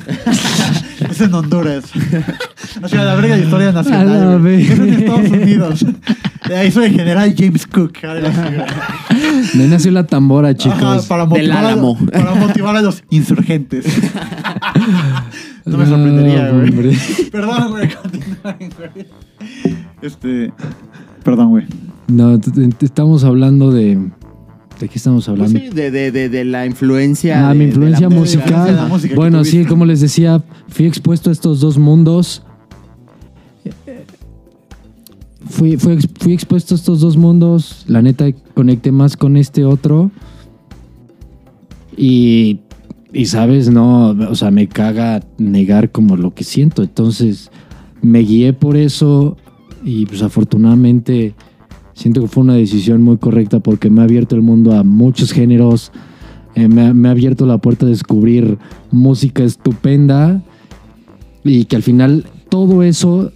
Speaker 4: es en Honduras. O sea, la verga de historia
Speaker 5: A la
Speaker 4: nacional. güey.
Speaker 5: verga.
Speaker 4: Es en Estados Unidos. De ahí soy el general James Cook. ah,
Speaker 5: Me nació la tambora, chicos.
Speaker 4: Ajá, para,
Speaker 3: Del
Speaker 4: motivar a,
Speaker 3: Álamo.
Speaker 4: para motivar a los insurgentes. No me sorprendería, güey.
Speaker 5: hombre.
Speaker 4: Perdón, güey, continúa, güey. Este. Perdón, güey.
Speaker 5: No, t- t- estamos hablando de. ¿De qué estamos
Speaker 3: Pues
Speaker 5: hablando?
Speaker 3: sí, de, de- de- de la influencia.
Speaker 5: Ah,
Speaker 3: de-
Speaker 5: mi
Speaker 3: de
Speaker 5: influencia
Speaker 3: la-
Speaker 4: de la
Speaker 5: musical.
Speaker 4: música que
Speaker 5: bueno,
Speaker 4: tuviste.
Speaker 5: sí, como les decía, fui expuesto a estos dos mundos. Fui, fui, ex- fui expuesto a estos dos mundos. La neta, conecté más con este otro. Y, y, sabes, no, o sea, me caga negar como lo que siento. Entonces, me guié por eso y pues afortunadamente siento que fue una decisión muy correcta porque me ha abierto el mundo a muchos géneros, eh, me, ha, me ha abierto la puerta a descubrir música estupenda y que al final todo eso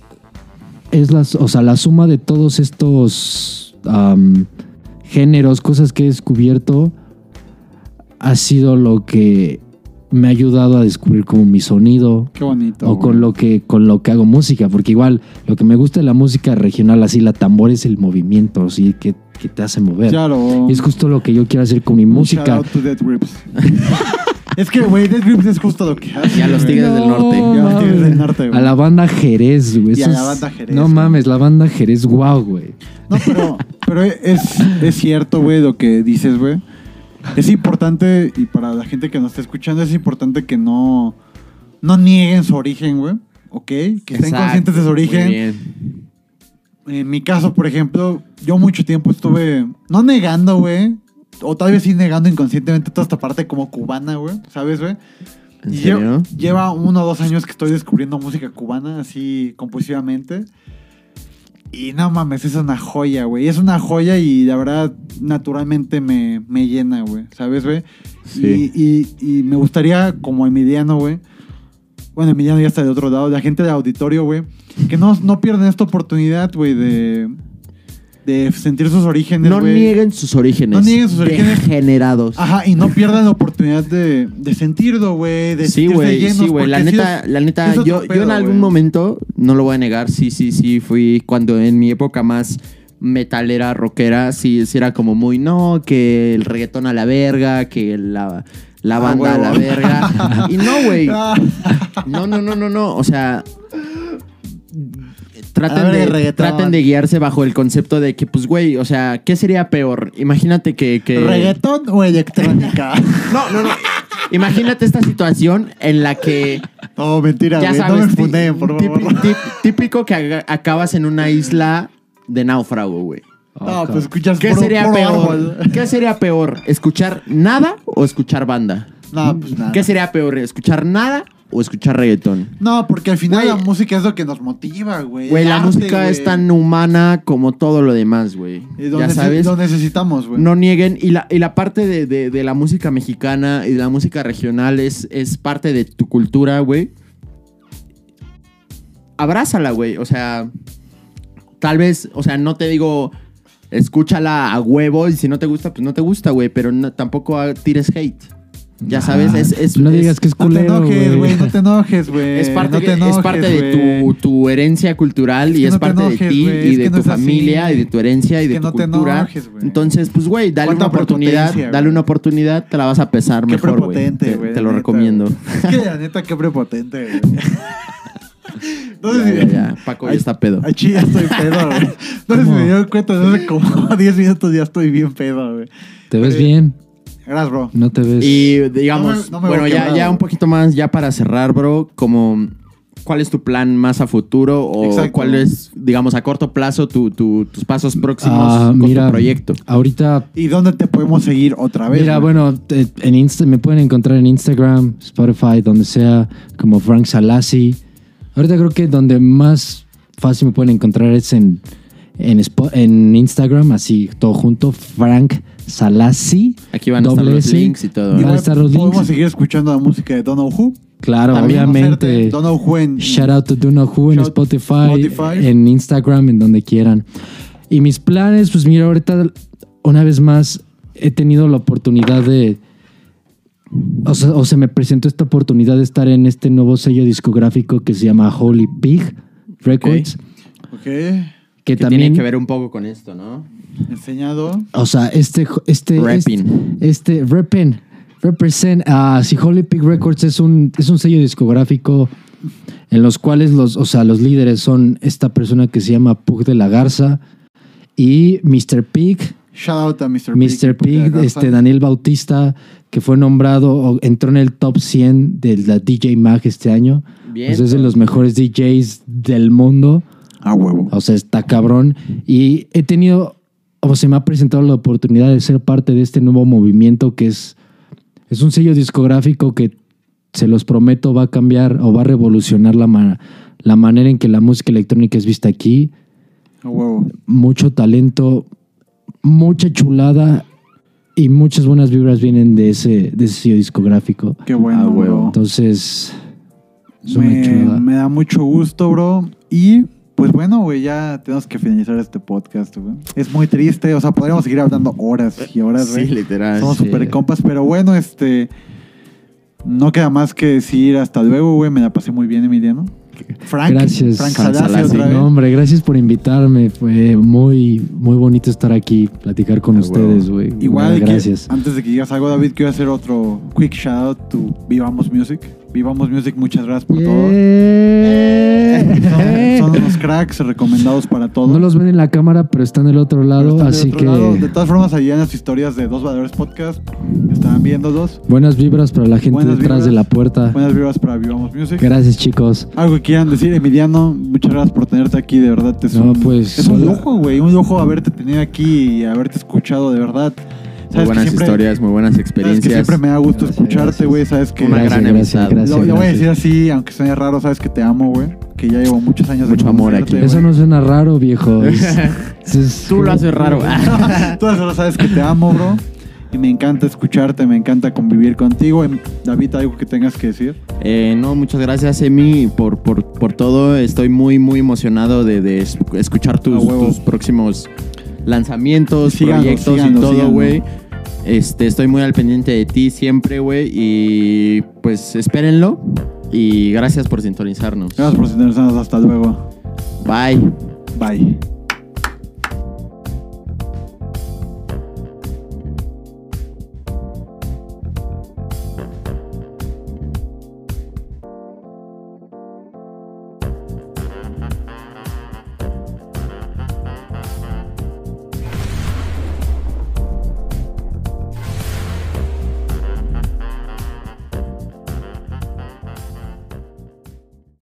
Speaker 5: es la, o sea, la suma de todos estos am, géneros, cosas que he descubierto, ha sido lo que me ha ayudado a descubrir como mi sonido,
Speaker 4: Qué bonito.
Speaker 5: o
Speaker 4: güey.
Speaker 5: con lo que con lo que hago música, porque igual lo que me gusta de la música regional, así la tambor es el movimiento, así que, que te hace mover.
Speaker 4: Claro.
Speaker 5: Y es justo lo que yo quiero hacer con mi
Speaker 4: Un
Speaker 5: música.
Speaker 4: shout out to Dead Grips. es que, güey, Dead Grips es justo lo que hace.
Speaker 3: Y a los
Speaker 4: güey.
Speaker 3: Tigres del Norte.
Speaker 5: No,
Speaker 4: Y a los Tigres del Norte, güey.
Speaker 5: A la banda Jerez, güey.
Speaker 4: Y a
Speaker 5: Eso
Speaker 4: la
Speaker 5: es-
Speaker 4: banda Jerez,
Speaker 5: No
Speaker 4: güey.
Speaker 5: mames, la banda Jerez, wow, güey.
Speaker 4: No, pero, pero es, es cierto, güey, lo que dices, güey. Es importante, y para la gente que nos está escuchando, es importante que no, no nieguen su origen, güey. ¿Ok? Que estén
Speaker 3: Exacto,
Speaker 4: conscientes de su
Speaker 3: muy
Speaker 4: origen.
Speaker 3: bien.
Speaker 4: En mi caso, por ejemplo, yo mucho tiempo estuve, no negando, güey, o tal vez sí negando inconscientemente toda esta parte como cubana, güey, ¿sabes, güey?
Speaker 3: ¿En
Speaker 4: Y lle-
Speaker 3: serio?
Speaker 4: Lleva uno o dos años que estoy descubriendo música cubana así compulsivamente. Y no mames, es una joya, güey. Es una joya y la verdad, naturalmente me, me llena, güey. ¿Sabes, güey?
Speaker 3: Sí.
Speaker 4: Y, y- y me gustaría, como Emiliano, güey. Bueno, Emiliano ya está de otro lado. La gente del auditorio, güey. Que no, no pierdan esta oportunidad, güey, de, de sentir sus orígenes,
Speaker 3: No
Speaker 4: güey.
Speaker 3: nieguen sus orígenes.
Speaker 4: No nieguen sus orígenes.
Speaker 3: Degenerados.
Speaker 4: Ajá, y no pierdan la oportunidad de, de sentirlo, güey. De
Speaker 3: Sí,
Speaker 4: sentirse
Speaker 3: güey,
Speaker 4: llenos,
Speaker 3: sí, güey. La
Speaker 4: porque
Speaker 3: neta,
Speaker 4: los-
Speaker 3: la
Speaker 4: sí
Speaker 3: neta,
Speaker 4: es otro
Speaker 3: yo, yo en
Speaker 4: pedo,
Speaker 3: algún
Speaker 4: güey.
Speaker 3: momento, no lo voy a negar, sí, sí, sí, fui cuando en mi época más metalera, rockera, sí, sí era como muy, no, que el reggaetón a la verga, que la, la
Speaker 4: Ah,
Speaker 3: banda a la
Speaker 4: huevo.
Speaker 3: verga. y no, güey.
Speaker 4: Ah,
Speaker 3: No, no, no, no, no. O sea.
Speaker 4: A
Speaker 3: Traten
Speaker 4: ver,
Speaker 3: de,
Speaker 4: reggaetón.
Speaker 3: traten de guiarse bajo el concepto de que, pues, güey, o sea, ¿qué sería peor? Imagínate que. que-
Speaker 4: ¿Reggaetón o electrónica?
Speaker 3: No, no, no. Imagínate esta situación en la que.
Speaker 4: no, mentira,
Speaker 3: ya
Speaker 4: güey. No
Speaker 3: sabes.
Speaker 4: me
Speaker 3: ti-
Speaker 4: exponen, por
Speaker 3: típ-
Speaker 4: favor.
Speaker 3: tip- típico que aga- acabas en una isla de náufrago, güey.
Speaker 4: No,
Speaker 5: Oh,
Speaker 4: pues escuchas
Speaker 3: ¿Qué
Speaker 4: puro-
Speaker 3: sería
Speaker 4: puro
Speaker 3: peor?
Speaker 4: árbol.
Speaker 3: ¿Qué sería peor? ¿Escuchar nada o escuchar banda?
Speaker 4: No, pues nada.
Speaker 3: ¿Qué sería peor? ¿Escuchar nada o escuchar reggaetón?
Speaker 4: No, porque al final
Speaker 3: Güey.
Speaker 4: la música es lo que nos motiva, güey.
Speaker 3: Güey,
Speaker 4: El
Speaker 3: la
Speaker 4: arte,
Speaker 3: música
Speaker 4: güey.
Speaker 3: es tan humana como todo lo demás, güey.
Speaker 4: Eh, Lo,
Speaker 3: Ya
Speaker 4: nece-
Speaker 3: sabes.
Speaker 4: lo necesitamos, güey.
Speaker 3: No nieguen. Y la, y la parte de, de- de la música mexicana y de la música regional es, es parte de tu cultura, güey. Abrázala, güey. O sea, tal vez, o sea, no te digo, escúchala a huevo y si no te gusta, pues no te gusta, güey. Pero no- tampoco ah, tires hate. Ya sabes, es... es-
Speaker 5: Ah, no
Speaker 3: es-
Speaker 5: digas que es
Speaker 4: No te
Speaker 5: culero,
Speaker 4: enojes, güey.
Speaker 5: güey.
Speaker 4: No te enojes, güey.
Speaker 3: es parte,
Speaker 4: Eh, no te
Speaker 3: que-
Speaker 4: enojes,
Speaker 3: es parte de tu,
Speaker 4: güey.
Speaker 3: tu herencia cultural
Speaker 4: Es
Speaker 3: y
Speaker 4: que
Speaker 3: es
Speaker 4: no te
Speaker 3: parte de
Speaker 4: enojes,
Speaker 3: ti
Speaker 4: güey,
Speaker 3: y
Speaker 4: es
Speaker 3: de
Speaker 4: que no
Speaker 3: tu
Speaker 4: es así.
Speaker 3: familia y de tu herencia y
Speaker 4: Es
Speaker 3: de
Speaker 4: que
Speaker 3: tu
Speaker 4: no te
Speaker 3: cultura.
Speaker 4: enojes, güey.
Speaker 3: Entonces, pues, güey, dale
Speaker 4: Cuánta
Speaker 3: una oportunidad,
Speaker 4: prepotencia,
Speaker 3: dale
Speaker 4: güey.
Speaker 3: una oportunidad, te la vas a pesar
Speaker 4: Qué
Speaker 3: mejor, güey.
Speaker 4: prepotente,
Speaker 3: Te,
Speaker 4: güey.
Speaker 3: te
Speaker 4: la
Speaker 3: lo
Speaker 4: neta,
Speaker 3: recomiendo.
Speaker 4: güey. Es que la neta, qué prepotente, güey. No sé
Speaker 3: Ya, ya,
Speaker 4: si-
Speaker 3: ya. Paco ya
Speaker 4: Ay,
Speaker 3: está pedo.
Speaker 4: Ay, chi, ya estoy pedo, güey. No sé si
Speaker 5: ¿Cómo?
Speaker 4: me dieron cuenta, desde hace como 10 minutos ya estoy bien pedo, güey.
Speaker 5: ¿Te ves
Speaker 4: Güey.
Speaker 5: bien?
Speaker 4: Gracias, bro.
Speaker 5: ¿No te ves?
Speaker 3: Y digamos,
Speaker 4: no me
Speaker 3: bueno,
Speaker 4: voy a
Speaker 3: ya,
Speaker 4: quemar,
Speaker 3: ya
Speaker 4: güey.
Speaker 3: un poquito más, ya para cerrar, bro, como cuál es tu plan más a futuro o
Speaker 4: Exacto.
Speaker 3: cuál es, digamos, a corto plazo tu- tu- tus pasos próximos
Speaker 5: Ah,
Speaker 3: con
Speaker 5: mira,
Speaker 3: tu proyecto.
Speaker 5: Ahorita
Speaker 4: ¿Y dónde te podemos seguir otra vez?
Speaker 5: Mira,
Speaker 4: güey?
Speaker 5: bueno, te- en Insta- me pueden encontrar en Instagram, Spotify, donde sea, como Frank Salassi. Ahorita creo que donde más fácil me pueden encontrar es en, en, Spo- en Instagram, así todo junto, Frank Salassi.
Speaker 3: Aquí van a estar
Speaker 5: doble
Speaker 3: los
Speaker 5: S.
Speaker 3: links y todo. ¿no?
Speaker 5: Y van a
Speaker 4: Igual
Speaker 5: estar los
Speaker 4: podemos
Speaker 5: links.
Speaker 4: seguir escuchando la música de Don Who.
Speaker 5: Claro,
Speaker 4: También
Speaker 5: obviamente.
Speaker 4: conocerte, Don Who en.
Speaker 5: Shout out to Do Not Who en
Speaker 4: Shout-
Speaker 5: Spotify,
Speaker 4: Spotify.
Speaker 5: en Instagram, en donde quieran. Y mis planes, pues mira, ahorita una vez más he tenido la oportunidad de... O, sea, o se me presentó esta oportunidad de estar en este nuevo sello discográfico que se llama Holy Pig Records.
Speaker 4: Ok.
Speaker 5: Que,
Speaker 3: que
Speaker 5: también...
Speaker 3: tiene que ver un poco con esto, ¿no?
Speaker 4: Enseñado.
Speaker 5: O sea, este... este
Speaker 3: Reppin'.
Speaker 5: Este, este Reppin', Represent, ah, si Holy Pig Records es un, es un sello discográfico en los cuales los, o sea, los líderes son esta persona que se llama Pug de la Garza y Mr. Pig,
Speaker 4: Shout out a Mr.
Speaker 5: Mr. Pig,
Speaker 4: porque
Speaker 5: este,
Speaker 4: agarra-
Speaker 5: Daniel Bautista, que fue nombrado, o entró en el top 100 de la DJ Mag este año.
Speaker 3: Bien.
Speaker 5: Pues es de los mejores DJs del mundo.
Speaker 4: A huevo.
Speaker 5: O sea, está cabrón. Y he tenido, o se me ha presentado la oportunidad de ser parte de este nuevo movimiento que es, es un sello discográfico que se los prometo va a cambiar o va a revolucionar la, ma- la manera en que la música electrónica es vista aquí.
Speaker 4: A huevo.
Speaker 5: Mucho talento, mucha chulada y muchas buenas vibras vienen de ese, de ese sello discográfico. Ah,
Speaker 4: Qué bueno.
Speaker 3: A huevo.
Speaker 4: bro.
Speaker 5: Entonces, es una
Speaker 4: Me,
Speaker 5: chulada.
Speaker 4: me da mucho gusto, bro. Y pues bueno, güey, ya tenemos que finalizar este podcast, güey. Es muy triste, o sea, podríamos seguir hablando horas y horas,
Speaker 3: Sí,
Speaker 4: güey.
Speaker 3: literal.
Speaker 4: Somos
Speaker 3: sí.
Speaker 4: super compas, pero bueno, este. No queda más que decir hasta luego, güey. Me la pasé muy bien, Emiliano. Frank,
Speaker 5: Gracias,
Speaker 4: Frank
Speaker 5: Frank
Speaker 4: Salassi
Speaker 3: Salassi,
Speaker 4: Ah, otra vez.
Speaker 5: No, hombre, gracias por invitarme. Fue muy, muy bonito estar aquí, platicar con
Speaker 3: Ah,
Speaker 5: ustedes, güey.
Speaker 4: Igual,
Speaker 5: Nada,
Speaker 4: que-
Speaker 5: gracias.
Speaker 4: antes de que digas algo, David, quiero hacer otro quick shout out to Vivamos Music. Vivamos Music, muchas gracias por todo. Son, son unos cracks recomendados para todos.
Speaker 5: no los ven en la cámara, pero están del otro
Speaker 4: Pero
Speaker 5: lado,
Speaker 4: están del
Speaker 5: así
Speaker 4: otro
Speaker 5: que
Speaker 4: lado. De todas formas, allá en las historias de Dos Valores Podcast, estaban viendo dos.
Speaker 5: buenas vibras para la gente
Speaker 4: Buenas
Speaker 5: detrás
Speaker 4: vibras.
Speaker 5: de la puerta.
Speaker 4: Buenas vibras para Vivamos Music.
Speaker 5: Gracias, chicos.
Speaker 4: Algo que quieran decir, Emiliano, muchas gracias por tenerte aquí, de verdad. Es, un,
Speaker 5: No, pues,
Speaker 4: es un
Speaker 5: hola.
Speaker 4: lujo, güey, un lujo haberte tenido aquí y haberte escuchado, de verdad. Sabes
Speaker 3: Muy
Speaker 4: que
Speaker 3: buenas
Speaker 4: siempre-
Speaker 3: historias, muy buenas
Speaker 4: Sabes que
Speaker 3: experiencias.
Speaker 4: siempre me da gusto
Speaker 5: Gracias,
Speaker 4: escucharte,
Speaker 5: gracias.
Speaker 4: güey, sabes que...
Speaker 3: Una
Speaker 5: gracias,
Speaker 3: gran
Speaker 5: gracias,
Speaker 3: amistad.
Speaker 5: gracias,
Speaker 4: lo, lo voy a
Speaker 5: gracias.
Speaker 4: decir así, aunque suene raro, sabes que te amo, güey, que ya llevo muchos años
Speaker 3: Mucho
Speaker 4: de
Speaker 3: amor
Speaker 4: conocerte,
Speaker 3: aquí.
Speaker 5: Eso
Speaker 4: güey.
Speaker 5: no suena raro, viejo. Es- es-
Speaker 3: Tú lo haces raro.
Speaker 4: Tú solo sabes que te amo, bro. Y me encanta escucharte, me encanta convivir contigo. Em, David, algo que tengas que decir.
Speaker 3: Eh, no, muchas gracias, Emi, por, por, por todo. Estoy muy, muy emocionado de, de es- escuchar
Speaker 4: A
Speaker 3: tus,
Speaker 4: huevo.
Speaker 3: tus próximos lanzamientos,
Speaker 4: Síganlo,
Speaker 3: proyectos
Speaker 4: síganlo,
Speaker 3: y todo,
Speaker 4: síganlo.
Speaker 3: güey. Este, estoy muy al pendiente de ti siempre, güey. Y pues espérenlo. Y gracias por sintonizarnos.
Speaker 4: Gracias por sintonizarnos. Hasta luego.
Speaker 3: Bye.
Speaker 4: Bye.